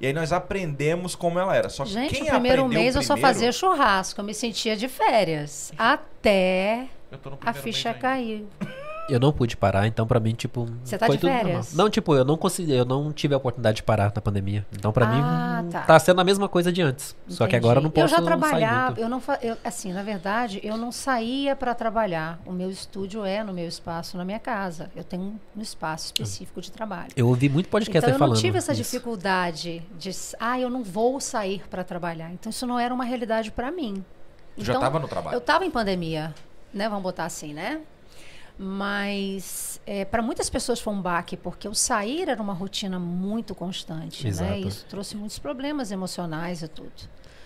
Speaker 2: E aí nós aprendemos como ela era. Só que
Speaker 3: Gente,
Speaker 2: quem
Speaker 3: o primeiro
Speaker 2: aprendeu
Speaker 3: mês eu só
Speaker 2: primeiro-
Speaker 3: fazia churrasco, eu me sentia de férias. Até
Speaker 2: Eu tô no
Speaker 3: a
Speaker 2: primeiro
Speaker 3: ficha
Speaker 2: mês ainda.
Speaker 3: caiu.
Speaker 1: Eu não pude parar, então pra mim, tipo.
Speaker 3: Você tá
Speaker 1: foi
Speaker 3: de
Speaker 1: tudo normal.
Speaker 3: férias?
Speaker 1: Não, tipo, eu não consegui, eu não tive a oportunidade de parar na pandemia. Então pra
Speaker 3: Ah,
Speaker 1: mim
Speaker 3: tá.
Speaker 1: sendo a mesma coisa de antes. Só que
Speaker 3: Entendi.
Speaker 1: agora eu não posso
Speaker 3: Eu já
Speaker 1: sair
Speaker 3: trabalhava,
Speaker 1: muito.
Speaker 3: eu não fa- eu- assim, na verdade, eu não saía para trabalhar. O meu estúdio é no meu espaço, na minha casa. Eu tenho um espaço específico de trabalho.
Speaker 1: Eu ouvi muito podcast
Speaker 3: Então eu
Speaker 1: falando.
Speaker 3: não tive essa
Speaker 1: isso.
Speaker 3: dificuldade de, s- ah, eu não vou sair para trabalhar. Então isso não era uma realidade para mim.
Speaker 2: Tu já
Speaker 3: Então,
Speaker 2: tava no trabalho.
Speaker 3: Eu estava em pandemia, né? Vamos botar assim, né? Mas para muitas pessoas foi um baque, porque o sair era uma rotina muito constante, né?
Speaker 1: Exato.
Speaker 3: Isso trouxe muitos problemas emocionais e tudo.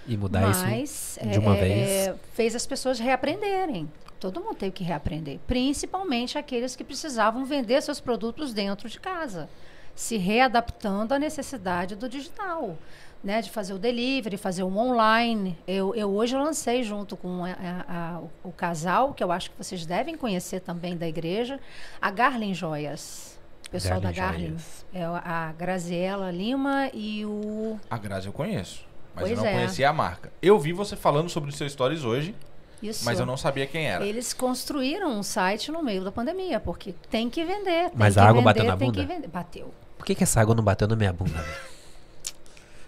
Speaker 1: E mudar isso.
Speaker 3: Mas é,
Speaker 1: de uma vez.
Speaker 3: fez as pessoas reaprenderem. Todo mundo teve que reaprender, principalmente aqueles que precisavam vender seus produtos dentro de casa, se readaptando à necessidade do digital, né? De fazer o delivery, fazer o online. Eu, eu hoje lancei junto com a- a- a- o- o casal que eu acho que vocês devem conhecer também da igreja, a Garlin Joias.
Speaker 1: é
Speaker 3: O pessoal
Speaker 1: Garlin
Speaker 3: da Garlin.
Speaker 1: Joias.
Speaker 3: É a Graziela Lima e o
Speaker 2: A Grazi eu conheço. Mas
Speaker 3: Pois
Speaker 2: eu não
Speaker 3: é.
Speaker 2: conhecia a marca. Eu vi você falando sobre os seus stories hoje,
Speaker 3: isso.
Speaker 2: mas eu não sabia quem era.
Speaker 3: Eles construíram um site no meio da pandemia, porque tem que vender. Tem
Speaker 1: Mas
Speaker 3: que
Speaker 1: a água
Speaker 3: vender,
Speaker 1: bateu na
Speaker 3: tem
Speaker 1: bunda?
Speaker 3: que vender. Bateu.
Speaker 1: Por que, que essa água não bateu na minha bunda?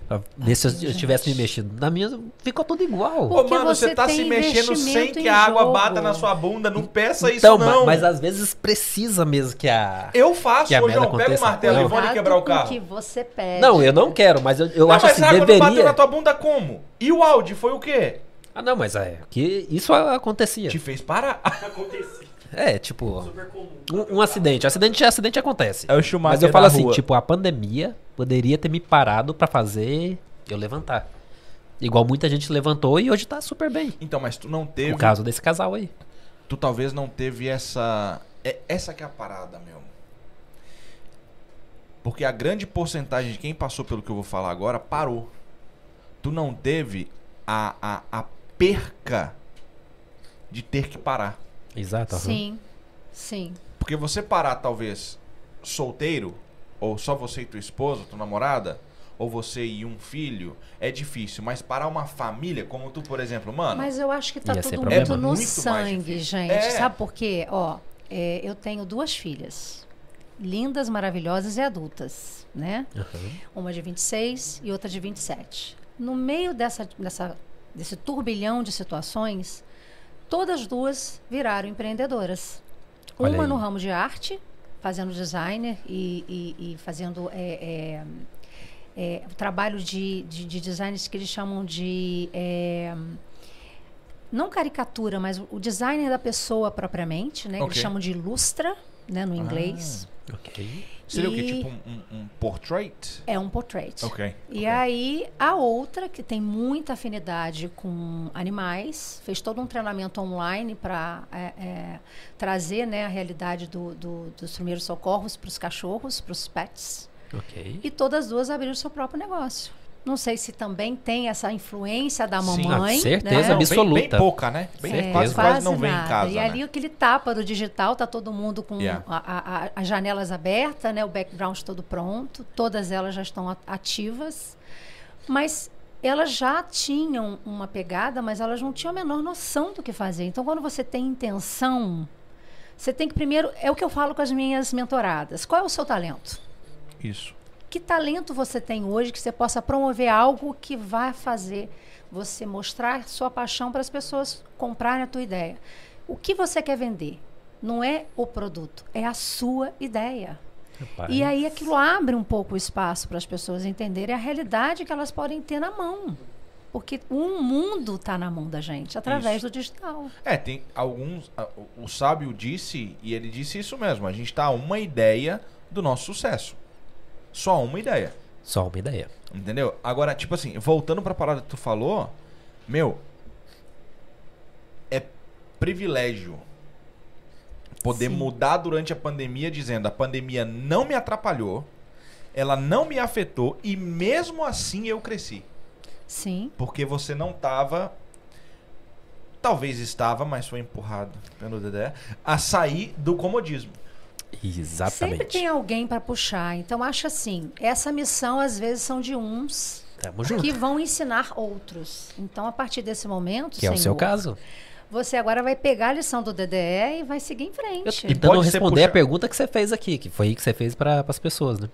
Speaker 3: Ah,
Speaker 1: Pra ver se eu, eu tivesse me mexido. Na minha, ficou tudo igual.
Speaker 2: Ô,
Speaker 3: Porque
Speaker 2: mano, você
Speaker 3: você
Speaker 2: tá
Speaker 3: tem
Speaker 2: se mexendo sem
Speaker 3: investimento
Speaker 2: que
Speaker 3: em
Speaker 2: a água
Speaker 3: jogo.
Speaker 2: bata na sua bunda. Não peça isso,
Speaker 1: então, ma-
Speaker 2: não.
Speaker 1: mas às vezes precisa mesmo que a.
Speaker 2: Eu faço,
Speaker 1: Que a
Speaker 2: ô João,
Speaker 1: merda
Speaker 2: pega o
Speaker 1: aconteça.
Speaker 2: martelo e
Speaker 1: Não.
Speaker 2: vou lhe
Speaker 3: Cuidado
Speaker 2: quebrar o
Speaker 3: com
Speaker 2: carro.
Speaker 3: que você pede.
Speaker 1: Não, eu não quero, mas eu, eu
Speaker 2: Não,
Speaker 1: acho
Speaker 2: mas
Speaker 1: assim,
Speaker 2: a água não bateu
Speaker 1: deveria.
Speaker 2: na tua bunda como? E o áudio foi o quê?
Speaker 1: Ah, não, mas é. Que isso acontecia.
Speaker 2: Te fez parar. Ah,
Speaker 5: Aconteceu.
Speaker 1: é, tipo.
Speaker 5: Super comum.
Speaker 1: Um, um acidente. Acidente, acidente acontece.
Speaker 2: É o Schumacher
Speaker 1: Mas eu
Speaker 2: da
Speaker 1: falo assim,
Speaker 2: rua.
Speaker 1: tipo, a pandemia poderia ter me parado pra fazer eu levantar. Igual muita gente levantou e hoje tá super bem.
Speaker 2: Então, mas tu não teve.
Speaker 1: O caso desse casal aí.
Speaker 2: Tu talvez não teve essa. É, essa que é a parada, meu. Porque a grande porcentagem de quem passou pelo que eu vou falar agora parou. Tu não teve a, a, a perca de ter que parar.
Speaker 1: Exato. aham.
Speaker 3: Sim, sim.
Speaker 2: Porque você parar, talvez, solteiro, ou só você e tua esposa, tua namorada, ou você e um filho, é difícil. Mas parar uma família, como tu, por exemplo, mano.
Speaker 3: Mas eu acho que tá
Speaker 1: Ia ser
Speaker 3: tudo
Speaker 1: problema.
Speaker 3: muito no
Speaker 2: Ah, É Muito mais
Speaker 3: sangue,
Speaker 2: difícil.
Speaker 3: gente.
Speaker 2: É.
Speaker 3: Sabe por quê? Ó, é, eu tenho duas filhas. Lindas, maravilhosas e adultas, né?
Speaker 1: Aham.
Speaker 3: Uma de 26 e outra de 27. No meio dessa, dessa, desse turbilhão de situações, todas duas viraram empreendedoras.
Speaker 1: Olha
Speaker 3: uma
Speaker 1: aí.
Speaker 3: no ramo de arte, fazendo designer e, e- e fazendo é, é, é, trabalho de, de, de designers que eles chamam de. é, não caricatura, mas o designer da pessoa propriamente, né? Que
Speaker 2: Ok.
Speaker 3: Eles chamam de ilustra, né?
Speaker 1: Ah.
Speaker 3: No inglês.
Speaker 1: Ok.
Speaker 2: Seria o quê?
Speaker 3: e-
Speaker 2: Tipo um, um- um portrait?
Speaker 3: É um portrait.
Speaker 2: Ok.
Speaker 3: E aí, a outra, que tem muita afinidade com animais, fez todo um treinamento online para trazer né, a realidade do- do- dos primeiros socorros para os cachorros, para os pets.
Speaker 1: Ok.
Speaker 3: E todas duas abriram seu próprio negócio. Não sei se também tem essa influência da
Speaker 2: Sim.
Speaker 3: mamãe.
Speaker 1: Ah, certeza
Speaker 2: Não,
Speaker 3: Né?
Speaker 2: bem- Bem,
Speaker 1: absoluta.
Speaker 2: pouca, né? Bem,
Speaker 1: Certeza.
Speaker 2: quase, quase não vem em
Speaker 3: É, nada.
Speaker 2: casa.
Speaker 3: E
Speaker 2: né?
Speaker 3: ali aquele tapa do digital, tá todo mundo com
Speaker 2: Yeah.
Speaker 3: a- a- a- as janelas abertas, né? O background todo pronto, todas elas já estão a- ativas, mas elas já tinham uma pegada, mas elas não tinham a menor noção do que fazer. Então, quando você tem intenção, você tem que primeiro é o que eu falo com as minhas mentoradas. Qual é o seu talento?
Speaker 2: Isso.
Speaker 3: Que talento você tem hoje que você possa promover algo que vai fazer você mostrar sua paixão para as pessoas comprarem a tua ideia? O que você quer vender? Não é o produto, é a sua ideia.
Speaker 1: Rapaz.
Speaker 3: E aí aquilo abre um pouco o espaço para as pessoas entenderem a realidade que elas podem ter na mão. Porque um mundo está na mão da gente, através
Speaker 2: Isso.
Speaker 3: do digital.
Speaker 2: É, tem alguns. a- o- O sábio disse, e ele disse isso mesmo: a gente tá a uma ideia do nosso sucesso. Só uma ideia.
Speaker 1: Só uma ideia.
Speaker 2: Entendeu? Agora, tipo assim, voltando pra parada que tu falou, meu, é privilégio poder
Speaker 3: Sim.
Speaker 2: mudar durante a pandemia dizendo a pandemia não me atrapalhou, ela não me afetou e mesmo assim eu cresci.
Speaker 3: Sim,
Speaker 2: Porque você não tava talvez estava, mas foi empurrado pelo Dedé, a sair do comodismo.
Speaker 3: Sempre
Speaker 1: Exatamente.
Speaker 3: tem alguém para puxar. Então, acho assim, essa missão às vezes são de uns
Speaker 1: Tamo junto.
Speaker 3: que
Speaker 1: Que,
Speaker 3: vão ensinar outros. Então, a partir desse momento,
Speaker 1: é o seu
Speaker 3: Senhor,
Speaker 1: caso.
Speaker 3: você agora vai pegar a lição do DDE e vai seguir em
Speaker 1: Eu
Speaker 3: frente.
Speaker 1: tô tentando
Speaker 2: pode ser
Speaker 1: responder
Speaker 2: puxa-
Speaker 1: a pergunta que você fez aqui, que foi aí que você fez pra, pras pessoas, né?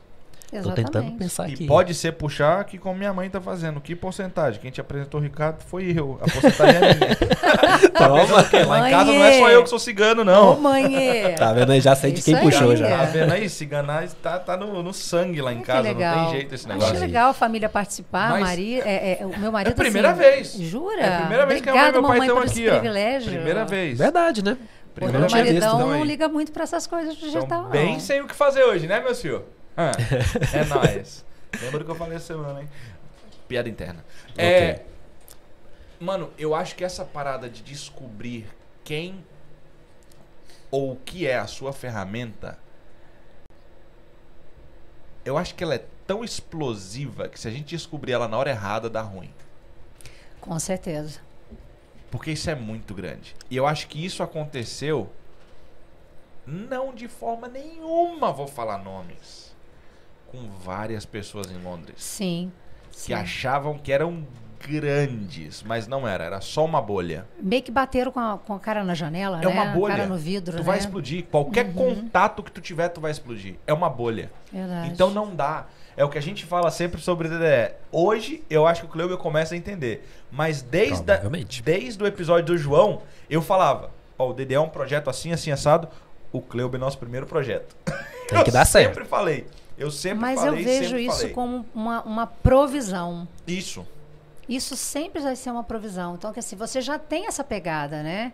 Speaker 1: Tô
Speaker 3: Exatamente.
Speaker 1: tentando pensar Tá aqui.
Speaker 2: E pode ser puxar que como minha mãe tá fazendo. Que porcentagem? Quem te apresentou o Ricardo foi eu. A porcentagem é minha. Tá vendo o quê? Lá em casa não é só eu que sou cigano,
Speaker 3: Ô,
Speaker 2: não.
Speaker 3: mãe!
Speaker 1: Tá vendo aí? Já sei de
Speaker 3: Isso
Speaker 1: quem
Speaker 3: aí.
Speaker 1: puxou já.
Speaker 2: Tá vendo aí? Ciganais tá, tá no, no sangue lá em
Speaker 3: Que
Speaker 2: casa. Não
Speaker 3: legal.
Speaker 2: tem jeito esse
Speaker 3: Acho
Speaker 2: negócio.
Speaker 3: legal a família participar,
Speaker 2: Mas-
Speaker 3: Maria, é, é, o meu marido.
Speaker 2: É a primeira
Speaker 3: assim,
Speaker 2: vez.
Speaker 3: Jura?
Speaker 2: É a primeira vez que a mãe e
Speaker 3: Obrigada,
Speaker 2: meu pai
Speaker 3: mamãe,
Speaker 2: estão
Speaker 3: por esse
Speaker 2: aqui, ó.
Speaker 3: privilégio.
Speaker 2: Primeira vez.
Speaker 1: Verdade, né?
Speaker 3: Pô,
Speaker 2: Primeira
Speaker 3: Meu
Speaker 1: Primeiramente, visto,
Speaker 2: vez.
Speaker 3: maridão
Speaker 2: então, aí.
Speaker 3: não liga muito pra essas coisas do digital,
Speaker 2: Estão
Speaker 3: não.
Speaker 2: Então, bem sem o que fazer hoje, né, meu senhor? Ah, é nóis. Lembra do que eu falei essa semana, hein? Piada interna. É, mano, eu acho que essa parada de descobrir quem ou o que é a sua ferramenta, eu acho que ela é tão explosiva que se a gente descobrir ela na hora errada, dá ruim.
Speaker 3: Com certeza.
Speaker 2: Porque isso é muito grande. E eu acho que isso aconteceu não de forma nenhuma, vou falar nomes, com várias pessoas em Londres
Speaker 3: Sim.
Speaker 2: que
Speaker 3: sim.
Speaker 2: achavam que eram grandes, mas não era, era só uma bolha.
Speaker 3: Meio que bateram com a, com a cara na janela,
Speaker 2: É
Speaker 3: né?
Speaker 2: uma bolha.
Speaker 3: A cara no vidro,
Speaker 2: Tu
Speaker 3: né?
Speaker 2: vai explodir, qualquer contato que tu tiver, tu vai explodir. É uma bolha.
Speaker 3: Verdade.
Speaker 2: Então não dá. É o que a gente fala sempre sobre DDE. Hoje, eu acho que o Cleuber começa a entender. Mas desde, a,
Speaker 1: Provavelmente.
Speaker 2: desde o episódio do João, eu falava: Ó, o DDE é um projeto assim, assim, assado. O Cleuber é nosso primeiro projeto.
Speaker 1: Tem que dar
Speaker 2: Eu
Speaker 1: certo.
Speaker 2: sempre falei. Eu sempre
Speaker 3: Mas
Speaker 2: falei,
Speaker 3: eu vejo
Speaker 2: sempre
Speaker 3: isso
Speaker 2: falei.
Speaker 3: como uma, uma provisão.
Speaker 2: Isso.
Speaker 3: Isso sempre vai ser uma provisão. Então, que assim, você já tem essa pegada, né?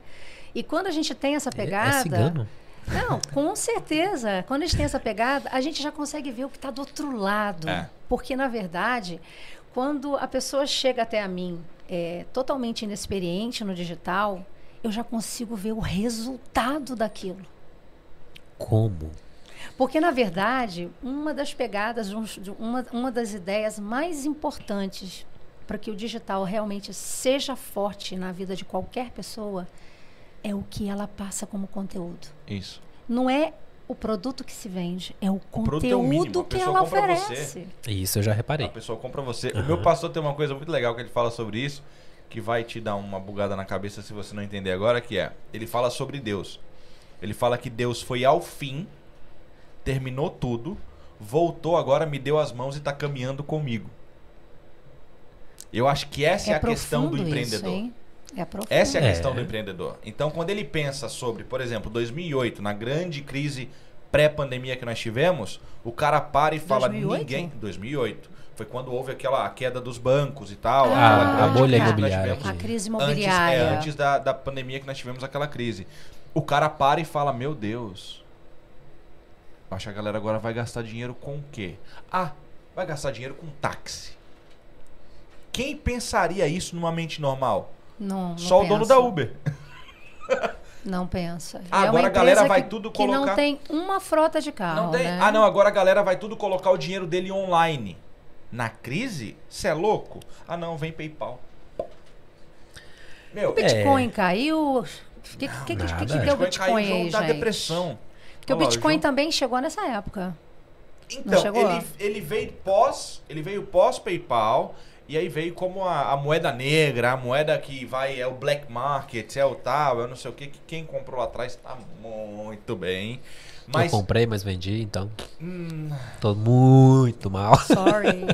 Speaker 3: E quando a gente tem essa
Speaker 1: É,
Speaker 3: pegada.
Speaker 1: é cigano.
Speaker 3: Não, com certeza. Quando a gente tem essa pegada, a gente já consegue ver o que está do outro lado.
Speaker 2: É.
Speaker 3: Porque, na verdade, quando a pessoa chega até a mim é, totalmente inexperiente no digital, eu já consigo ver o resultado daquilo.
Speaker 1: Como?
Speaker 3: Porque, na verdade, uma das pegadas, um- de uma, uma das ideias mais importantes para que o digital realmente seja forte na vida de qualquer pessoa é o que ela passa como conteúdo.
Speaker 2: Isso.
Speaker 3: Não é o produto que se vende, é o
Speaker 2: produto é o mínimo,
Speaker 3: conteúdo
Speaker 2: a
Speaker 3: que
Speaker 2: pessoa
Speaker 3: ela
Speaker 2: compra você.
Speaker 3: oferece.
Speaker 1: Isso eu já
Speaker 2: A
Speaker 1: reparei.
Speaker 2: pessoa compra você. O meu pastor tem uma coisa muito legal que ele fala sobre isso, que vai te dar uma bugada na cabeça se você não entender agora, que é, ele fala sobre Deus. Ele fala que Deus foi ao fim, terminou tudo, voltou agora, me deu as mãos e tá caminhando comigo. Eu acho que essa é, a questão do
Speaker 3: profundo
Speaker 2: empreendedor.
Speaker 3: Isso, hein? É profundo.
Speaker 2: Essa é a
Speaker 1: É.
Speaker 2: questão do empreendedor. Então, quando ele pensa sobre, por exemplo, 2008, na grande crise pré-pandemia que nós tivemos, o cara para e fala
Speaker 3: 2008?
Speaker 2: ninguém. 2008 foi quando houve aquela queda dos bancos e
Speaker 1: Ah,
Speaker 2: tal, aquela grande
Speaker 1: a bolha
Speaker 2: crise que nós
Speaker 1: imobiliária
Speaker 2: tivemos
Speaker 3: A crise
Speaker 2: antes, é,
Speaker 3: imobiliária.
Speaker 2: antes da, da pandemia que nós tivemos aquela crise. O cara para e fala: Meu Deus, acho que a galera agora vai gastar dinheiro com o quê? Ah, vai gastar dinheiro com táxi. Quem pensaria isso numa mente normal?
Speaker 3: Não, não
Speaker 2: Só o dono
Speaker 3: pensa.
Speaker 2: da Uber.
Speaker 3: Não pensa.
Speaker 2: Ah,
Speaker 3: é uma
Speaker 2: agora a galera
Speaker 3: empresa
Speaker 2: vai
Speaker 3: que,
Speaker 2: tudo
Speaker 3: Que
Speaker 2: colocar-
Speaker 3: não tem uma frota de carro.
Speaker 2: Não tem.
Speaker 3: né?
Speaker 2: Ah, não, agora a galera vai tudo colocar o dinheiro dele online. Na crise? Você é louco? Ah, não, vem PayPal. Meu, é,
Speaker 3: O Bitcoin caiu. O que, que, que, que,
Speaker 1: nada.
Speaker 3: que é o
Speaker 2: Bitcoin
Speaker 3: Bitcoin
Speaker 2: caiu,
Speaker 3: aí,
Speaker 2: da
Speaker 3: gente?
Speaker 2: depressão.
Speaker 3: Porque o
Speaker 2: Olha lá,
Speaker 3: Bitcoin
Speaker 2: João-
Speaker 3: também chegou nessa época.
Speaker 2: Então,
Speaker 3: chegou lá.
Speaker 2: ele, ele veio pós, ele veio pós PayPal e aí veio como a, a moeda negra, a moeda que vai é o black market, é o tal, eu não sei o que que quem comprou lá atrás tá muito bem. Mas
Speaker 1: Eu comprei, mas vendi, então
Speaker 2: hum,
Speaker 1: tô muito mal.
Speaker 3: Sorry.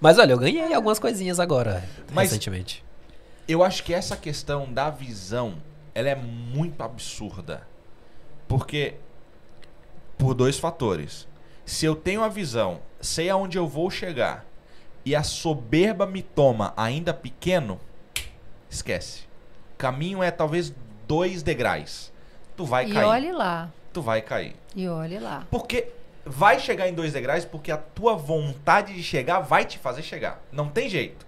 Speaker 1: Mas olha, eu ganhei algumas coisinhas agora,
Speaker 2: Mas-
Speaker 1: recentemente.
Speaker 2: Eu acho que essa questão da visão, ela é muito absurda. Porque por dois fatores. Se eu tenho a visão, sei aonde eu vou chegar e a soberba me toma ainda pequeno, esquece. Caminho é talvez dois degraus. Tu vai
Speaker 3: e
Speaker 2: cair.
Speaker 3: olhe lá.
Speaker 2: Tu vai cair.
Speaker 3: E olhe lá.
Speaker 2: Porque vai chegar em dois degraus porque a tua vontade de chegar vai te fazer chegar. Não tem jeito.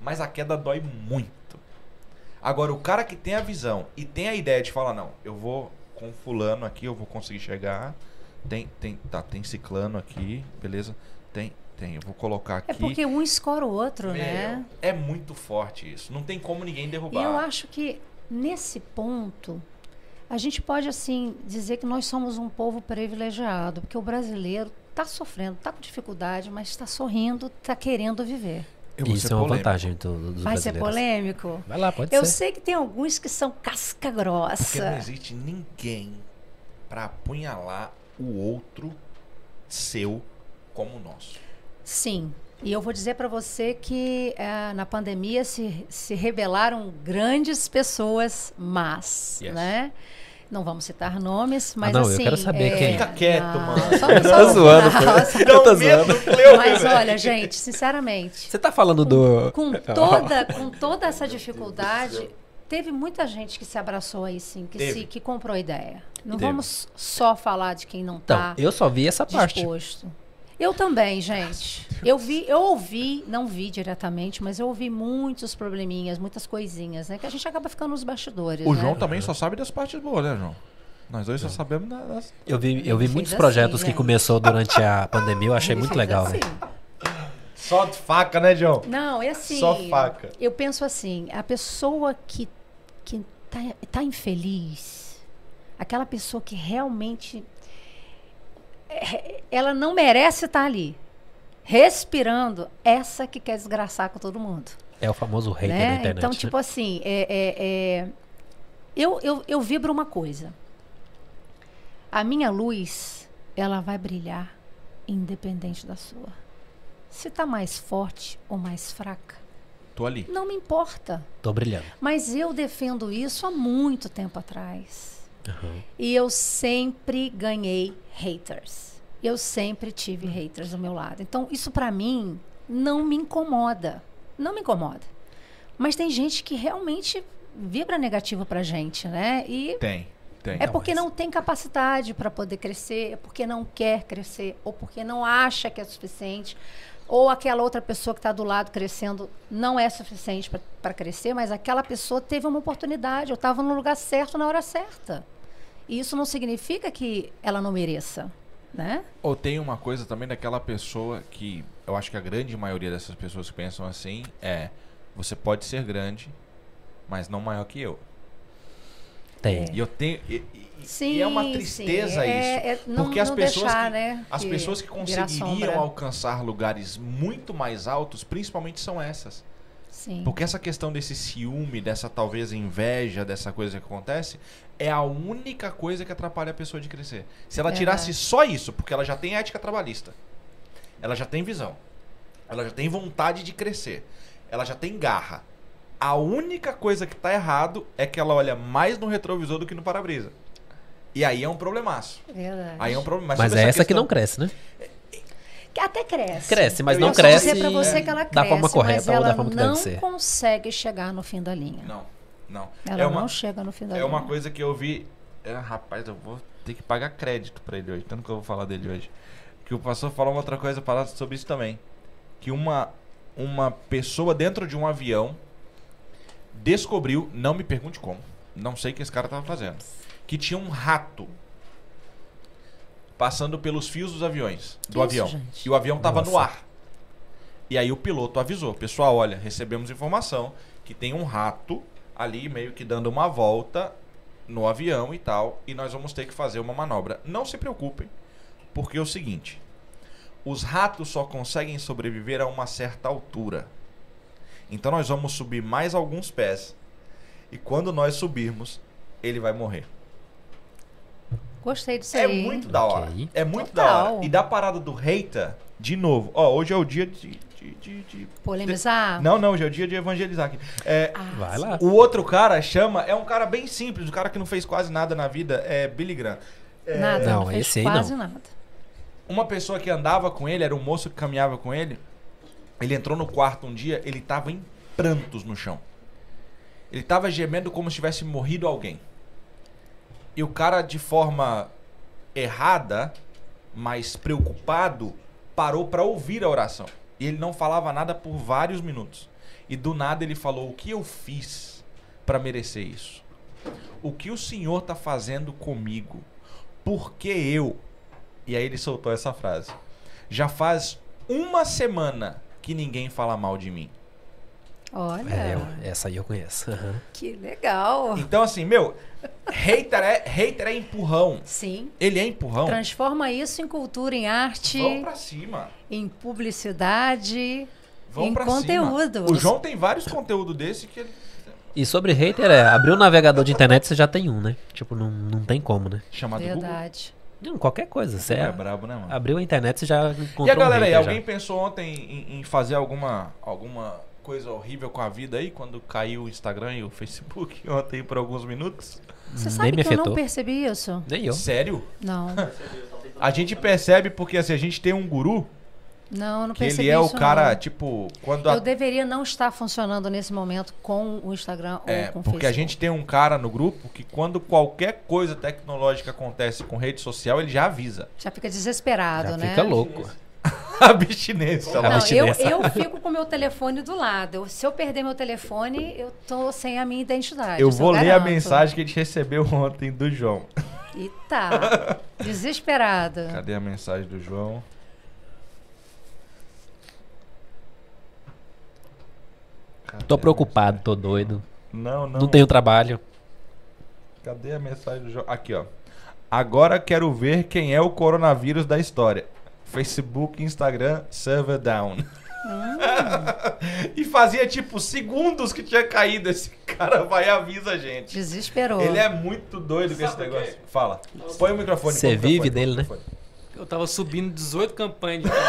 Speaker 2: Mas a queda dói muito. Agora, o cara que tem a visão e tem a ideia de falar, não, eu vou com fulano aqui, eu vou conseguir chegar. Tem, tem, tá, tem ciclano aqui, beleza? Tem, tem. Eu vou colocar aqui.
Speaker 3: É porque um escora o outro,
Speaker 2: Meu,
Speaker 3: né?
Speaker 2: É muito forte isso. Não tem como ninguém
Speaker 3: E
Speaker 2: derrubar.
Speaker 3: eu acho que nesse ponto a gente pode assim dizer que nós somos um povo privilegiado, porque o brasileiro está sofrendo, está com dificuldade, mas está sorrindo, está querendo viver.
Speaker 2: Eu vou
Speaker 1: Isso
Speaker 2: ser
Speaker 1: é uma
Speaker 2: polêmico.
Speaker 1: vantagem do, dos
Speaker 3: Vai ser
Speaker 1: brasileiros.
Speaker 3: polêmico?
Speaker 1: Vai lá, pode
Speaker 3: Eu
Speaker 1: ser.
Speaker 3: sei que tem alguns que são casca
Speaker 2: Porque não
Speaker 3: grossa.
Speaker 2: existe ninguém pra apunhalar o outro seu como o nosso.
Speaker 3: Sim. E eu vou dizer para você que eh, na pandemia se, se revelaram grandes pessoas, mas,
Speaker 2: Yes.
Speaker 3: né? Não vamos citar nomes, mas
Speaker 1: Ah, não, eu
Speaker 3: assim. Ah,
Speaker 1: quero saber quem. é.
Speaker 2: Fica quieto, mano.
Speaker 3: Só, um
Speaker 4: Eu
Speaker 3: só
Speaker 4: tô
Speaker 3: no
Speaker 4: zoando,
Speaker 3: final,
Speaker 4: pô.
Speaker 3: só-
Speaker 4: Eu tô zoando.
Speaker 3: Mas olha, gente, sinceramente,
Speaker 1: Você tá falando do.
Speaker 3: com
Speaker 2: Tá
Speaker 3: toda, com toda essa dificuldade, teve muita gente que se abraçou aí, sim, que,
Speaker 2: Teve.
Speaker 3: se, que comprou ideia. Não
Speaker 2: Teve.
Speaker 3: vamos só falar de quem não
Speaker 1: Então,
Speaker 3: tá. está
Speaker 1: eu só vi essa parte.
Speaker 3: disposto. Eu também, gente. Eu vi, eu ouvi, não vi diretamente, mas eu ouvi muitos probleminhas, muitas coisinhas, né? Que a gente acaba ficando nos bastidores.
Speaker 2: O
Speaker 3: né?
Speaker 2: João também só sabe das partes boas, né, João? Nós dois só sabemos da- das.
Speaker 1: Eu vi, eu vi
Speaker 3: Fez
Speaker 1: muitos
Speaker 3: assim,
Speaker 1: projetos que
Speaker 3: gente.
Speaker 1: começou durante a pandemia, eu achei muito
Speaker 3: Mas
Speaker 1: legal, né?
Speaker 3: assim,
Speaker 1: velho.
Speaker 2: Só de faca, né, João?
Speaker 3: Não, é assim.
Speaker 2: Só faca.
Speaker 3: Eu penso assim, a pessoa que, que tá, tá infeliz, aquela pessoa que realmente é, ela não merece estar ali. Respirando, essa que quer desgraçar com todo mundo.
Speaker 1: É o famoso hater
Speaker 3: né?
Speaker 1: da internet.
Speaker 3: Então,
Speaker 1: né?
Speaker 3: tipo assim, é- é- é- Eu, eu, eu vibro uma coisa. A minha luz, ela vai brilhar independente da sua. Se tá mais forte ou mais fraca,
Speaker 2: Tô ali.
Speaker 3: não me importa.
Speaker 1: Tô brilhando.
Speaker 3: Mas eu defendo isso há muito tempo atrás.
Speaker 1: Aham.
Speaker 3: E eu sempre ganhei haters. Eu sempre tive haters do meu lado. Então, isso pra mim não me incomoda. Não me incomoda. Mas tem gente que realmente vibra negativa pra gente, né? E
Speaker 2: Tem, tem.
Speaker 3: é
Speaker 1: Não,
Speaker 3: porque
Speaker 1: mas-
Speaker 3: não tem capacidade para poder crescer, é porque não quer crescer, ou porque não acha que é suficiente, ou aquela outra pessoa que está do lado crescendo não é suficiente para crescer, mas aquela pessoa teve uma oportunidade, eu estava no lugar certo na hora certa. E isso não significa que ela não mereça, né?
Speaker 2: Ou tem uma coisa também daquela pessoa que eu acho que a grande maioria dessas pessoas que pensam assim é: você pode ser grande, mas não maior que eu.
Speaker 3: é.
Speaker 1: Tem.
Speaker 2: E eu tenho. E, e- e é uma tristeza isso.
Speaker 3: sim, é- é não-
Speaker 2: porque as
Speaker 3: não
Speaker 2: pessoas
Speaker 3: deixar,
Speaker 2: que-
Speaker 3: né,
Speaker 2: As pessoas que
Speaker 3: virar
Speaker 2: conseguiriam
Speaker 3: sombra.
Speaker 2: alcançar lugares muito mais altos, principalmente são essas.
Speaker 3: Sim.
Speaker 2: Porque essa questão desse ciúme, dessa talvez inveja, dessa coisa que acontece, é a única coisa que atrapalha a pessoa de crescer. Se
Speaker 3: É
Speaker 2: ela tirasse só isso, porque ela já tem ética trabalhista, ela já tem visão, ela já tem vontade de crescer, ela já tem garra. A única coisa que tá errado é que ela olha mais no retrovisor do que no para-brisa. E aí é um problemaço.
Speaker 3: Verdade.
Speaker 2: Aí é um problema.
Speaker 1: Mas
Speaker 2: sobre
Speaker 1: é essa que
Speaker 2: questão-
Speaker 1: não cresce, né?
Speaker 3: Que Até cresce.
Speaker 1: Cresce, mas
Speaker 2: Eu
Speaker 1: não
Speaker 2: ia só
Speaker 1: cresce.
Speaker 3: dizer pra você que ela
Speaker 1: da
Speaker 3: cresce,
Speaker 1: forma correta
Speaker 3: mas
Speaker 1: ou
Speaker 3: ela
Speaker 1: da forma que deve
Speaker 3: não
Speaker 1: ser.
Speaker 3: consegue chegar no fim da linha.
Speaker 2: Não, não.
Speaker 3: Ela
Speaker 2: é uma,
Speaker 3: não chega no fim da
Speaker 2: é
Speaker 3: linha.
Speaker 2: uma coisa que eu vi. Ah, rapaz, eu vou ter que pagar crédito pra ele hoje, tanto que eu vou falar dele hoje. Que o pastor falou uma outra coisa parada sobre isso também. Que uma, uma pessoa dentro de um avião descobriu, não me pergunte como, não sei o que esse cara tava fazendo, que tinha um rato passando pelos fios dos aviões, do
Speaker 3: Que isso,
Speaker 2: avião.
Speaker 3: gente?
Speaker 2: E o avião tava no
Speaker 1: Nossa.
Speaker 2: ar. E aí o piloto avisou, pessoal, olha, recebemos informação que tem um rato ali meio que dando uma volta no avião e tal, e nós vamos ter que fazer uma manobra. Não se preocupem, porque é o seguinte, os ratos só conseguem sobreviver a uma certa altura. Então nós vamos subir mais alguns pés. E quando nós subirmos, ele vai morrer.
Speaker 3: Gostei disso
Speaker 2: É
Speaker 3: aí. hein?
Speaker 2: muito da hora.
Speaker 1: Ok.
Speaker 2: É muito da
Speaker 3: Total.
Speaker 2: hora. E da parada do hater, de novo. Ó, hoje é o dia de. de- de- de-
Speaker 3: Polemizar.
Speaker 2: Não, não, hoje é o dia de evangelizar aqui. É,
Speaker 3: Ah,
Speaker 1: Vai lá.
Speaker 2: o outro cara chama, é um cara bem simples, o cara que não fez quase nada na vida, é Billy Graham. É,
Speaker 3: Nada,
Speaker 1: Não,
Speaker 3: não, fez
Speaker 1: esse aí não.
Speaker 3: quase nada.
Speaker 2: Uma pessoa que andava com ele, era um moço que caminhava com ele. Ele entrou no quarto um dia, ele tava em prantos no chão. Ele tava gemendo como se tivesse morrido alguém. E o cara, de forma errada, mas preocupado, parou pra ouvir a oração. E ele não falava nada por vários minutos. E do nada ele falou: O que eu fiz pra merecer isso? O que o senhor tá fazendo comigo? Por que eu? E aí ele soltou essa frase. Já faz uma semana que ninguém fala mal de mim.
Speaker 3: Olha,
Speaker 1: É, eu- essa aí eu conheço. Aham.
Speaker 3: que legal.
Speaker 2: Então, assim, meu, hater é, hater é empurrão.
Speaker 3: Sim.
Speaker 2: Ele é empurrão.
Speaker 3: Transforma isso em cultura, em arte,
Speaker 2: Vão pra cima.
Speaker 3: em publicidade.
Speaker 2: Vão
Speaker 3: Em
Speaker 2: pra
Speaker 3: conteúdo.
Speaker 2: cima. O João tem vários conteúdos desse que ele
Speaker 1: E sobre hater, é, abriu o navegador de internet, você já tem um, né? Tipo, não, não tem como, né?
Speaker 2: chamado Google.
Speaker 3: Verdade.
Speaker 1: Não, qualquer coisa, você
Speaker 2: Google é
Speaker 1: é-
Speaker 2: brabo, né, mano?
Speaker 1: abriu a internet, você já encontrou
Speaker 2: E a galera
Speaker 1: um
Speaker 2: aí,
Speaker 1: hater já.
Speaker 2: alguém pensou ontem em, em fazer alguma, alguma coisa horrível com a vida aí quando caiu o Instagram e o Facebook ontem por alguns minutos?
Speaker 1: Hum,
Speaker 3: Você
Speaker 1: Nem
Speaker 3: sabe
Speaker 1: me
Speaker 3: que eu não
Speaker 1: afetou.
Speaker 3: percebi isso?
Speaker 1: Nem eu.
Speaker 2: Sério?
Speaker 3: Não.
Speaker 2: A gente percebe porque assim, a gente tem um guru
Speaker 3: Não, eu não
Speaker 2: que
Speaker 3: percebi
Speaker 2: ele é o
Speaker 3: isso,
Speaker 2: cara,
Speaker 3: não.
Speaker 2: tipo, quando a-
Speaker 3: Eu deveria não estar funcionando nesse momento com o Instagram
Speaker 2: É,
Speaker 3: ou com o
Speaker 2: porque a
Speaker 3: Facebook.
Speaker 2: gente tem um cara no grupo que quando qualquer coisa tecnológica acontece com rede social, ele já avisa.
Speaker 3: Já fica desesperado,
Speaker 1: Já
Speaker 3: né?
Speaker 1: fica louco.
Speaker 2: A bichinense, sei
Speaker 1: Não,
Speaker 2: lá.
Speaker 3: Não, eu,
Speaker 1: abstinência.
Speaker 3: eu fico com meu telefone do lado. Se eu perder meu telefone, eu tô sem a minha identidade.
Speaker 2: Eu
Speaker 3: isso é
Speaker 2: vou ler a
Speaker 3: garanto.
Speaker 2: mensagem que a gente recebeu ontem do João.
Speaker 3: E tá. Desesperado.
Speaker 2: Cadê a mensagem do João? Cadê
Speaker 1: Tô
Speaker 2: a
Speaker 1: preocupado, tô doido.
Speaker 2: mensagem? Não, não.
Speaker 1: Não tenho trabalho.
Speaker 2: Cadê a mensagem do João? Aqui, ó. Agora quero ver quem é o coronavírus da história. Facebook, Instagram, server down.
Speaker 5: Ah.
Speaker 2: e fazia tipo segundos que tinha caído. Esse cara vai e avisa a gente.
Speaker 3: Desesperou.
Speaker 2: Ele é muito doido com esse
Speaker 5: Sabe o
Speaker 2: negócio. Fala. Põe o microfone.
Speaker 1: Você
Speaker 2: põe o microfone,
Speaker 1: vive
Speaker 2: põe o
Speaker 1: dele, né?
Speaker 2: microfone.
Speaker 5: Eu tava subindo 18 campanhas de
Speaker 1: Nossa.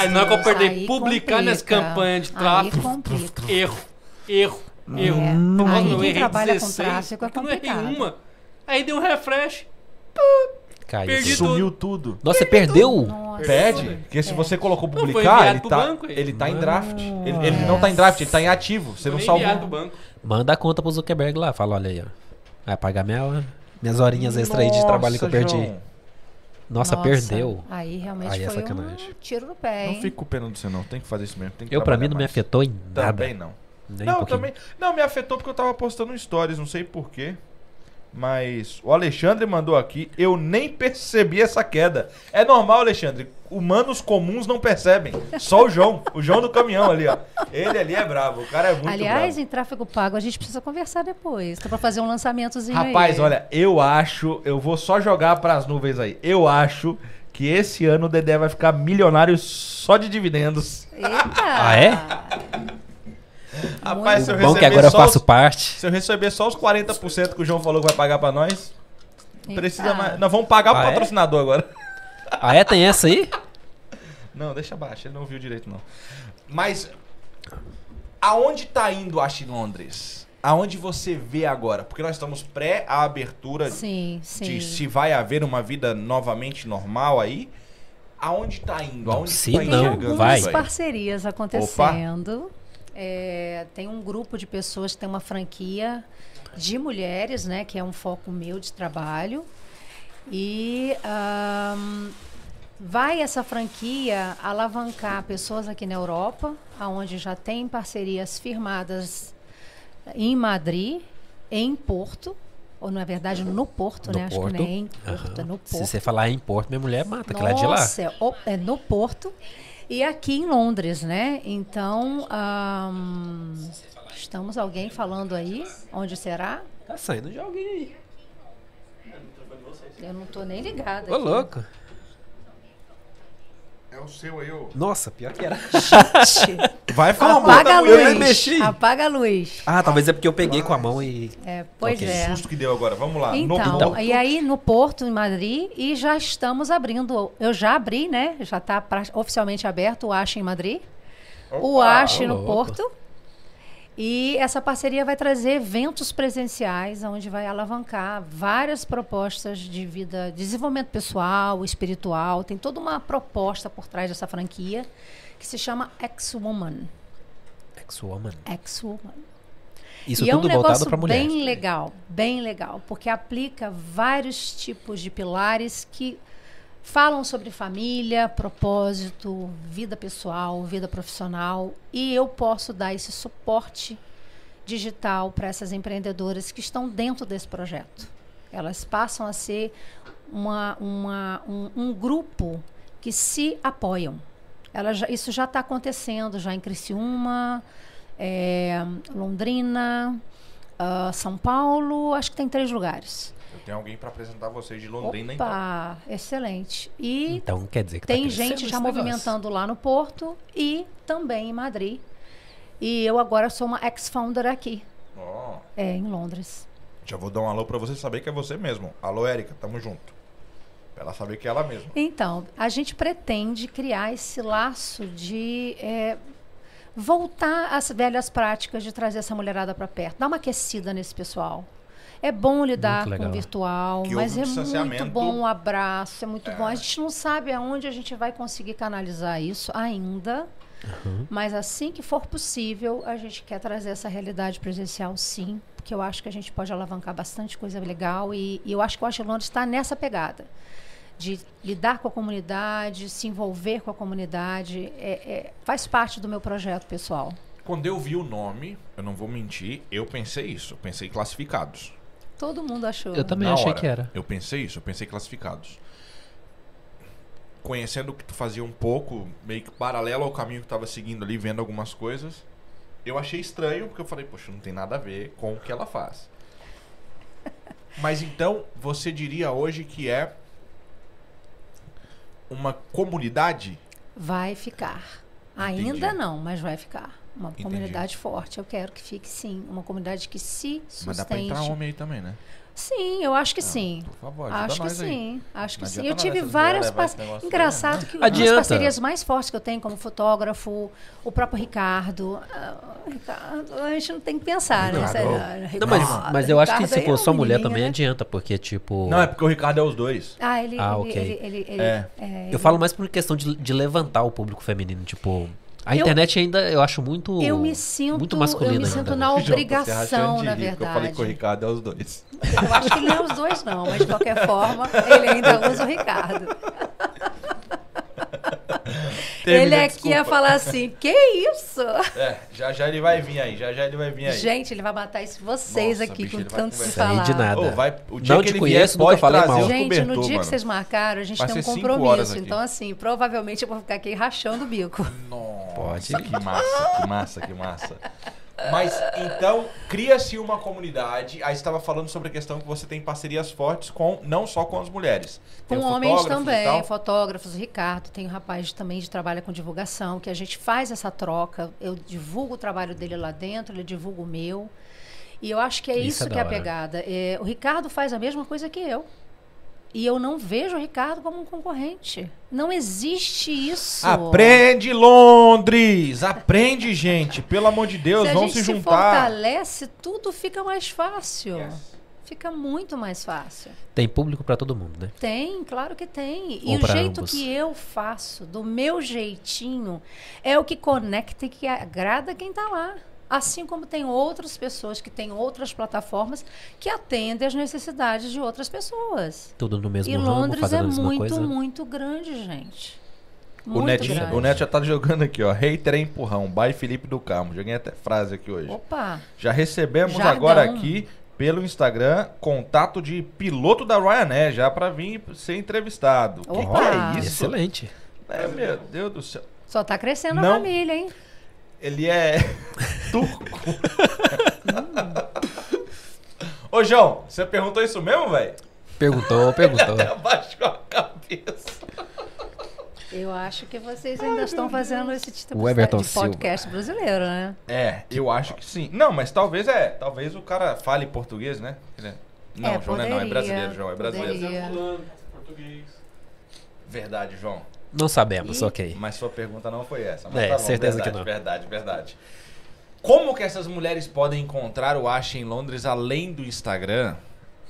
Speaker 5: Aí na hora que eu
Speaker 3: Nossa,
Speaker 5: perder
Speaker 3: aí
Speaker 5: publicar nas
Speaker 3: complica.
Speaker 5: campanhas de
Speaker 3: Aí
Speaker 5: tráfego,
Speaker 3: complica.
Speaker 5: erro, erro, erro.
Speaker 3: É.
Speaker 5: Nossa,
Speaker 3: Aí
Speaker 5: eu
Speaker 3: quem
Speaker 5: errei
Speaker 3: trabalha com
Speaker 5: 16,
Speaker 3: tráfego é
Speaker 5: eu não errei
Speaker 3: complicado.
Speaker 5: uma. Aí deu um refresh.
Speaker 1: Caiu.
Speaker 5: Perdi
Speaker 1: tudo.
Speaker 2: Sumiu tudo.
Speaker 1: Nossa, você perdeu?
Speaker 3: Nossa. É.
Speaker 2: Pede, porque se você colocou
Speaker 5: É. foi
Speaker 2: publicar,
Speaker 5: enviado
Speaker 2: ele
Speaker 5: pro
Speaker 2: tá,
Speaker 5: banco, ele.
Speaker 2: ele tá em draft. Ele, ele
Speaker 3: Nossa.
Speaker 2: não tá em draft, ele tá em ativo. Você
Speaker 5: Eu
Speaker 2: não
Speaker 5: nem
Speaker 2: salvou.
Speaker 5: enviado do banco.
Speaker 1: Manda a conta pro Zuckerberg lá. Fala, olha aí, ó. Vai pagar minha, minhas horinhas extra aí de trabalho que eu
Speaker 2: Nossa,
Speaker 1: perdi.
Speaker 2: João.
Speaker 1: Nossa, perdeu.
Speaker 3: Aí realmente
Speaker 1: Aí é
Speaker 3: foi
Speaker 1: sacanagem.
Speaker 3: um tiro no pé,
Speaker 2: Não
Speaker 3: hein?
Speaker 2: fico com pena do você não, tem que fazer isso mesmo. Tem que
Speaker 1: Eu, pra mim,
Speaker 2: trabalhar
Speaker 1: não me
Speaker 2: mais.
Speaker 1: afetou em nada.
Speaker 2: Também não.
Speaker 1: Nem
Speaker 2: não,
Speaker 1: um pouquinho.
Speaker 2: também. Não, me afetou porque eu tava postando stories, não sei porquê. Mas o Alexandre mandou aqui, eu nem percebi essa queda. É normal, Alexandre. Humanos comuns não percebem. Só o João. o João do caminhão ali, ó. Ele ali é bravo. O cara é muito
Speaker 3: Aliás,
Speaker 2: bravo.
Speaker 3: em tráfego pago, a gente precisa conversar depois. Tá pra fazer um lançamentozinho aí.
Speaker 2: Rapaz, olha, eu acho, eu vou só jogar pras nuvens aí. Eu acho que esse ano o Dedé vai ficar milionário só de dividendos.
Speaker 3: Eita!
Speaker 1: Ah, é?
Speaker 2: Rapaz, se eu
Speaker 1: Bom que
Speaker 2: receber
Speaker 1: agora eu
Speaker 2: só os-
Speaker 1: faço parte.
Speaker 2: Se eu receber só os 40% que o João falou que vai pagar pra nós,
Speaker 3: Eita.
Speaker 2: precisa mais. Nós vamos pagar
Speaker 1: Ah,
Speaker 2: pro
Speaker 1: é?
Speaker 2: patrocinador agora.
Speaker 1: Ah, é? Tem essa aí?
Speaker 2: Não, deixa abaixo, ele não viu direito não. Mas aonde tá indo a Londres? Aonde você vê agora? Porque nós estamos pré a abertura
Speaker 3: Sim, sim.
Speaker 2: de se vai haver uma vida novamente normal aí. Aonde tá indo? Aonde
Speaker 1: Se
Speaker 2: tá
Speaker 3: Tem
Speaker 1: não,
Speaker 2: enxergando
Speaker 1: vai.
Speaker 2: isso
Speaker 3: algumas
Speaker 2: aí?
Speaker 3: parcerias acontecendo. É, tem um grupo de pessoas que tem uma franquia de mulheres, né? Que é um foco meu de trabalho. E ahn, vai essa franquia alavancar pessoas aqui na Europa, aonde já tem parcerias firmadas em Madrid, em Porto, ou na verdade no Porto,
Speaker 1: No
Speaker 3: né? Acho
Speaker 1: Porto.
Speaker 3: que não é em Porto, é
Speaker 1: Aham.
Speaker 3: no
Speaker 1: Se
Speaker 3: Porto.
Speaker 1: você falar em Porto, minha mulher mata, que lá é de lá.
Speaker 3: Nossa, é o- é no Porto e aqui em Londres, né? Então, ahn, estamos alguém falando aí? Onde será?
Speaker 1: Tá saindo de alguém aí.
Speaker 3: Eu não tô nem ligada.
Speaker 1: Ô,
Speaker 3: aqui.
Speaker 1: louco.
Speaker 6: É o seu aí, ô.
Speaker 1: Nossa, pior que era.
Speaker 3: Gente,
Speaker 2: Vai falar mal
Speaker 3: apaga
Speaker 2: da
Speaker 3: a
Speaker 2: mulher, né?
Speaker 1: nem mexi.
Speaker 3: luz. Apaga a luz.
Speaker 1: Ah, talvez é porque eu peguei com a mão e...
Speaker 3: É, pois
Speaker 1: Ok.
Speaker 3: é.
Speaker 2: Que susto que deu agora. Vamos
Speaker 1: Ah,
Speaker 2: lá. No
Speaker 3: Então,
Speaker 2: ponto.
Speaker 3: e aí no Porto, em Madrid, e já estamos abrindo. Eu já abri, né? Já está oficialmente aberto o Ache em Madrid. o Ache no
Speaker 1: louco.
Speaker 3: Porto. E essa parceria vai trazer eventos presenciais, onde vai alavancar várias propostas de vida, desenvolvimento pessoal, espiritual. Tem toda uma proposta por trás dessa franquia que se chama Ex-Woman.
Speaker 1: Ex-woman.
Speaker 3: Ex-Woman
Speaker 1: Isso
Speaker 3: e
Speaker 1: tudo
Speaker 3: é um
Speaker 1: voltado
Speaker 3: negócio
Speaker 1: pra mulher.
Speaker 3: bem legal, bem legal, porque aplica vários tipos de pilares que falam sobre família, propósito, vida pessoal, vida profissional, e eu posso dar esse suporte digital para essas empreendedoras que estão dentro desse projeto. Elas passam a ser uma, uma- um, um grupo que se apoiam. Ela já- isso já está acontecendo já em Criciúma, é, Londrina, ah, São Paulo, acho que tem três lugares.
Speaker 2: Eu tenho alguém pra apresentar vocês de Londrina, então.
Speaker 3: Opa, excelente. E
Speaker 1: Então quer dizer que tá
Speaker 3: tem
Speaker 1: crescendo
Speaker 3: gente já
Speaker 1: esse negócio.
Speaker 3: movimentando lá no Porto e também em Madrid. E eu agora sou uma ex-founder aqui,
Speaker 2: Ó,
Speaker 3: é, em Londres.
Speaker 2: já vou dar um alô pra você saber que é você mesmo. Alô, Érica, tamo junto. Pra ela saber que é ela mesma.
Speaker 3: Então, a gente pretende criar esse laço de é, voltar às velhas práticas de trazer essa mulherada para perto, dar uma aquecida nesse pessoal. É bom lidar
Speaker 1: Muito
Speaker 3: com
Speaker 1: legal.
Speaker 3: o virtual,
Speaker 2: Que
Speaker 3: mas
Speaker 2: houve um
Speaker 3: é muito
Speaker 2: distanciamento.
Speaker 3: bom o abraço, é muito bom. A gente não sabe aonde a gente vai conseguir canalizar isso ainda, mas assim que for possível, a gente quer trazer essa realidade presencial, sim, porque eu acho que a gente pode alavancar bastante coisa legal e, e eu acho que o Acho Londres está nessa pegada de lidar com a comunidade, se envolver com a comunidade, é- é- faz parte do meu projeto pessoal.
Speaker 2: Quando eu vi o nome, eu não vou mentir, eu pensei isso. Eu pensei classificados.
Speaker 3: Todo mundo achou.
Speaker 1: Eu também
Speaker 2: Na
Speaker 1: achei
Speaker 2: hora.
Speaker 1: que era.
Speaker 2: Eu pensei isso, eu pensei classificados. Conhecendo o que tu fazia um pouco, meio que paralelo ao caminho que tu tava seguindo ali, vendo algumas coisas, eu achei estranho, porque eu falei, poxa, não tem nada a ver com o que ela faz. Mas então, você diria hoje que é uma comunidade?
Speaker 3: Vai ficar.
Speaker 2: Entendi.
Speaker 3: Ainda não, mas vai ficar. Uma
Speaker 2: Entendi.
Speaker 3: comunidade forte. Eu quero que fique sim. Uma comunidade que se sustente.
Speaker 2: Mas dá pra entrar homem aí também, né?
Speaker 3: Sim, eu acho que sim.
Speaker 2: Por favor, ajuda
Speaker 3: Acho que
Speaker 2: nós aí.
Speaker 3: sim. Acho que
Speaker 2: Não
Speaker 3: sim.
Speaker 2: adianta
Speaker 3: Eu
Speaker 2: nós
Speaker 3: tive
Speaker 2: essas mulheres levar
Speaker 3: várias
Speaker 2: esse
Speaker 3: parcerias.
Speaker 2: negócio aí,
Speaker 3: Engraçado
Speaker 2: né?
Speaker 3: que as
Speaker 1: Adianta.
Speaker 3: parcerias mais fortes que eu tenho como fotógrafo, o próprio Ricardo. ah, Ricardo, a gente não tem que pensar, né? Sei lá,
Speaker 1: Não, mas,
Speaker 3: Ricardo,
Speaker 1: mas eu acho que
Speaker 3: Ricardo
Speaker 1: se
Speaker 3: aí
Speaker 1: for
Speaker 3: é
Speaker 1: só
Speaker 3: um
Speaker 1: mulher
Speaker 3: menininho,
Speaker 1: também
Speaker 3: né?
Speaker 1: adianta, porque tipo.
Speaker 2: Não, é porque o Ricardo é os dois.
Speaker 3: Ah, ele.
Speaker 1: Ah,
Speaker 3: ele,
Speaker 1: ok.
Speaker 3: ele, ele- ele-
Speaker 2: É.
Speaker 3: é,
Speaker 1: Eu falo mais por questão de, de levantar o público feminino, tipo. A
Speaker 3: Eu-
Speaker 1: internet ainda eu acho muito.
Speaker 3: Eu me sinto,
Speaker 1: Muito
Speaker 3: eu
Speaker 1: masculino
Speaker 3: me
Speaker 1: ainda.
Speaker 3: sinto na obrigação, na
Speaker 2: Eu falei
Speaker 3: verdade.
Speaker 2: que o Ricardo é os dois.
Speaker 3: Eu acho que ele não é os dois, não, mas de qualquer forma, ele ainda usa o Ricardo. ele
Speaker 2: Termina,
Speaker 3: aqui ia
Speaker 2: desculpa.
Speaker 3: falar assim: que isso?
Speaker 2: É, já já ele vai vir aí, já já ele vai vir aí.
Speaker 3: Gente, ele vai matar isso vocês
Speaker 2: Nossa,
Speaker 3: aqui
Speaker 2: bicho,
Speaker 3: com
Speaker 2: ele vai
Speaker 3: tanto se
Speaker 1: Isso aí
Speaker 3: falar.
Speaker 1: de nada.
Speaker 2: Ô, vai, o dia
Speaker 1: Não
Speaker 2: que
Speaker 1: te
Speaker 2: ele
Speaker 1: conheço,
Speaker 2: vier,
Speaker 1: nunca
Speaker 2: pode
Speaker 1: falei
Speaker 2: trazer
Speaker 1: mal.
Speaker 2: os
Speaker 3: Gente, no
Speaker 2: cobertor,
Speaker 3: dia que
Speaker 2: mano.
Speaker 3: vocês marcaram, a gente
Speaker 2: Vai
Speaker 3: tem um
Speaker 2: ser cinco horas
Speaker 3: compromisso.
Speaker 2: aqui.
Speaker 3: Então, assim, provavelmente eu vou ficar aqui rachando o bico.
Speaker 2: Nossa,
Speaker 1: Pode.
Speaker 2: que massa, que massa, que massa. Mas então, cria-se uma comunidade. Aí você estava falando sobre a questão que você tem parcerias fortes com não só com as mulheres. Tem
Speaker 3: Com
Speaker 2: os
Speaker 3: homens
Speaker 2: fotógrafos e tal.
Speaker 3: também, fotógrafos, o Ricardo, tem um rapaz também que trabalha com divulgação, que a gente faz essa troca, eu divulgo o trabalho dele lá dentro, ele divulga o meu. E eu acho que é
Speaker 1: Isso
Speaker 3: isso,
Speaker 1: é da
Speaker 3: que é a
Speaker 1: hora.
Speaker 3: pegada. É, o Ricardo faz a mesma coisa que eu. E eu não vejo o Ricardo como um concorrente. Não existe isso.
Speaker 2: Aprende Londres! Aprende, gente! Pelo amor de Deus,
Speaker 3: se a
Speaker 2: vão
Speaker 3: gente
Speaker 2: se
Speaker 3: se,
Speaker 2: juntar.
Speaker 3: fortalece, tudo fica mais fácil. Fica muito mais fácil.
Speaker 1: Tem público pra todo mundo, né?
Speaker 3: Tem, claro que tem.
Speaker 1: Ou
Speaker 3: E o
Speaker 1: pra
Speaker 3: jeito
Speaker 1: ambos.
Speaker 3: que eu faço, do meu jeitinho, é o que conecta e que agrada quem está lá. Assim como tem outras pessoas que têm outras plataformas que atendem às necessidades de outras pessoas.
Speaker 1: Tudo no mesmo
Speaker 3: e
Speaker 1: ramo,
Speaker 3: Londres
Speaker 1: fazendo
Speaker 3: é
Speaker 1: a mesma
Speaker 3: muito,
Speaker 1: coisa.
Speaker 3: muito grande, gente.
Speaker 2: O
Speaker 3: Muito
Speaker 2: Netinho,
Speaker 3: grande.
Speaker 2: o Neto já tá jogando aqui, ó. Hater é empurrão. By Felipe do Carmo. Joguei até frase aqui hoje.
Speaker 3: Opa!
Speaker 2: Já recebemos
Speaker 3: Jardão.
Speaker 2: agora aqui pelo Instagram contato de piloto da Ryanair já pra vir ser entrevistado. O que,
Speaker 3: Opa!
Speaker 2: que é isso?
Speaker 1: Excelente.
Speaker 2: É, meu Deus do céu.
Speaker 3: Só tá crescendo
Speaker 2: Não.
Speaker 3: a família, hein?
Speaker 2: Ele é turco. Ô, João, você perguntou isso mesmo, velho?
Speaker 1: Perguntou, perguntou.
Speaker 2: Abaixou a cabeça.
Speaker 3: Eu acho que vocês ainda estão fazendo esse tipo
Speaker 1: O Everton
Speaker 3: de podcast brasileiro, né?
Speaker 2: É, eu acho que sim. Não, mas talvez é. Talvez o cara fale português, né? Ele é- Não,
Speaker 3: É,
Speaker 2: João não é não, é
Speaker 3: poderia,
Speaker 2: brasileiro, João, é brasileiro.
Speaker 5: Mas é
Speaker 3: Poderia.
Speaker 5: fulano, português.
Speaker 2: Verdade, João.
Speaker 1: Não sabemos,
Speaker 3: Ih. né?
Speaker 1: ok.
Speaker 2: Mas sua pergunta não foi essa. Mas
Speaker 1: É,
Speaker 2: tá bom,
Speaker 1: certeza
Speaker 2: verdade,
Speaker 1: que não.
Speaker 2: Verdade, verdade. Como que essas mulheres podem encontrar o Acha em Londres além do Instagram?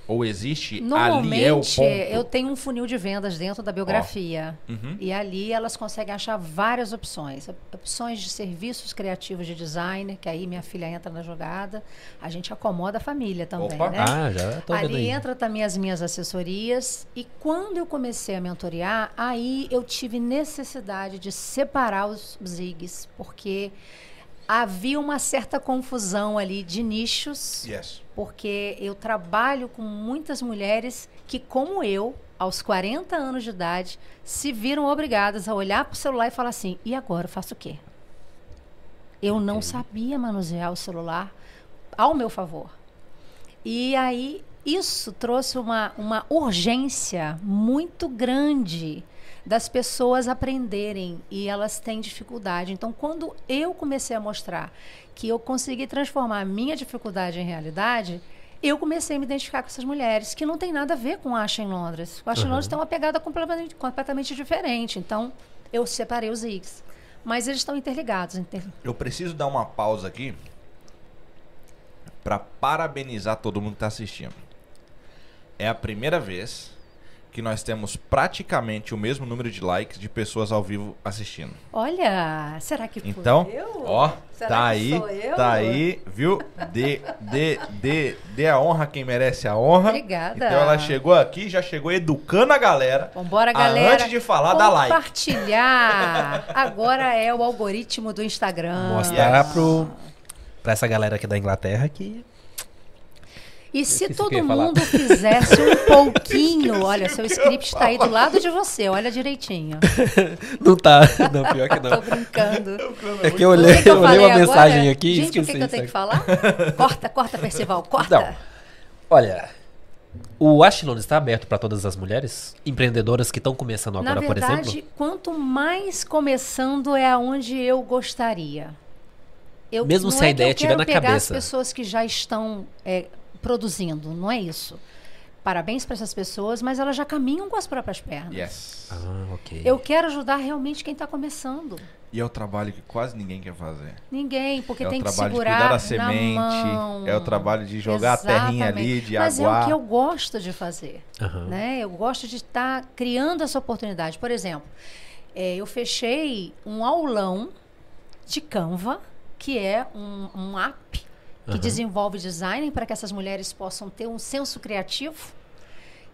Speaker 2: Ou existe ali é o
Speaker 3: Normalmente,
Speaker 2: ponto?
Speaker 3: eu tenho um funil de vendas dentro da biografia.
Speaker 2: Uhum.
Speaker 3: E ali elas conseguem achar várias opções. Op- Opções de serviços criativos de design, que aí minha filha entra na jogada. A gente acomoda a família também,
Speaker 2: Opa.
Speaker 3: né?
Speaker 1: Ah, já tô vendo
Speaker 3: Ali
Speaker 1: aí.
Speaker 3: entra também as minhas assessorias. E quando eu comecei a mentorear, aí eu tive necessidade de separar os zigs, porque havia uma certa confusão ali de nichos
Speaker 2: Yes.
Speaker 3: porque eu trabalho com muitas mulheres que, como eu, aos 40 anos de idade, se viram obrigadas a olhar para o celular e falar assim: e agora eu faço o quê? Eu não sabia manusear o celular ao meu favor. E aí isso trouxe uma, uma urgência muito grande das pessoas aprenderem e elas têm dificuldade. Então, quando eu comecei a mostrar que eu consegui transformar a minha dificuldade em realidade, eu comecei a me identificar com essas mulheres, que não tem nada a ver com Acha em Londres. O Acha em Londres tem uma pegada completamente, completamente diferente. Então, eu separei os Ziggs. Mas eles estão interligados. Inter...
Speaker 2: Eu preciso dar uma pausa aqui pra parabenizar todo mundo que tá assistindo. É a primeira vez que nós temos praticamente o mesmo número de likes de pessoas ao vivo assistindo.
Speaker 3: Olha, será que foi
Speaker 2: Então,
Speaker 3: eu?
Speaker 2: ó,
Speaker 3: Será
Speaker 2: tá
Speaker 3: que
Speaker 2: aí,
Speaker 3: sou eu?
Speaker 2: tá aí, viu? Dê, dê, dê, dê a honra a quem merece a honra.
Speaker 3: Obrigada.
Speaker 2: Então ela chegou aqui, já chegou educando a galera.
Speaker 3: Vambora,
Speaker 2: Ah,
Speaker 3: galera.
Speaker 2: antes de falar, dá like.
Speaker 3: Compartilhar. Agora é o algoritmo do Instagram.
Speaker 1: Mostrar
Speaker 2: Yes.
Speaker 1: pro, pra essa galera aqui da Inglaterra que.
Speaker 3: E se
Speaker 1: esqueci o que eu
Speaker 3: todo
Speaker 1: ia falar.
Speaker 3: mundo fizesse um pouquinho, olha, seu script está aí do lado de você, olha direitinho.
Speaker 1: Não tá. Não, pior que
Speaker 3: Tô
Speaker 1: não.
Speaker 3: brincando.
Speaker 1: É que eu
Speaker 3: O
Speaker 1: olhei,
Speaker 3: que que
Speaker 1: eu olhei
Speaker 3: falei
Speaker 1: uma
Speaker 3: agora?
Speaker 1: mensagem aqui e
Speaker 3: Gente,
Speaker 1: esqueci.
Speaker 3: o que, que eu tenho
Speaker 1: sabe?
Speaker 3: que falar? Corta, corta, Percival, corta.
Speaker 1: Então, olha, o Ashland está aberto para todas as mulheres empreendedoras que estão começando
Speaker 3: Na
Speaker 1: agora, por
Speaker 3: verdade,
Speaker 1: exemplo.
Speaker 3: quanto mais começando é aonde eu gostaria. Eu,
Speaker 1: Mesmo
Speaker 3: não
Speaker 1: se a
Speaker 3: é que
Speaker 1: ideia
Speaker 3: eu
Speaker 1: tiver
Speaker 3: quero
Speaker 1: na
Speaker 3: pegar
Speaker 1: cabeça.
Speaker 3: as pessoas que já estão é, produzindo, não é isso. Parabéns para essas pessoas, mas elas já caminham com as próprias pernas.
Speaker 2: Yes.
Speaker 1: Ah, ok.
Speaker 3: Eu quero ajudar realmente quem está começando.
Speaker 2: E é o trabalho que quase ninguém quer fazer.
Speaker 3: Ninguém, porque
Speaker 2: é
Speaker 3: tem
Speaker 2: o
Speaker 3: que
Speaker 2: trabalho de
Speaker 3: segurar
Speaker 2: cuidar da
Speaker 3: na mão.
Speaker 2: semente, é o trabalho de jogar a terrinha ali, de
Speaker 3: Mas
Speaker 2: aguar.
Speaker 3: é o que eu gosto de fazer.
Speaker 1: Aham.
Speaker 3: né? Eu gosto de estar criando essa oportunidade. Por exemplo, eh, eu fechei um aulão de Canva, que é um, um app que
Speaker 1: Aham.
Speaker 3: desenvolve design para que essas mulheres possam ter um senso criativo,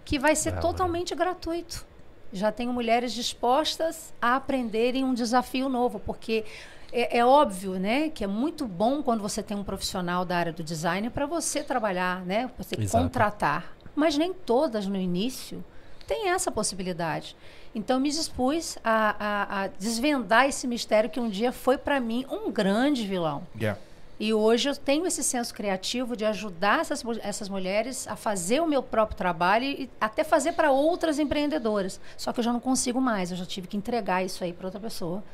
Speaker 3: que vai ser
Speaker 1: Da hora.
Speaker 3: totalmente gratuito. Já tenho mulheres dispostas a aprenderem um desafio novo, porque é, é óbvio, né, que é muito bom quando você tem um profissional da área do design para você trabalhar, né, pra você
Speaker 1: Exato.
Speaker 3: contratar. Mas nem todas no início têm essa possibilidade. Então me dispus a, a- a desvendar esse mistério que um dia foi para mim um grande vilão.
Speaker 2: Yeah.
Speaker 3: E hoje eu tenho esse senso criativo de ajudar essas, mu- essas mulheres a fazer o meu próprio trabalho e até fazer para outras empreendedoras. Só que eu já não consigo mais, eu já tive que entregar isso aí para outra pessoa,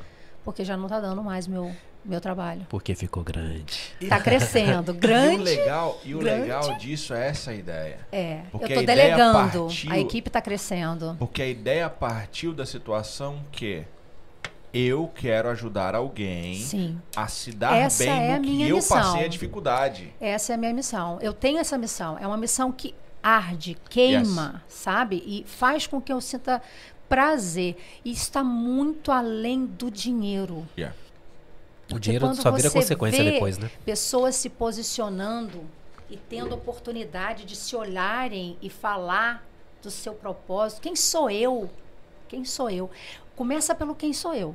Speaker 3: porque já não está dando mais meu, meu trabalho.
Speaker 1: Porque ficou grande.
Speaker 3: Está crescendo.
Speaker 2: E o
Speaker 3: Grande.
Speaker 2: legal, e o
Speaker 3: grande.
Speaker 2: legal disso é essa ideia.
Speaker 3: É,
Speaker 2: Porque
Speaker 3: eu
Speaker 2: a
Speaker 3: tô
Speaker 2: ideia
Speaker 3: delegando.
Speaker 2: partiu-
Speaker 3: A equipe está crescendo.
Speaker 2: Porque a ideia partiu da situação que eu quero ajudar alguém
Speaker 3: Sim.
Speaker 2: a se dar
Speaker 3: Essa
Speaker 2: bem
Speaker 3: é
Speaker 2: no
Speaker 3: a
Speaker 2: que
Speaker 3: minha
Speaker 2: eu
Speaker 3: missão.
Speaker 2: passei a dificuldade.
Speaker 3: Essa é a minha missão. Eu tenho essa missão. É uma missão que arde, queima, sabe? E faz com que eu sinta prazer. E está muito além do dinheiro.
Speaker 2: Yeah.
Speaker 1: O dinheiro
Speaker 3: quando
Speaker 1: só vira
Speaker 3: você
Speaker 1: consequência
Speaker 3: vê-
Speaker 1: depois, né?
Speaker 3: Pessoas se posicionando e tendo a oportunidade de se olharem e falar do seu propósito. Quem sou eu? Quem sou eu? Começa pelo quem sou eu.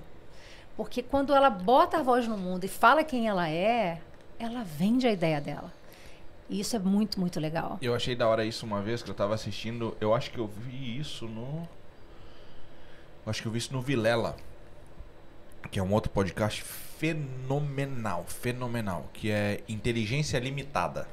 Speaker 3: Porque quando ela bota a voz no mundo e fala quem ela é, ela vende a ideia dela. E isso é muito, muito legal.
Speaker 2: Eu achei da hora isso uma vez que eu tava assistindo. Eu acho que eu vi isso no. Eu acho que eu vi isso no Vilela. Que é um outro podcast fenomenal, fenomenal. Que é Inteligência Limitada.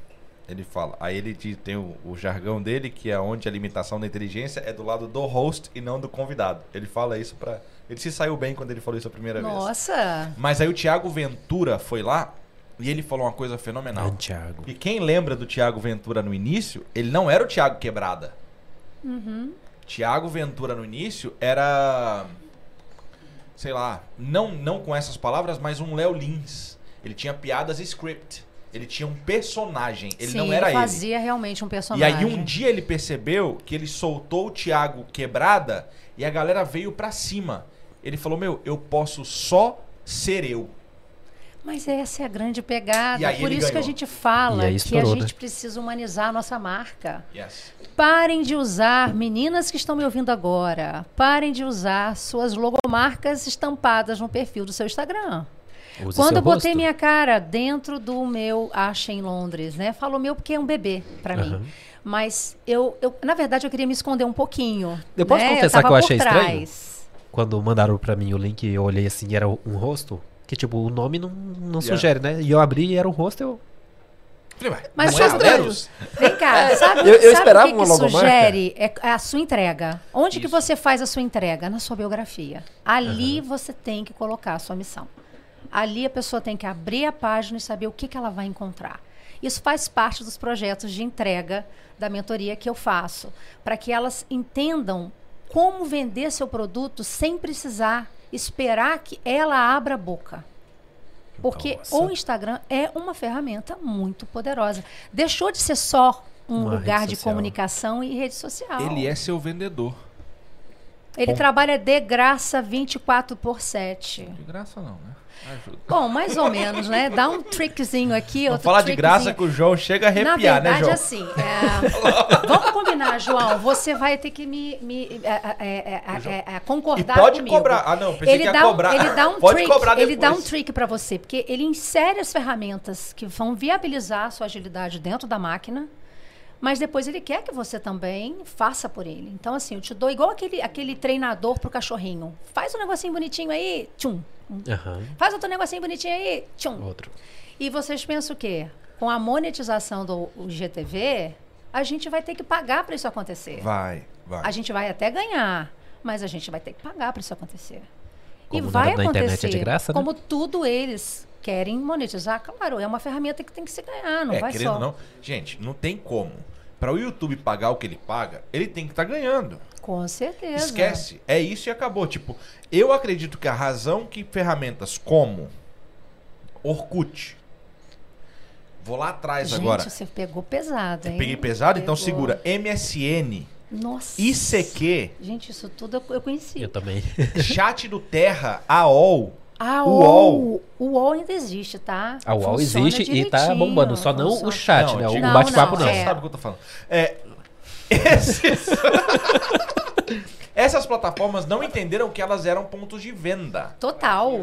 Speaker 2: Ele fala. Aí ele diz- tem o, o jargão dele, que é onde a limitação da inteligência é do lado do host e não do convidado. Ele fala isso pra. Ele se saiu bem quando ele falou isso a primeira vez.
Speaker 3: Nossa!
Speaker 2: Mas aí o Thiago Ventura foi lá e ele falou uma coisa fenomenal.
Speaker 1: Ah, Thiago.
Speaker 2: E quem lembra do Thiago Ventura no início, ele não era o Thiago Quebrada.
Speaker 3: Uhum.
Speaker 2: Thiago Ventura no início era. Sei lá, não, não com essas palavras, mas um Léo Lins. Ele tinha piadas script. Ele tinha um personagem. Ele
Speaker 3: Sim,
Speaker 2: não era
Speaker 3: ele
Speaker 2: ele.
Speaker 3: fazia realmente um
Speaker 2: E
Speaker 3: personagem.
Speaker 2: aí um dia ele percebeu que ele soltou o Thiago quebrada e a galera veio pra cima. Ele falou: Meu, eu posso só ser eu.
Speaker 3: Mas essa é a grande pegada.
Speaker 2: E aí
Speaker 3: Por
Speaker 2: ele
Speaker 3: isso que a
Speaker 2: ganhou.
Speaker 3: gente fala
Speaker 1: E aí
Speaker 3: que a
Speaker 1: estourou, né?
Speaker 3: gente precisa humanizar a nossa marca.
Speaker 2: Yes.
Speaker 3: Parem de usar, meninas que estão me ouvindo agora, parem de usar suas logomarcas estampadas no perfil do seu Instagram.
Speaker 1: Use
Speaker 3: Quando
Speaker 1: seu
Speaker 3: eu botei
Speaker 1: rosto.
Speaker 3: minha cara dentro do meu Acha em Londres, né? Falo meu porque é um bebê pra mim.
Speaker 1: Aham.
Speaker 3: Mas eu, eu, na verdade, eu queria me esconder um pouquinho.
Speaker 1: Eu posso
Speaker 3: né?
Speaker 1: confessar
Speaker 3: tava
Speaker 1: que eu
Speaker 3: por
Speaker 1: achei estranho?
Speaker 3: trás.
Speaker 1: Quando mandaram pra mim o link, eu olhei assim e era um rosto. Que, tipo, o nome não, não
Speaker 2: Yeah.
Speaker 1: sugere, né? E eu abri e era um rosto eu.
Speaker 3: Mas
Speaker 1: Não é
Speaker 3: sabe- Vem cá, sabe,
Speaker 6: É, Eu- eu
Speaker 3: sabe
Speaker 6: esperava
Speaker 3: o que,
Speaker 6: uma
Speaker 3: que
Speaker 6: logomarca.
Speaker 3: sugere? É é a sua entrega. Onde que
Speaker 2: Isso.
Speaker 3: você faz a sua entrega? Na sua biografia. Ali você tem que colocar a sua missão. Ali a pessoa tem que abrir a página e saber o que, que ela vai encontrar. Isso faz parte dos projetos de entrega da mentoria que eu faço, para que elas entendam como vender seu produto sem precisar esperar que ela abra a boca. Porque
Speaker 1: Nossa.
Speaker 3: o Instagram é uma ferramenta muito poderosa. Deixou de ser só um
Speaker 1: Uma
Speaker 3: lugar
Speaker 1: rede
Speaker 3: de
Speaker 1: social.
Speaker 3: comunicação e rede social.
Speaker 2: Ele é seu vendedor.
Speaker 3: Ele trabalha de graça 24 por 7.
Speaker 2: De graça não, né? Ajuda.
Speaker 3: Bom, mais ou menos, né? Dá um trickzinho aqui,
Speaker 2: Não
Speaker 3: outro
Speaker 2: fala de graça
Speaker 3: trickzinho.
Speaker 2: que o João chega a
Speaker 3: Na
Speaker 2: arrepiar, né,
Speaker 3: verdade,
Speaker 2: João?
Speaker 3: assim, é, vamos combinar, João. Você vai ter que me, me, é, é, é, é, é, é,
Speaker 2: E
Speaker 3: concordar
Speaker 2: pode
Speaker 3: comigo.
Speaker 2: cobrar. Ah, não, pensei
Speaker 3: Ele
Speaker 2: que
Speaker 3: dá,
Speaker 2: ia
Speaker 3: um-
Speaker 2: cobrar.
Speaker 3: ele dá um
Speaker 2: pode
Speaker 3: trick,
Speaker 2: cobrar depois.
Speaker 3: ele dá um trick para você, porque ele insere as ferramentas que vão viabilizar a sua agilidade dentro da máquina, mas depois ele quer que você também faça por ele. Então assim, eu te dou igual aquele aquele treinador pro cachorrinho. Faz um negocinho bonitinho aí, tchum.
Speaker 1: Aham.
Speaker 3: Faz outro negocinho bonitinho aí, tchum.
Speaker 1: Outro.
Speaker 3: E vocês pensam o quê? Com a monetização do GTV, a gente vai ter que pagar para isso acontecer.
Speaker 2: Vai, vai.
Speaker 3: A gente vai até ganhar, mas a gente vai ter que pagar para isso acontecer. e
Speaker 1: Como
Speaker 3: vai
Speaker 1: nada na
Speaker 3: acontecer.
Speaker 1: internet é de graça, né?
Speaker 3: como tudo eles querem monetizar, claro, é uma ferramenta que tem que se ganhar, não
Speaker 6: é,
Speaker 3: vai
Speaker 6: querendo
Speaker 3: só.
Speaker 6: ou não. Gente, não tem como. Pra o YouTube pagar o que ele paga, ele tem que estar ganhando.
Speaker 3: Com certeza.
Speaker 6: Esquece. É isso e acabou. Tipo, eu acredito que a razão que ferramentas como Orkut. Vou lá atrás
Speaker 3: Gente,
Speaker 6: agora.
Speaker 3: você pegou pesado, hein?
Speaker 6: Peguei pesado, então
Speaker 3: Pegou.
Speaker 6: segura. MSN,
Speaker 3: Nossa.
Speaker 6: ICQ,
Speaker 3: Gente, isso tudo eu, eu conheci.
Speaker 1: é Eu também.
Speaker 6: Chat do Terra, AOL.
Speaker 3: Ah, o
Speaker 6: UOL.
Speaker 3: UOL. O UOL ainda existe, tá?
Speaker 1: A UOL
Speaker 3: Funciona
Speaker 1: existe e tá
Speaker 3: direitinho,
Speaker 1: bombando. Só não o
Speaker 3: funciona.
Speaker 1: chat,
Speaker 6: Não,
Speaker 1: né? O
Speaker 6: digo-
Speaker 3: Não,
Speaker 1: bate-papo não.
Speaker 3: não,
Speaker 6: Você
Speaker 3: é.
Speaker 6: sabe o que eu tô falando. É, esses-
Speaker 2: Essas plataformas não entenderam que elas eram pontos de venda.
Speaker 3: Total.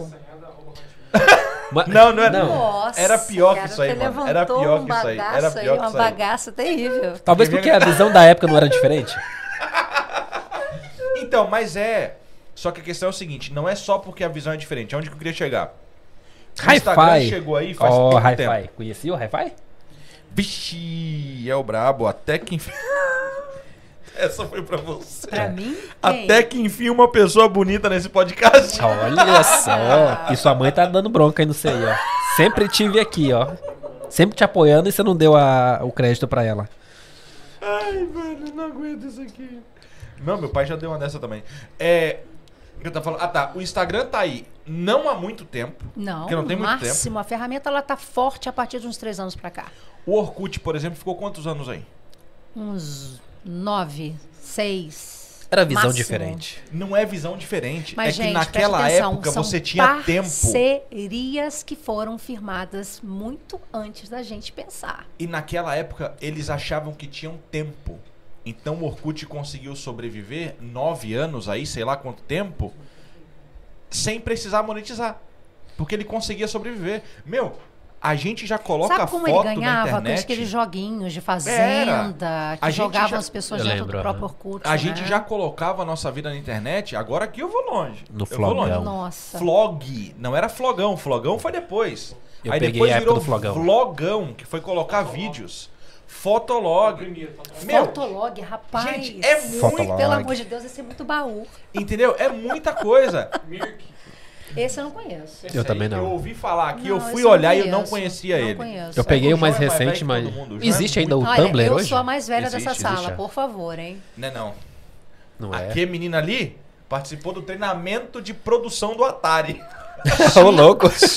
Speaker 1: Ma-
Speaker 2: Não, não é-
Speaker 3: Nossa,
Speaker 2: Era pior que
Speaker 3: cara,
Speaker 2: isso aí,
Speaker 3: você
Speaker 2: mano. Era
Speaker 3: levantou
Speaker 2: pior
Speaker 3: um
Speaker 2: que isso aí. Era
Speaker 3: bagaço
Speaker 2: pior que
Speaker 3: uma
Speaker 2: isso aí.
Speaker 3: bagaça terrível.
Speaker 1: Talvez porque a visão da época não era diferente.
Speaker 2: Então, mas é. Só que a questão é o seguinte: não é só porque a visão é diferente. É onde que eu queria chegar? O Instagram
Speaker 1: Hi-Fi.
Speaker 2: chegou aí faz
Speaker 1: Ó,
Speaker 2: pouco tempo.
Speaker 1: Hi-Fi. Conhecia o Hi-Fi?
Speaker 6: Vixe, é o brabo. Até que enfim. Essa foi pra você.
Speaker 2: É.
Speaker 3: Pra mim,
Speaker 6: Até que enfim uma pessoa bonita nesse podcast.
Speaker 1: Olha só. E sua mãe tá dando bronca aí no sei, ó. Sempre tive aqui, ó. Sempre te apoiando e você não deu a- o crédito pra ela.
Speaker 6: Ai, mano, não aguento isso aqui.
Speaker 2: Não, meu pai já deu uma dessa também. É. o que Eu tava falando. Ah, tá. O Instagram tá aí não há muito tempo.
Speaker 3: Não,
Speaker 2: Porque não tem muito
Speaker 3: máximo. A ferramenta ela tá forte a partir de uns três anos pra cá.
Speaker 2: O Orkut, por exemplo, ficou quantos anos aí?
Speaker 3: Uns nove, seis.
Speaker 1: Era visão
Speaker 3: máximo.
Speaker 1: diferente.
Speaker 2: Não é visão diferente.
Speaker 3: Mas,
Speaker 2: é
Speaker 3: gente,
Speaker 2: que naquela
Speaker 3: presta atenção,
Speaker 2: época
Speaker 3: são
Speaker 2: você tinha tempo.
Speaker 3: Parcerias que foram firmadas muito antes da gente pensar.
Speaker 2: E naquela época eles achavam que tinham tempo. Então o Orkut conseguiu sobreviver nove anos aí, sei lá quanto tempo, sem precisar monetizar. Porque ele conseguia sobreviver. Meu, a gente já coloca
Speaker 3: Sabe como
Speaker 2: foto
Speaker 3: ele ganhava
Speaker 2: na
Speaker 3: com
Speaker 2: internet.
Speaker 3: aqueles joguinhos de fazenda
Speaker 2: A
Speaker 3: que
Speaker 2: gente
Speaker 3: jogavam
Speaker 2: já-
Speaker 3: as pessoas
Speaker 1: Eu
Speaker 3: dentro
Speaker 1: lembro,
Speaker 3: do próprio
Speaker 1: aham.
Speaker 3: Orkut?
Speaker 2: A gente
Speaker 3: né?
Speaker 2: já colocava a nossa vida na internet, agora aqui eu vou longe.
Speaker 1: No
Speaker 2: eu vou longe.
Speaker 1: flogão.
Speaker 3: Nossa.
Speaker 2: Flog, não era flogão, flogão foi depois.
Speaker 1: Eu
Speaker 2: Aí
Speaker 1: peguei
Speaker 2: depois
Speaker 1: a época
Speaker 2: virou
Speaker 1: do flogão.
Speaker 2: vlogão, que foi colocar vídeos. Fotolog. Meu,
Speaker 3: Fotolog, rapaz.
Speaker 2: gente, é muito- Fotolog.
Speaker 3: Pelo amor de Deus, esse é muito baú.
Speaker 2: entendeu? É muita coisa.
Speaker 3: Esse eu não conheço.
Speaker 2: Esse aí
Speaker 1: também não.
Speaker 2: Eu ouvi falar aqui, eu
Speaker 3: Não,
Speaker 2: fui
Speaker 3: esse eu não
Speaker 2: olhar e eu não
Speaker 3: conheço,
Speaker 2: conhecia
Speaker 3: não
Speaker 2: ele.
Speaker 3: conheço.
Speaker 1: Eu peguei
Speaker 2: o
Speaker 1: o mais
Speaker 2: João é mais
Speaker 1: recente,
Speaker 2: velho
Speaker 1: mas.
Speaker 2: que todo mundo, o João é
Speaker 1: Existe ainda o
Speaker 3: Olha,
Speaker 1: Tumblr
Speaker 3: eu
Speaker 1: hoje?
Speaker 3: sou a mais velha dessa
Speaker 2: Existe,
Speaker 3: sala,
Speaker 1: existe, é.
Speaker 3: por favor, hein?
Speaker 2: Não é não.
Speaker 1: Não é.
Speaker 2: Aquele menino ali participou do treinamento de produção do Atari.
Speaker 1: Ô, louco.
Speaker 3: Gente,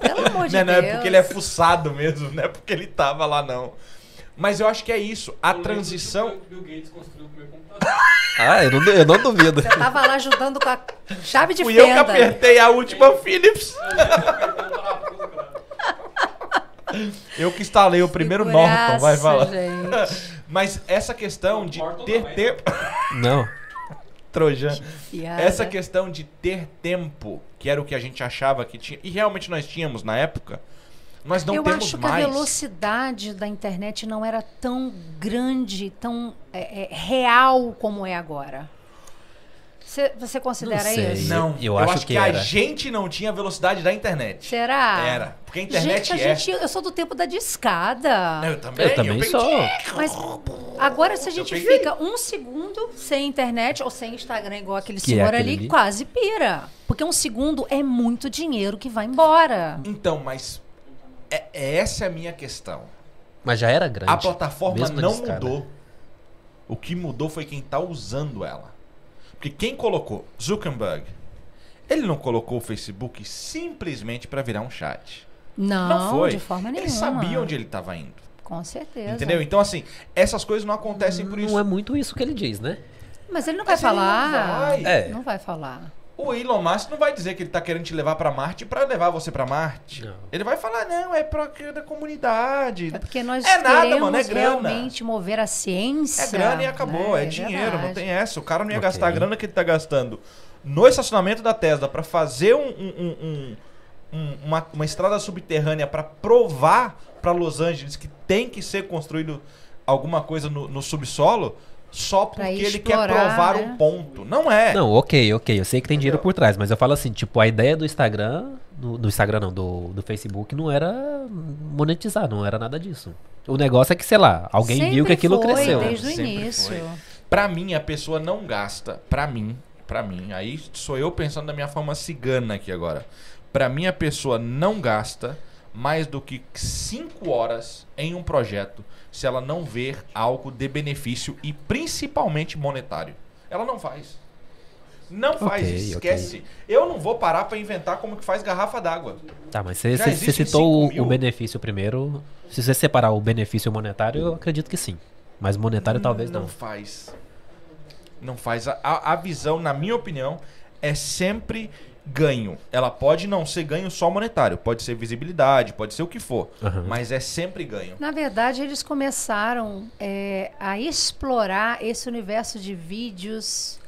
Speaker 3: Pelo amor de
Speaker 2: Não, é não,
Speaker 3: Deus.
Speaker 2: é porque ele é fuçado mesmo, não é porque ele tava lá não. Mas eu acho que é isso, a transição...
Speaker 5: Bill Gates construiu o meu computador.
Speaker 1: Ah, eu não, eu não duvido.
Speaker 3: Você tava lá ajudando com a chave de
Speaker 2: Fui eu que
Speaker 3: fenda.
Speaker 2: apertei a última Philips. Eu que instalei o primeiro Norton, vai falar.
Speaker 3: Gente.
Speaker 2: Mas essa questão de
Speaker 5: Norton
Speaker 2: ter
Speaker 5: também.
Speaker 2: tempo...
Speaker 1: Não.
Speaker 2: Trojan.
Speaker 3: Piada.
Speaker 2: Essa questão de ter tempo, que era o que a gente achava que tinha, e realmente nós tínhamos na época, Nós não
Speaker 3: eu
Speaker 2: temos
Speaker 3: acho que
Speaker 2: mais.
Speaker 3: a velocidade da internet não era tão grande, tão é, é, real como é agora. Cê- você considera
Speaker 1: sei.
Speaker 3: isso?
Speaker 2: Não,
Speaker 1: Eu acho que
Speaker 2: a
Speaker 1: era.
Speaker 2: gente não tinha velocidade da internet.
Speaker 3: Será?
Speaker 2: Era. Porque a internet
Speaker 3: gente, é a
Speaker 2: é.
Speaker 3: gente, eu sou do tempo da discada.
Speaker 2: Eu também,
Speaker 1: Eu também
Speaker 2: peguei-
Speaker 1: sou.
Speaker 3: Mas agora, se a gente
Speaker 2: peguei.
Speaker 3: fica um segundo sem internet ou sem Instagram, igual aquele
Speaker 1: Que é
Speaker 3: senhor
Speaker 1: aquele
Speaker 3: ali,
Speaker 1: ali.
Speaker 3: quase pira. Porque um segundo é muito dinheiro que vai embora.
Speaker 2: Então, mas é, é essa é a minha questão.
Speaker 1: Mas já era grande.
Speaker 2: A plataforma
Speaker 1: mesmo na
Speaker 2: não
Speaker 1: discada.
Speaker 2: mudou. O que mudou foi quem tá usando ela. Porque quem colocou Zuckerberg, ele não colocou o Facebook simplesmente para virar um chat.
Speaker 3: Não,
Speaker 2: Não foi.
Speaker 3: de forma nenhuma.
Speaker 2: Ele sabia onde ele estava indo.
Speaker 3: Com certeza.
Speaker 2: Entendeu? Então, assim, essas coisas não acontecem por isso.
Speaker 1: Não é muito isso que ele diz, né?
Speaker 3: Mas ele não
Speaker 2: Mas
Speaker 3: vai
Speaker 2: ele não
Speaker 3: falar.
Speaker 2: vai.
Speaker 1: É.
Speaker 3: Não vai falar.
Speaker 2: O Elon Musk não vai dizer que ele tá querendo te levar pra Marte pra levar você pra Marte.
Speaker 1: Não.
Speaker 2: Ele vai falar, não, é pra da comunidade.
Speaker 3: É porque nós
Speaker 2: É nada,
Speaker 3: queremos
Speaker 2: mano, é grana.
Speaker 3: realmente mover a ciência.
Speaker 2: É grana e acabou,
Speaker 3: né?
Speaker 2: é, dinheiro, não
Speaker 3: verdade.
Speaker 2: tem essa. O cara não ia
Speaker 1: Ok.
Speaker 2: gastar a grana que ele tá gastando no estacionamento da Tesla pra fazer um- um- um- um- um- uma, uma estrada subterrânea pra provar pra Los Angeles que tem que ser construído alguma coisa no, no subsolo só
Speaker 3: Pra
Speaker 2: porque ele quer
Speaker 3: explorar,
Speaker 2: provar
Speaker 3: né?
Speaker 2: um ponto. Não é.
Speaker 1: Não, ok, ok. Eu sei que tem dinheiro por trás, mas eu falo assim, tipo, a ideia do Instagram, do, do Instagram não, do, do Facebook, não era monetizar, não era nada disso. O negócio é que, sei lá, alguém
Speaker 3: Sempre
Speaker 1: viu que aquilo
Speaker 3: foi, né?
Speaker 1: cresceu. né?
Speaker 3: Desde o
Speaker 2: Sempre
Speaker 3: início.
Speaker 2: Pra mim, a pessoa não gasta. Pra mim, pra mim. Aí sou eu pensando da minha forma cigana aqui agora. Pra mim, a pessoa não gasta mais do que 5 horas em um projeto se ela não ver algo de benefício e principalmente monetário. Ela não faz. Não faz,
Speaker 1: Ok,
Speaker 2: esquece. Eu não vou parar pra inventar como que faz garrafa d'água.
Speaker 1: Tá, mas você
Speaker 2: Já
Speaker 1: você- você
Speaker 2: existem
Speaker 1: citou
Speaker 2: cinco
Speaker 1: o,
Speaker 2: mil.
Speaker 1: o benefício primeiro. Se você separar o benefício e o monetário, eu acredito que sim. Mas
Speaker 3: Hum,
Speaker 1: monetário talvez não.
Speaker 2: Não faz. Não faz. A, a a visão, na minha opinião, é sempre ganho. Ela pode não ser ganho só monetário. Pode ser visibilidade, pode ser o que for.
Speaker 1: Aham.
Speaker 2: Mas é sempre ganho.
Speaker 3: Na verdade, eles começaram é, a explorar esse universo de vídeos,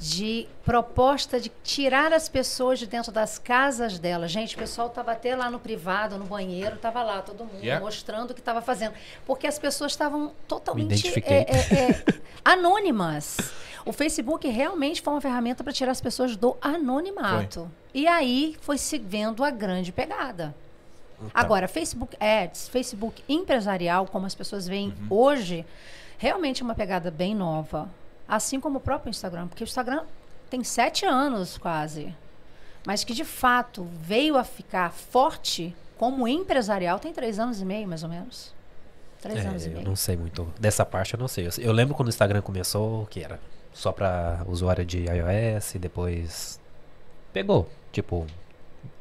Speaker 3: de proposta de tirar as pessoas de dentro das casas delas. Gente, o pessoal estava até lá no privado, no banheiro, estava lá todo mundo
Speaker 2: Yeah.
Speaker 3: mostrando o que estava fazendo. Porque as pessoas estavam totalmente
Speaker 1: identifiquei.
Speaker 3: é, é, é, anônimas. O Facebook realmente foi uma ferramenta para tirar as pessoas do anonimato. E aí foi se vendo a grande pegada. Agora, Facebook Ads, Facebook empresarial, como as pessoas veem
Speaker 1: Uhum.
Speaker 3: hoje, realmente é uma pegada bem nova. Assim como o próprio Instagram, porque o Instagram tem sete anos quase. Mas que de fato veio a ficar forte como empresarial tem três anos e meio, mais ou menos. Três anos e
Speaker 1: É, eu
Speaker 3: meio.
Speaker 1: não sei muito. Dessa parte eu não sei. Eu, eu lembro quando o Instagram começou, que era só pra usuário de iOS, depois pegou. Tipo,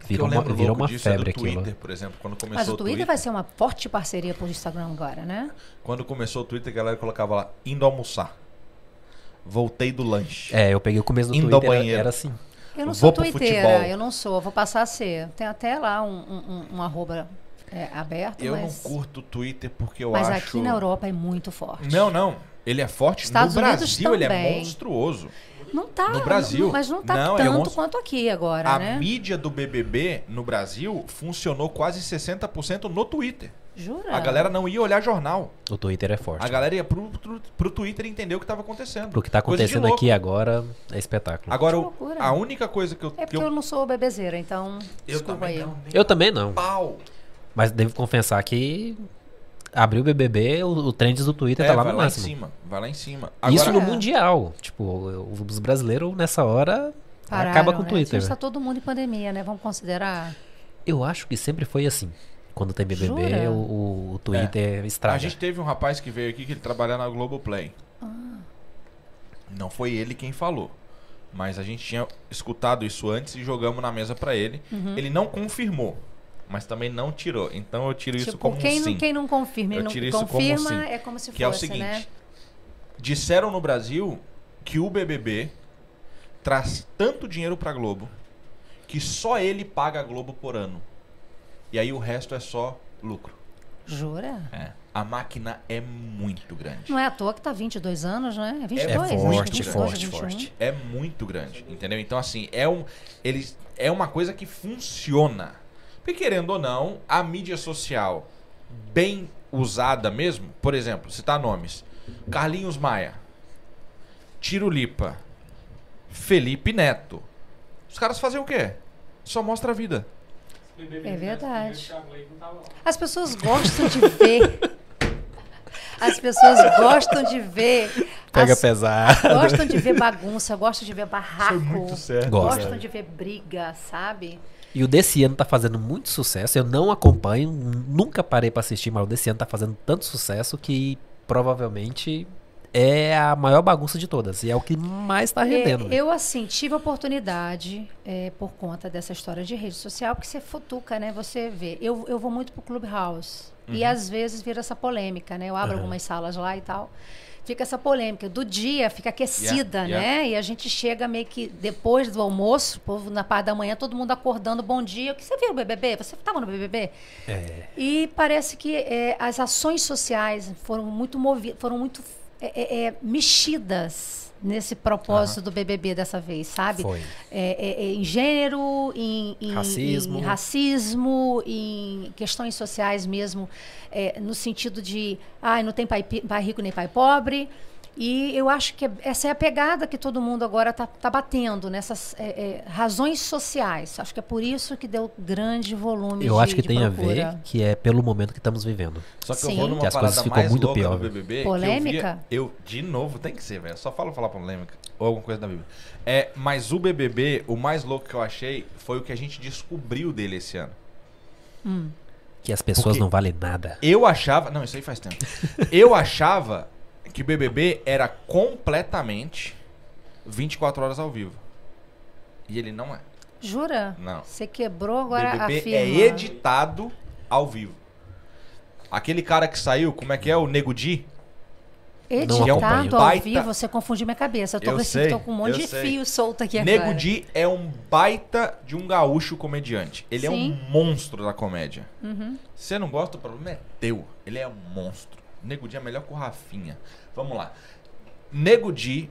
Speaker 1: virou
Speaker 2: Eu
Speaker 1: uma,
Speaker 2: lembro
Speaker 1: virou
Speaker 2: louco
Speaker 1: uma
Speaker 2: disso é
Speaker 1: febre
Speaker 2: do
Speaker 1: aquilo.
Speaker 2: Twitter, por exemplo, quando começou
Speaker 3: Mas o Twitter vai ser uma forte parceria com o Instagram agora, né?
Speaker 2: Quando começou o Twitter, a galera colocava lá, indo almoçar. Voltei do lanche.
Speaker 1: É, eu peguei o começo do
Speaker 2: Indo ao
Speaker 1: Twitter, era-
Speaker 2: banheiro.
Speaker 1: era assim.
Speaker 3: Eu não
Speaker 2: Vou
Speaker 3: sou
Speaker 2: pro
Speaker 3: twitteira,
Speaker 2: futebol.
Speaker 3: eu não sou, vou passar a ser. Tem até lá um, um, um- um arroba é, aberto,
Speaker 2: Eu
Speaker 3: mas,
Speaker 2: não curto o Twitter porque eu
Speaker 3: mas
Speaker 2: acho...
Speaker 3: aqui na Europa é muito forte.
Speaker 2: Não, não. Ele é forte.
Speaker 3: Estados
Speaker 2: no
Speaker 3: Unidos
Speaker 2: Brasil ele é
Speaker 3: também.
Speaker 2: monstruoso.
Speaker 3: Não tá.
Speaker 2: No Brasil?
Speaker 3: não- mas não tá
Speaker 2: Não, é
Speaker 3: tanto
Speaker 2: monstro.
Speaker 3: quanto aqui agora,
Speaker 2: A
Speaker 3: né?
Speaker 2: mídia do BBB no Brasil funcionou quase 60% no Twitter.
Speaker 3: Jura?
Speaker 2: A galera não ia olhar jornal.
Speaker 1: O Twitter é forte.
Speaker 2: A galera ia pro, pro, pro Twitter entender o que tava acontecendo.
Speaker 1: Pro que tá
Speaker 2: Coisa de
Speaker 1: acontecendo
Speaker 2: louco.
Speaker 1: aqui agora é espetáculo.
Speaker 2: Agora,
Speaker 3: Que
Speaker 2: o-
Speaker 3: loucura.
Speaker 2: a única coisa que eu.
Speaker 3: É
Speaker 2: que
Speaker 3: porque eu, não sou bebezeira, então desculpa aí.
Speaker 2: não, nem
Speaker 1: Eu também não.
Speaker 2: Pau.
Speaker 1: Mas devo confessar que abriu o BBB, o, o trend do Twitter
Speaker 2: É,
Speaker 1: tá lá
Speaker 2: vai
Speaker 1: no
Speaker 2: lá em
Speaker 1: máximo.
Speaker 2: cima. Vai lá em cima.
Speaker 1: Isso no
Speaker 3: É.
Speaker 1: mundial. Tipo, eu- os brasileiros nessa hora
Speaker 3: Pararam,
Speaker 1: acaba com o
Speaker 3: né?
Speaker 1: Twitter.
Speaker 3: Gente, tá todo mundo em pandemia, né? Vamos considerar.
Speaker 1: Eu acho que sempre foi assim. Quando tem BBB,
Speaker 3: Jura?
Speaker 1: o, o- o Twitter estraga.
Speaker 2: A gente teve um rapaz que veio aqui que ele trabalhava na Globoplay.
Speaker 3: Ah.
Speaker 2: Não foi ele quem falou. Mas a gente tinha escutado isso antes e jogamos na mesa pra ele.
Speaker 3: Uhum.
Speaker 2: Ele não confirmou, mas também não tirou. Então eu tiro isso
Speaker 3: tipo,
Speaker 2: como
Speaker 3: quem,
Speaker 2: um
Speaker 3: não-
Speaker 2: sim.
Speaker 3: quem não confirma e
Speaker 2: Eu
Speaker 3: não
Speaker 2: tiro isso como um
Speaker 3: confirma
Speaker 2: sim.
Speaker 3: é como se fosse,
Speaker 2: Que é o seguinte:
Speaker 3: né?
Speaker 2: disseram no Brasil que o BBB traz tanto dinheiro pra Globo que só ele paga a Globo por ano. E aí o resto é só lucro.
Speaker 3: Jura?
Speaker 2: A máquina é muito grande.
Speaker 3: Não é à toa que tá 22 anos, né? É 22,
Speaker 1: É forte,
Speaker 3: 22,
Speaker 1: forte,
Speaker 3: 21.
Speaker 1: forte.
Speaker 2: É um, muito grande, entendeu? Então assim, é um ele é uma coisa que funciona. E querendo ou não, a mídia social bem usada mesmo, por exemplo, citar nomes: Carlinhos Maia, Tiro Lipa, Felipe Neto. Os caras fazem o quê? Só mostra a vida.
Speaker 3: É verdade. As pessoas gostam de ver. As pessoas gostam de ver.
Speaker 1: Pega
Speaker 3: as-
Speaker 1: pesado.
Speaker 3: Gostam de ver bagunça, gostam de ver barraco.
Speaker 2: certo.
Speaker 3: Gostam de ver briga, sabe?
Speaker 1: E o desse ano tá fazendo muito sucesso. Eu não acompanho, nunca parei pra assistir, mas o desse ano tá fazendo tanto sucesso que provavelmente é a maior bagunça de todas. E é o que mais tá
Speaker 3: É,
Speaker 1: rendendo. né?
Speaker 3: eu, assim, tive a oportunidade, é, por conta dessa história de rede social, porque você futuca, né? Você vê. Eu, eu vou muito pro Clubhouse. E
Speaker 1: Uhum.
Speaker 3: às vezes vira essa polêmica, né? Eu abro algumas salas lá e tal. Fica essa polêmica. Do dia fica aquecida,
Speaker 2: Yeah,
Speaker 3: né? E a gente chega meio que depois do almoço, o povo na parte da manhã, todo mundo acordando, bom dia. O que você viu, BBB? Você estava no BBB? E parece que é, as ações sociais foram muito movi foram muito é, é, é, mexidas nesse propósito do BBB dessa vez, sabe?
Speaker 1: Foi.
Speaker 3: É, é, é, em gênero, em, em-
Speaker 1: Racismo.
Speaker 3: em racismo, em questões sociais mesmo, é, no sentido de, ai, não tem pai, pi- pai rico nem pai pobre. E eu acho que é- essa é a pegada que todo mundo agora está tá batendo nessas é, é, razões sociais. Acho que é por isso que deu grande volume
Speaker 1: Eu
Speaker 3: de-
Speaker 1: acho que
Speaker 3: de
Speaker 1: tem a
Speaker 3: procura.
Speaker 1: ver que é pelo momento que estamos vivendo.
Speaker 2: Só que eu
Speaker 3: Sim.
Speaker 2: vou numa
Speaker 1: Que as coisas
Speaker 2: parada
Speaker 1: ficam
Speaker 2: mais
Speaker 1: muito
Speaker 2: louca
Speaker 1: pior,
Speaker 2: do BBB.
Speaker 3: Polêmica?
Speaker 2: Que eu, via- eu- de novo, tem que ser, velho. Só falo falar polêmica ou alguma coisa da Bíblia. É, mas o BBB, o mais louco que eu achei foi o que a gente descobriu dele esse ano.
Speaker 1: Que as pessoas
Speaker 2: Porque-
Speaker 1: não valem nada.
Speaker 2: Eu achava, não, isso aí faz tempo. Eu achava que BBB era completamente 24 horas ao vivo. E ele não é.
Speaker 3: Jura?
Speaker 2: Não.
Speaker 3: Você quebrou agora
Speaker 2: BBB
Speaker 3: a firma.
Speaker 2: é editado ao vivo. Aquele cara que saiu, como é que é o Nego Di?
Speaker 1: Não acompanho.
Speaker 3: Editado ao
Speaker 2: Baita-
Speaker 3: vivo, você confundiu minha cabeça. Eu tô,
Speaker 2: Eu
Speaker 3: com, esse-
Speaker 2: sei,
Speaker 3: tô com um monte
Speaker 2: eu
Speaker 3: de
Speaker 2: sei.
Speaker 3: fio solto aqui
Speaker 2: Nego
Speaker 3: agora.
Speaker 2: Di é um baita de um gaúcho comediante. Ele é um
Speaker 3: Sim.
Speaker 2: monstro da comédia.
Speaker 3: Uhum.
Speaker 2: Você não gosta, o problema é teu. Ele é um monstro. Nego Di é melhor que o Rafinha. Vamos lá. Nego Di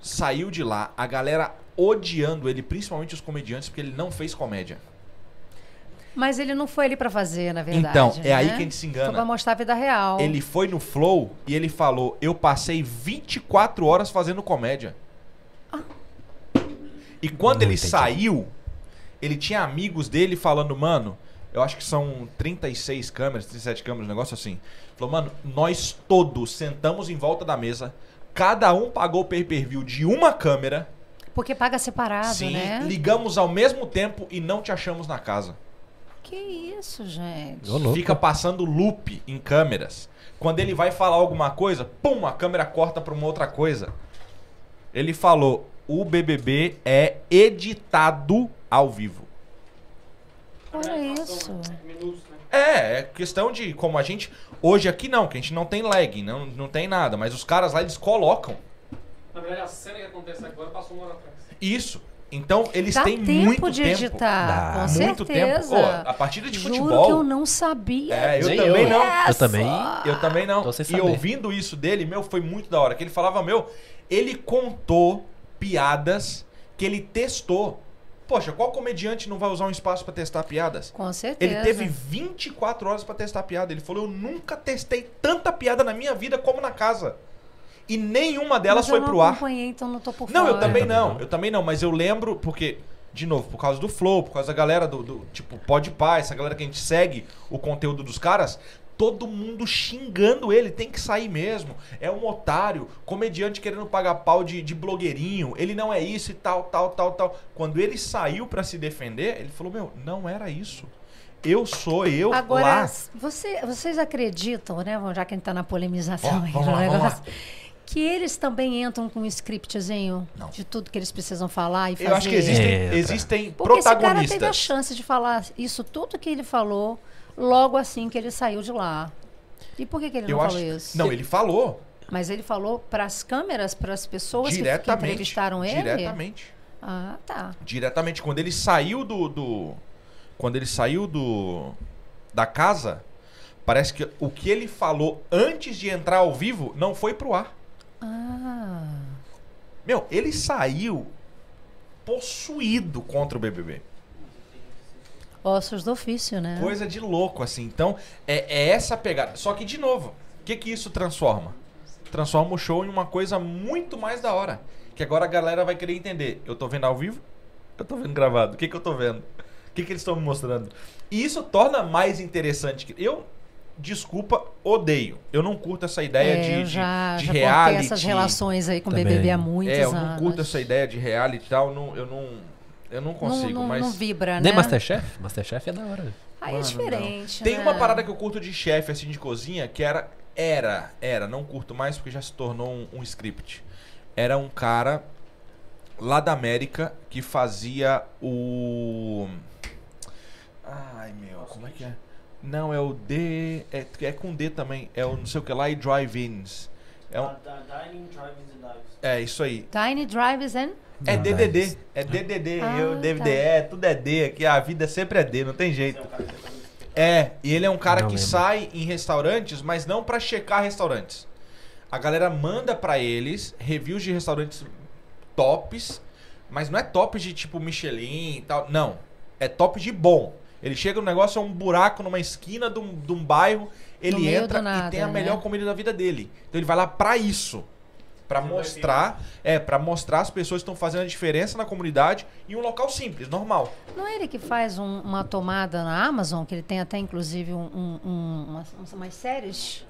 Speaker 2: saiu de lá, a galera odiando ele, principalmente os comediantes, porque ele não fez comédia.
Speaker 3: Mas ele não foi ali pra fazer, na verdade.
Speaker 2: Então, é aí
Speaker 3: né?
Speaker 2: que a gente se
Speaker 3: Foi pra
Speaker 2: engana.
Speaker 3: mostrar a vida real.
Speaker 2: Ele foi no Flow e ele falou: Eu passei 24 horas fazendo comédia. E quando
Speaker 1: Não
Speaker 2: ele
Speaker 1: entendi.
Speaker 2: saiu, ele tinha amigos dele falando, mano, eu acho que são 36 câmeras, 37 câmeras, um negócio assim. Falou, mano, nós todos sentamos em volta da mesa, cada um pagou o pay-per-view de uma câmera,
Speaker 3: Porque paga separado,
Speaker 2: sim,
Speaker 3: né?
Speaker 2: ligamos ao mesmo tempo e não te achamos na casa.
Speaker 3: Que isso, gente.
Speaker 1: Ô, louco.
Speaker 2: Fica passando loop em câmeras. Quando ele vai falar alguma coisa, pum, a câmera corta pra uma outra coisa. Ele falou: o BBB é editado ao vivo.
Speaker 3: Olha isso.
Speaker 5: né?
Speaker 2: É, é questão de como a gente. Hoje aqui não, que a gente não tem lag, não, não tem nada, mas os caras lá eles colocam
Speaker 5: Na verdade, a cena que acontece agora passou uma hora atrás.
Speaker 2: isso. Então eles
Speaker 3: Dá
Speaker 2: têm
Speaker 3: tempo
Speaker 2: muito
Speaker 3: de
Speaker 2: tempo.
Speaker 1: Dá.
Speaker 3: editar. Com
Speaker 2: Muito
Speaker 3: certeza.
Speaker 2: tempo. Ó, a partida de
Speaker 3: Juro
Speaker 2: futebol.
Speaker 3: que eu não sabia.
Speaker 2: É, eu
Speaker 1: Nem
Speaker 2: também
Speaker 1: eu.
Speaker 2: não.
Speaker 1: Eu também.
Speaker 2: Eu também não.
Speaker 1: Tô sem
Speaker 2: E
Speaker 1: saber.
Speaker 2: ouvindo isso dele, meu, foi muito da hora. Que ele falava, meu, ele contou piadas que ele testou. Poxa, qual comediante não vai usar um espaço pra testar piadas?
Speaker 3: Com
Speaker 2: Ele
Speaker 3: certeza.
Speaker 2: teve 24 horas pra testar piada. Ele falou, eu nunca testei tanta piada na minha vida como na casa. E nenhuma delas
Speaker 3: Mas
Speaker 2: foi
Speaker 3: eu não
Speaker 2: pro ar.
Speaker 3: acompanhei, então não tô por
Speaker 2: Não, eu
Speaker 3: fora.
Speaker 2: também
Speaker 1: Eu também
Speaker 2: não.
Speaker 1: não.
Speaker 2: Eu também não, mas eu lembro porque, de novo, por causa do Flow, por causa da galera do, do tipo, pode pá, essa galera que a gente segue o conteúdo dos caras, todo mundo xingando ele, tem que sair mesmo. É um otário, comediante querendo pagar pau de, de blogueirinho, ele não é isso e tal, tal, tal, tal. Quando ele saiu pra se defender, ele falou: Meu, não era isso. Eu sou eu
Speaker 3: Agora,
Speaker 2: lá.
Speaker 3: você- vocês acreditam, né? Já que a gente tá na polemização
Speaker 2: Vamos-
Speaker 3: aí
Speaker 2: vamos
Speaker 3: do
Speaker 2: lá, vamos
Speaker 3: negócio, que eles também entram com um scriptzinho
Speaker 2: Não.
Speaker 3: de tudo que eles precisam falar e fazer.
Speaker 2: Eu acho que existem,
Speaker 1: Entra.
Speaker 2: existem
Speaker 3: Porque esse cara teve a
Speaker 2: protagonistas.
Speaker 3: chance de falar isso tudo que ele falou logo assim que ele saiu de lá. E por que, que ele
Speaker 2: Eu
Speaker 3: não
Speaker 2: acho.
Speaker 3: falou isso?
Speaker 2: Não, ele falou.
Speaker 3: Mas ele falou para as câmeras, para as pessoas que, que
Speaker 2: diretamente.
Speaker 3: entrevistaram ele?
Speaker 2: Diretamente.
Speaker 3: Ah, tá.
Speaker 2: diretamente quando ele saiu do, do quando ele saiu do da casa parece que o que ele falou antes de entrar ao vivo não foi pro ar
Speaker 3: Ah.
Speaker 2: meu ele saiu possuído contra o BBB
Speaker 3: Ossos do ofício, né?
Speaker 2: Coisa de louco, assim. Então, é, é essa pegada. Só que, de novo, o que, que isso transforma? Transforma o show em uma coisa muito mais da hora. Que agora a galera vai querer entender. Eu tô vendo ao vivo? Eu tô vendo gravado. O que, que eu tô vendo? O que, que eles estão me mostrando? E isso torna mais interessante. que- Eu, desculpa, odeio. Eu não curto essa ideia
Speaker 3: É,
Speaker 2: de,
Speaker 3: eu
Speaker 2: de,
Speaker 3: já,
Speaker 2: de
Speaker 3: já
Speaker 2: reality.
Speaker 3: cortei essas relações aí com o
Speaker 1: Também.
Speaker 3: BBB há muitos
Speaker 2: É, eu
Speaker 3: anos.
Speaker 2: não curto essa ideia de reality e tal. não- eu, não, eu não
Speaker 3: Não-
Speaker 2: consigo,
Speaker 3: não,
Speaker 2: mas.
Speaker 3: não vibra, né?
Speaker 1: Nem Masterchef? Masterchef é da hora.
Speaker 3: Aí
Speaker 2: Mano,
Speaker 3: é
Speaker 2: não.
Speaker 3: diferente.
Speaker 2: Tem
Speaker 3: né?
Speaker 2: uma parada que eu curto de chefe, assim, de cozinha, que era. Era, era, não curto mais porque já se tornou um, um script. Era um cara lá da América que fazia o. Ai meu, como é que é? Não, é o D. É, é com D também. É o não sei o que lá e drive-ins. É, um-
Speaker 4: Dining, Drive-ins and Dives.
Speaker 2: é isso aí.
Speaker 3: Tiny Drives and.
Speaker 2: É
Speaker 1: Não,
Speaker 2: DDD. É DDD.
Speaker 3: Ah,
Speaker 2: eu,
Speaker 3: tá.
Speaker 2: DVD, é, tudo é D aqui. A vida sempre é D, não tem jeito.
Speaker 4: É um cara que tá fazendo-
Speaker 2: É, e ele é um cara
Speaker 1: Não
Speaker 2: que
Speaker 1: lembro.
Speaker 2: sai em restaurantes, mas não pra checar restaurantes. A galera manda pra eles reviews de restaurantes tops, mas não é tops de tipo Michelin e tal, não. É top de bom. Ele chega no negócio, é um buraco numa esquina de um, de um bairro, ele
Speaker 3: meio
Speaker 2: entra
Speaker 3: do nada,
Speaker 2: e tem a
Speaker 3: né?
Speaker 2: melhor comida da vida dele. Então ele vai lá pra isso. Pra mostrar, é, para mostrar as pessoas que estão fazendo a diferença na comunidade em um local simples, normal.
Speaker 3: Não é ele que faz um- uma tomada na Amazon, que ele tem até inclusive um, um- um- umas, umas séries?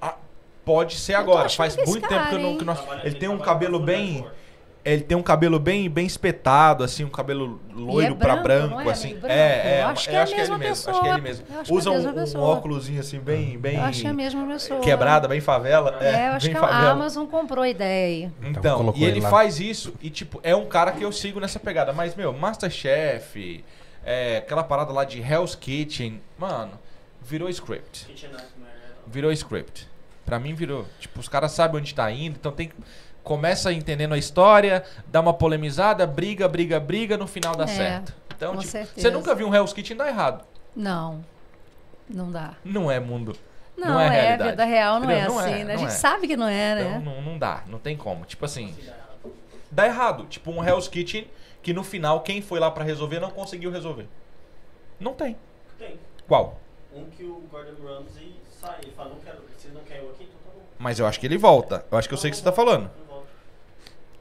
Speaker 2: Pode ser
Speaker 3: Eu tô
Speaker 2: agora.
Speaker 3: achando
Speaker 2: Faz
Speaker 3: que esse
Speaker 2: muito tempo que eu não.
Speaker 3: cara,
Speaker 2: que nós-
Speaker 4: Trabalha-
Speaker 2: ele tem um
Speaker 4: trabalha
Speaker 2: cabelo
Speaker 4: com né?
Speaker 2: bem.
Speaker 4: food network.
Speaker 2: Ele tem um cabelo bem, bem espetado, assim, um cabelo loiro pra
Speaker 3: branco,
Speaker 2: branco,
Speaker 3: não é?
Speaker 2: assim.
Speaker 3: Meio branco.
Speaker 2: É, é,
Speaker 3: Eu acho que é a
Speaker 2: ele
Speaker 3: mesma
Speaker 2: mesmo. Acho que é ele
Speaker 3: pessoa.
Speaker 2: mesmo.
Speaker 3: Eu acho que é a
Speaker 2: Usa um,
Speaker 3: mesma
Speaker 2: um
Speaker 3: pessoa.
Speaker 2: óculosinho assim, bem, bem
Speaker 3: Eu acho que é a mesma pessoa.
Speaker 2: quebrada, bem favela. É,
Speaker 3: É, eu acho
Speaker 2: bem
Speaker 3: que a
Speaker 2: favela.
Speaker 3: Amazon comprou a ideia aí.
Speaker 1: Então,
Speaker 2: Então,
Speaker 1: colocou
Speaker 2: e ele
Speaker 1: ele lá.
Speaker 2: faz isso e, tipo, é um cara que eu sigo nessa pegada. Mas, meu, Masterchef, é, aquela parada lá de Hell's Kitchen, mano, virou script.
Speaker 4: Kitchen Nightmare, né?
Speaker 2: Virou script. Pra mim virou. Tipo, os caras sabem onde tá indo, então tem que. Começa entendendo a história, dá uma polemizada, briga, briga, briga, no final dá
Speaker 3: É,
Speaker 2: certo. Então,
Speaker 3: com
Speaker 2: tipo,
Speaker 3: certeza.
Speaker 2: você nunca viu um Hell's Kitchen dar errado.
Speaker 3: Não. Não dá.
Speaker 2: Não é mundo.
Speaker 3: Não,
Speaker 2: Não é
Speaker 3: é,
Speaker 2: realidade.
Speaker 3: vida real não
Speaker 2: Entendeu?
Speaker 3: é
Speaker 2: Não é,
Speaker 3: assim, né? A
Speaker 2: não
Speaker 3: gente
Speaker 2: é.
Speaker 3: sabe que não é,
Speaker 2: Então
Speaker 3: né?
Speaker 2: não, não dá, não tem como. Tipo assim, dá errado. Tipo um Hell's Kitchen que no final quem foi lá pra resolver não conseguiu resolver. Não tem.
Speaker 4: Tem.
Speaker 2: Qual?
Speaker 4: Um que o Gordon Ramsay sai. Ele fala, não quero, vocês não querem eu aqui, então tá bom.
Speaker 2: Mas eu acho que ele volta. Eu acho que eu sei o que você tá falando.
Speaker 4: Eu volto.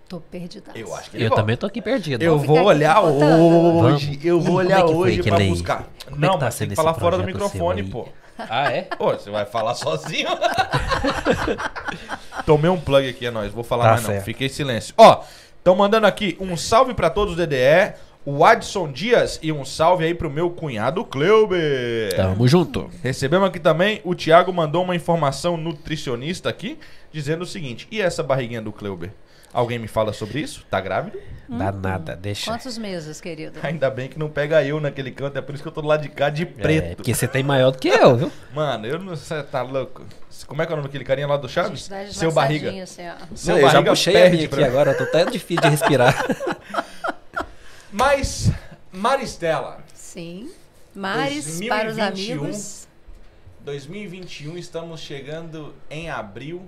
Speaker 3: Tô perdida.
Speaker 2: Eu acho que ele
Speaker 1: Eu
Speaker 2: volta.
Speaker 1: também tô aqui perdido.
Speaker 2: Eu
Speaker 3: ficar
Speaker 2: vou
Speaker 3: aqui
Speaker 2: olhar
Speaker 3: botando.
Speaker 2: hoje. Eu
Speaker 1: Ih,
Speaker 2: vou
Speaker 1: como
Speaker 2: olhar
Speaker 1: é que foi
Speaker 2: hoje
Speaker 1: que
Speaker 2: pra
Speaker 1: ele-
Speaker 2: buscar.
Speaker 1: como é
Speaker 2: não,
Speaker 1: que tá
Speaker 2: mas tem
Speaker 1: sendo
Speaker 2: que
Speaker 1: esse
Speaker 2: falar fora do
Speaker 1: projeto seu
Speaker 2: microfone,
Speaker 1: aí?
Speaker 2: pô.
Speaker 1: Ah, é?
Speaker 2: Ô, você vai falar sozinho? Tomei um plug aqui, é nóis. Vou falar
Speaker 1: Tá
Speaker 2: mais não.
Speaker 1: certo.
Speaker 2: Fiquei em silêncio. Ó, estão mandando aqui um salve pra todos os DDE, o Adson Dias e um salve aí pro meu cunhado Cleuber.
Speaker 1: Tamo junto.
Speaker 2: Recebemos aqui também, o Thiago mandou uma informação nutricionista aqui, dizendo o seguinte, e essa barriguinha do Cleuber? Alguém me fala sobre isso? Tá grávida?
Speaker 3: Hum,
Speaker 1: Dá nada, deixa.
Speaker 3: Quantos meses, querido?
Speaker 2: Ainda bem que não pega eu naquele canto, é por isso que eu tô do lado de cá de
Speaker 1: É,
Speaker 2: preto.
Speaker 1: porque você tem maior do que eu, viu?
Speaker 2: Mano, eu não sei, tá louco. Como é que é o nome daquele carinha lá do Chaves?
Speaker 3: Dá
Speaker 2: Seu barriga.
Speaker 3: esvaçadinha, assim, ó.
Speaker 2: Seu
Speaker 1: eu já
Speaker 2: barriga
Speaker 1: puxei a
Speaker 2: perde
Speaker 1: minha
Speaker 2: pra
Speaker 1: aqui
Speaker 2: mim.
Speaker 1: agora, eu tô até difícil de respirar.
Speaker 2: Mas, Maristela,
Speaker 3: Sim. Mares para os
Speaker 2: 2021.
Speaker 3: amigos.
Speaker 2: 2021 estamos chegando em abril.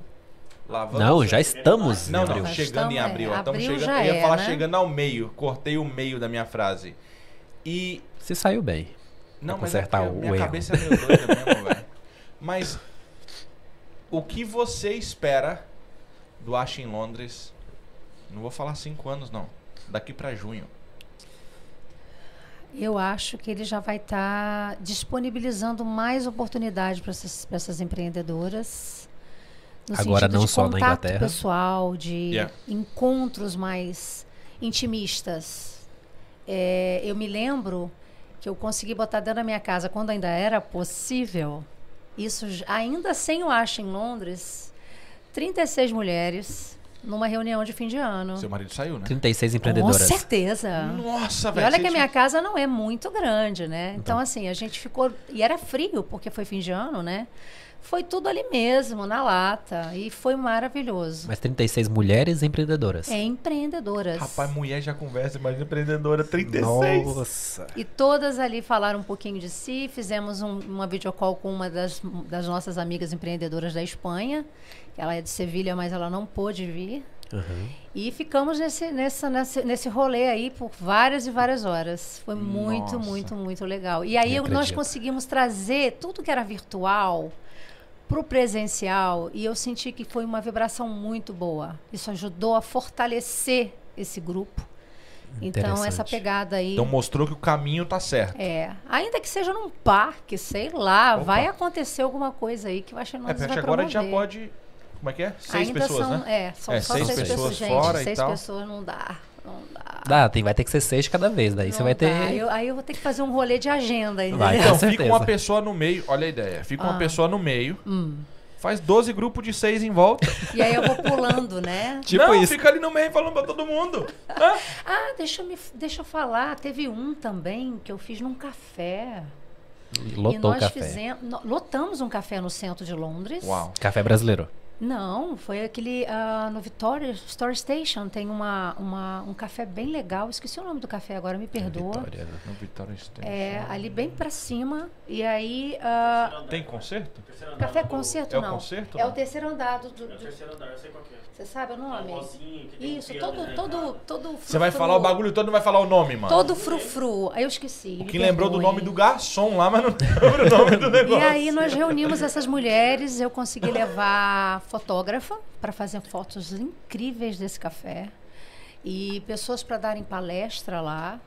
Speaker 2: Lá vamos
Speaker 1: Não, já estamos
Speaker 2: Não,
Speaker 1: em abril.
Speaker 2: não,
Speaker 3: Nós
Speaker 2: chegando em
Speaker 3: estamos-
Speaker 2: abril.
Speaker 3: é,
Speaker 2: ó, Estamos
Speaker 3: abril
Speaker 2: chegando,
Speaker 3: já
Speaker 2: eu ia
Speaker 3: é,
Speaker 2: falar
Speaker 3: né?
Speaker 2: chegando ao meio, cortei o meio da minha frase. E
Speaker 1: Você saiu bem.
Speaker 2: Não,
Speaker 1: Pra
Speaker 2: mas é
Speaker 1: consertar
Speaker 2: porque a
Speaker 1: o
Speaker 2: minha
Speaker 1: erro.
Speaker 2: cabeça é meio doida mesmo, velho. Mas o que você espera do Acha em Londres? Não vou falar cinco anos, não. Daqui pra junho.
Speaker 3: Eu acho que ele já vai estar disponibilizando mais oportunidade para essas, pra essas empreendedoras. No
Speaker 1: Agora,
Speaker 3: sentido
Speaker 1: não
Speaker 3: de
Speaker 1: só na
Speaker 3: contato
Speaker 1: Inglaterra.
Speaker 3: pessoal, de
Speaker 2: Yeah.
Speaker 3: encontros mais intimistas. É, eu me lembro que eu consegui botar dentro da minha casa quando ainda era possível. Isso j- ainda sem o Acha em Londres, 36 mulheres numa reunião de fim de ano.
Speaker 2: Seu marido saiu, né?
Speaker 1: 36
Speaker 3: Com
Speaker 1: empreendedoras.
Speaker 3: certeza.
Speaker 2: Nossa,
Speaker 3: E
Speaker 2: Ah, velho.
Speaker 3: olha
Speaker 2: você
Speaker 3: que
Speaker 2: tinha-
Speaker 3: a minha casa não é muito grande, né? Então, assim, a gente ficou. E era frio, porque foi fim de ano, né? Foi tudo ali mesmo, na lata. E foi maravilhoso.
Speaker 1: Mas 36 mulheres empreendedoras.
Speaker 3: É empreendedoras.
Speaker 2: Rapaz, mulher já conversa, imagina empreendedora 36.
Speaker 1: Nossa.
Speaker 3: E todas ali falaram um pouquinho de si. Fizemos um, uma videocall com uma das, das nossas amigas empreendedoras da Espanha. Ela é de Sevilha, mas ela não pôde vir. E ficamos nesse, nessa, nesse, nesse rolê aí por várias e várias horas. Foi muito,
Speaker 2: Nossa.
Speaker 3: muito, muito legal. E aí
Speaker 1: Eu
Speaker 3: eu- nós
Speaker 1: acredito.
Speaker 3: conseguimos trazer tudo que era virtual para o presencial e eu senti que foi uma vibração muito boa. Isso ajudou a fortalecer esse grupo. Então, essa
Speaker 1: Interessante.
Speaker 3: pegada aí.
Speaker 2: Então mostrou que o caminho tá certo.
Speaker 3: É, ainda que seja num parque, sei lá,
Speaker 2: Opa.
Speaker 3: vai acontecer alguma coisa aí que eu acho que nós
Speaker 2: É, porque
Speaker 3: vai promover.
Speaker 2: agora a gente já pode. Como é que é? Seis
Speaker 3: Ainda
Speaker 2: pessoas,
Speaker 3: são,
Speaker 2: né?
Speaker 3: É, são
Speaker 2: É,
Speaker 3: só
Speaker 2: seis
Speaker 3: seis,
Speaker 2: pessoas
Speaker 3: pessoas, gente.
Speaker 2: fora e
Speaker 3: seis
Speaker 2: tal.
Speaker 3: pessoas não dá, não dá.
Speaker 1: Dá, tem, vai ter que ser seis de cada vez, daí você
Speaker 3: não
Speaker 1: vai ter.
Speaker 3: dá. Então tá, Eu- aí eu vou ter que fazer um rolê de agenda, entendeu?
Speaker 1: Vai,
Speaker 2: Então,
Speaker 1: Com
Speaker 2: fica
Speaker 1: certeza.
Speaker 2: uma pessoa no meio. Olha a ideia. Fica uma
Speaker 3: É, Ah.
Speaker 2: pessoa no meio.
Speaker 3: Hum.
Speaker 2: Faz 12 grupos de seis em volta.
Speaker 3: E aí eu vou pulando, né?
Speaker 2: Tipo Não,
Speaker 1: isso.
Speaker 2: fica ali no meio falando pra todo mundo.
Speaker 3: Ah, deixa eu, me, deixa eu falar. Teve um também que eu fiz num café. e
Speaker 1: Lotou
Speaker 3: nós
Speaker 1: o café.
Speaker 3: fizemos. nó- Lotamos um café no centro de Londres.
Speaker 2: Uau.
Speaker 1: Café brasileiro.
Speaker 3: Não, foi aquele. ah, no Victoria Store Station tem uma, uma, um café bem legal. Esqueci o nome do café agora, me perdoa.
Speaker 1: Vitória. né?
Speaker 2: No Vitória Station.
Speaker 3: É, ali bem pra cima. E aí. ah,
Speaker 2: Tem concerto?
Speaker 7: Terceiro andar
Speaker 3: café
Speaker 7: do-
Speaker 3: concerto,
Speaker 2: É o
Speaker 3: não.
Speaker 2: concerto?
Speaker 3: É o terceiro andar do. do-
Speaker 7: É o
Speaker 3: do-
Speaker 7: terceiro andar, eu sei qual que é.
Speaker 3: você sabe o
Speaker 7: É um
Speaker 3: nome?
Speaker 7: rosinho que tem um
Speaker 3: Isso,
Speaker 7: piano
Speaker 3: todo,
Speaker 7: na
Speaker 3: todo,
Speaker 7: entrada.
Speaker 3: todo frufru.
Speaker 2: Você vai falar o bagulho todo e não vai falar o nome, mano.
Speaker 3: Todo frufru. Aí eu esqueci.
Speaker 2: O
Speaker 3: me
Speaker 2: que lembrou do
Speaker 3: perdoem.
Speaker 2: nome do garçom lá, mas não lembra o nome do
Speaker 3: E
Speaker 2: negócio.
Speaker 3: aí nós reunimos essas mulheres, eu consegui levar fotógrafa para fazer fotos incríveis desse café e pessoas para darem palestra lá,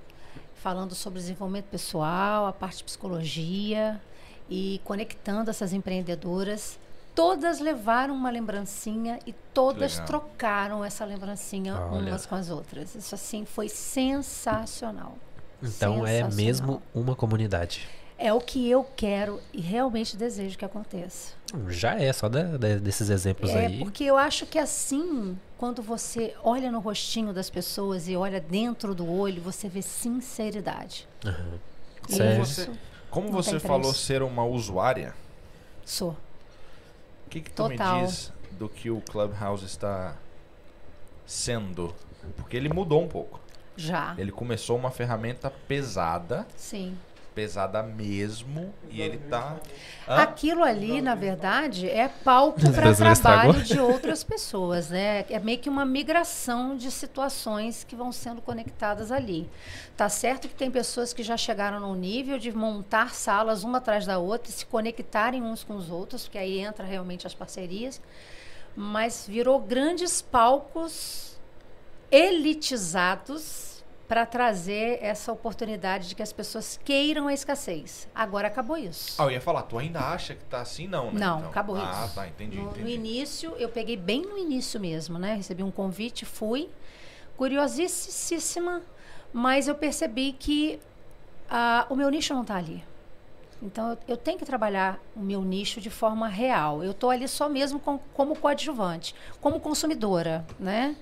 Speaker 3: falando sobre desenvolvimento pessoal, a parte de psicologia e conectando essas empreendedoras. Todas levaram uma lembrancinha e todas
Speaker 2: Legal.
Speaker 3: trocaram essa lembrancinha
Speaker 1: Olha.
Speaker 3: umas com as outras. Isso assim foi sensacional.
Speaker 1: Então é
Speaker 3: Sensacional.
Speaker 1: mesmo uma comunidade.
Speaker 3: É o que eu quero e realmente desejo que aconteça.
Speaker 1: Hum, Já é, só da- da- desses exemplos
Speaker 3: É,
Speaker 1: aí.
Speaker 3: porque eu acho que assim, quando você olha no rostinho das pessoas e olha dentro do olho, você vê sinceridade.
Speaker 1: Aham.
Speaker 3: E
Speaker 1: Certo.
Speaker 3: isso
Speaker 2: Como
Speaker 3: Não
Speaker 2: você
Speaker 3: tem
Speaker 2: falou
Speaker 3: preço.
Speaker 2: ser uma usuária,
Speaker 3: sou.
Speaker 2: o que, que tu
Speaker 3: Total.
Speaker 2: me diz do que o Clubhouse está sendo? Porque ele mudou um pouco.
Speaker 3: Já.
Speaker 1: É.
Speaker 2: Ele começou uma ferramenta pesada,
Speaker 3: Sim.
Speaker 2: pesada mesmo, e ele tá. Hã?
Speaker 3: Aquilo ali, na verdade, é palco
Speaker 1: Os
Speaker 3: para
Speaker 1: brasileiros
Speaker 3: trabalho
Speaker 1: tragou.
Speaker 3: de outras pessoas, né? É meio que uma migração de situações que vão sendo conectadas ali. Tá certo que tem pessoas que já chegaram num nível de montar salas uma atrás da outra e se conectarem uns com os outros, porque aí entra realmente as parcerias, mas virou grandes palcos elitizados para trazer essa oportunidade de que as pessoas queiram a escassez. Agora acabou isso.
Speaker 2: Ah, eu ia falar, tu ainda acha que tá assim, não, né?
Speaker 3: Não,
Speaker 2: então.
Speaker 3: acabou
Speaker 2: Ah,
Speaker 3: isso.
Speaker 2: tá, entendi,
Speaker 3: No, no
Speaker 2: entendi.
Speaker 3: início, eu peguei bem no início mesmo, né? Recebi um convite, fui. Curiosíssima, mas eu percebi que ah, o meu nicho não está ali. Então, eu, eu tenho que trabalhar o meu nicho de forma real. Eu estou ali só mesmo com- como coadjuvante, como consumidora, né?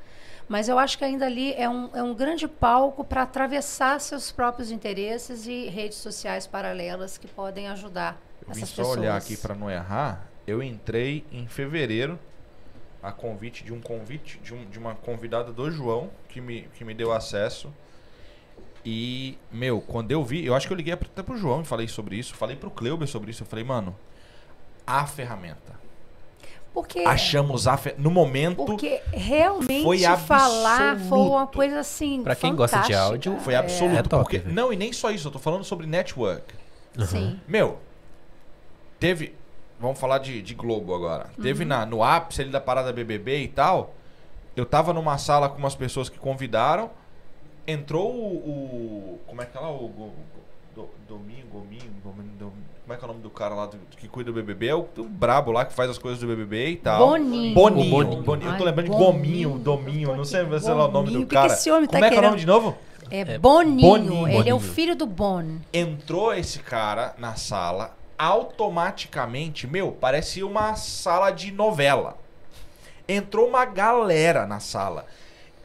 Speaker 3: Mas eu acho que ainda ali é um, é um grande palco para atravessar seus próprios interesses e redes sociais paralelas que podem ajudar
Speaker 2: Eu vim
Speaker 3: essas
Speaker 2: só
Speaker 3: pessoas.
Speaker 2: olhar aqui pra não errar. Eu entrei em fevereiro a convite de um convite de, um- de uma convidada do João que me, que me deu acesso. E, meu, quando eu vi, eu acho que eu liguei até pro João e falei sobre isso, falei pro Cleuber sobre isso, eu falei, mano, a ferramenta.
Speaker 3: Porque
Speaker 2: Achamos a ferramenta. No momento,
Speaker 3: Porque realmente
Speaker 2: Foi absoluto.
Speaker 3: falar foi uma coisa assim.
Speaker 1: Pra quem gosta de
Speaker 3: fantástica.
Speaker 1: áudio,
Speaker 2: foi absoluto.
Speaker 1: É top,
Speaker 2: porque-
Speaker 1: velho.
Speaker 2: não, e nem só isso, eu tô falando sobre network.
Speaker 3: Sim.
Speaker 2: Meu, teve. Vamos falar de, de Globo agora. Teve
Speaker 3: Uhum.
Speaker 2: na, no ápice ali da parada BBB e tal. Eu tava numa sala com umas pessoas que convidaram. Entrou o. o- como é que é lá? O. Go- Go- do, domingo, Gominho, Gominho, Domingo. Como é que é o nome do cara lá do- que cuida do BBB? É o, o brabo lá que faz as coisas do BBB e tal.
Speaker 3: Boninho.
Speaker 2: Boninho.
Speaker 1: O Boninho.
Speaker 2: Boninho. Eu tô
Speaker 3: Ai,
Speaker 2: lembrando de
Speaker 3: Boninho.
Speaker 2: Gominho, Dominho.
Speaker 3: Eu tô
Speaker 2: Não sei,
Speaker 3: aqui,
Speaker 2: sei lá o nome
Speaker 3: Boninho.
Speaker 2: do
Speaker 3: O que
Speaker 2: cara.
Speaker 3: que esse homem tá
Speaker 2: como é que é o
Speaker 3: querendo?
Speaker 2: nome de novo?
Speaker 3: É Boninho.
Speaker 2: Boninho.
Speaker 3: Ele é o
Speaker 1: Boninho.
Speaker 3: filho do Bon.
Speaker 2: entrou esse cara na sala, automaticamente, meu, parecia uma sala de novela. Entrou uma galera na sala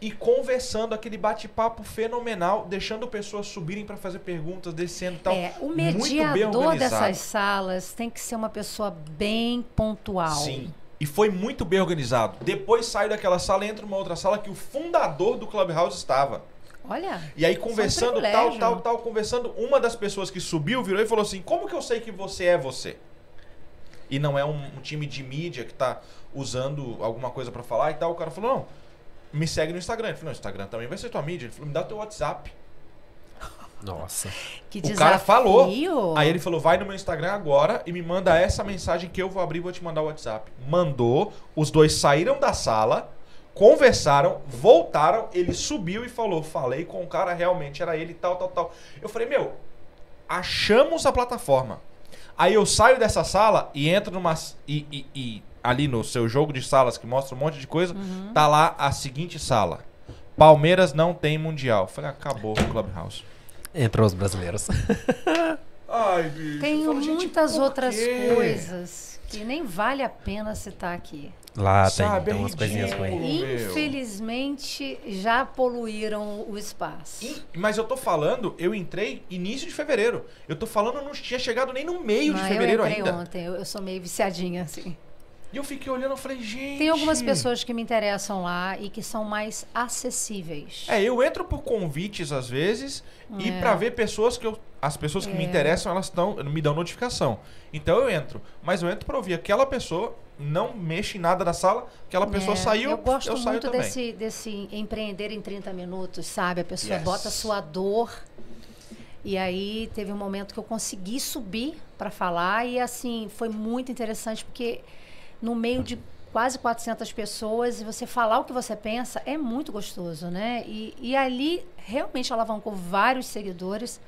Speaker 2: e conversando aquele bate-papo fenomenal, deixando pessoas subirem pra fazer perguntas, descendo e tal.
Speaker 3: é, o
Speaker 2: Então, muito bem
Speaker 3: mediador
Speaker 2: organizado.
Speaker 3: dessas salas tem que ser uma pessoa bem pontual.
Speaker 2: Sim. E foi muito bem organizado. Depois saio daquela sala e entro numa outra sala que o fundador do Clubhouse estava.
Speaker 3: Olha.
Speaker 2: E aí conversando, tal,
Speaker 3: privilégio.
Speaker 2: tal, tal, conversando, uma das pessoas que subiu virou e falou assim: Como que eu sei que você é você? E não é um, um time de mídia que tá usando alguma coisa pra falar e tal. O cara falou: Não, me segue no Instagram. Ele falou, não, Instagram também vai ser tua mídia. Ele falou, me dá teu WhatsApp.
Speaker 1: Nossa.
Speaker 3: Que
Speaker 2: O cara falou.
Speaker 3: desafio.
Speaker 2: Aí ele falou, vai no meu Instagram agora e me manda essa mensagem que eu vou abrir e vou te mandar o WhatsApp. Mandou, os dois saíram da sala, conversaram, voltaram, ele subiu e falou, falei com o cara realmente, era ele, tal, tal, tal. Eu falei, meu, achamos a plataforma. Aí eu saio dessa sala e entro numa. E, e- e ali no seu jogo de salas que mostra um monte de coisa, tá lá a seguinte sala. Palmeiras não tem mundial. Eu Falei, acabou o Clubhouse.
Speaker 1: Entrou os brasileiros.
Speaker 2: Ai, bicho.
Speaker 3: Tem
Speaker 2: eu falo, gente,
Speaker 3: muitas
Speaker 2: por
Speaker 3: outras
Speaker 2: quê?
Speaker 3: coisas que nem vale a pena citar aqui.
Speaker 1: Lá
Speaker 2: Sabe,
Speaker 1: tem,
Speaker 2: é
Speaker 1: tem umas coisinhas
Speaker 2: ridículo.
Speaker 1: ruins.
Speaker 2: Meu.
Speaker 3: Infelizmente, já poluíram o espaço.
Speaker 2: E- mas eu tô falando, eu entrei início de fevereiro. Eu tô falando, eu não tinha chegado nem no meio
Speaker 3: Mas
Speaker 2: de fevereiro
Speaker 3: eu entrei
Speaker 2: ainda.
Speaker 3: ontem, eu, eu sou meio viciadinha, assim.
Speaker 2: E eu fiquei olhando, eu falei, gente.
Speaker 3: Tem algumas pessoas que me interessam lá e que são mais acessíveis.
Speaker 2: É, eu entro por convites às vezes e
Speaker 3: É.
Speaker 2: pra ver pessoas que eu. As pessoas que me
Speaker 3: É.
Speaker 2: interessam, elas estão. me dão notificação. Então eu entro. Mas eu entro pra ouvir aquela pessoa, não mexe em nada da sala, aquela pessoa
Speaker 3: É,
Speaker 2: saiu,
Speaker 3: Eu gosto
Speaker 2: saio
Speaker 3: muito
Speaker 2: também.
Speaker 3: desse, desse empreender em 30 minutos, sabe? A pessoa
Speaker 2: Yes.
Speaker 3: bota a sua dor. E aí teve um momento que eu consegui subir para falar e assim, foi muito interessante porque no meio de quase 400 pessoas e você falar o que você pensa é muito gostoso, né? E, e ali realmente alavancou vários seguidores.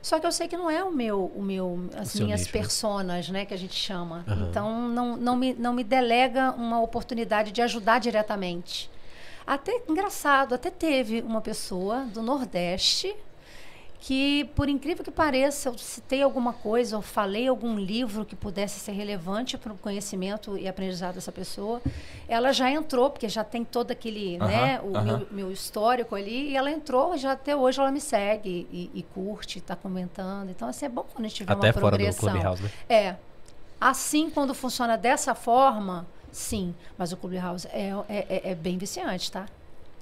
Speaker 3: Só que eu sei que não é o meu, o meu as
Speaker 1: O seu
Speaker 3: minhas
Speaker 1: nicho, né?
Speaker 3: personas, né, que a gente chama.
Speaker 1: Aham.
Speaker 3: Então não, não, me, não me delega uma oportunidade de ajudar diretamente. Até engraçado, até teve uma pessoa do Nordeste que, por incrível que pareça, eu citei alguma coisa ou falei algum livro que pudesse ser relevante para o conhecimento e aprendizado dessa pessoa. Ela já entrou, porque já tem todo aquele,
Speaker 2: Aham,
Speaker 3: né, o
Speaker 2: aham.
Speaker 3: meu, meu histórico ali, e ela entrou, já até hoje ela me segue e, e curte, está comentando. Então, assim, é bom quando a gente vê
Speaker 1: Até
Speaker 3: uma
Speaker 1: fora do
Speaker 3: progressão.
Speaker 1: Clubhouse, né?
Speaker 3: É. Assim, quando funciona dessa forma, sim. Mas o Clubhouse é, é, é- é bem viciante, tá?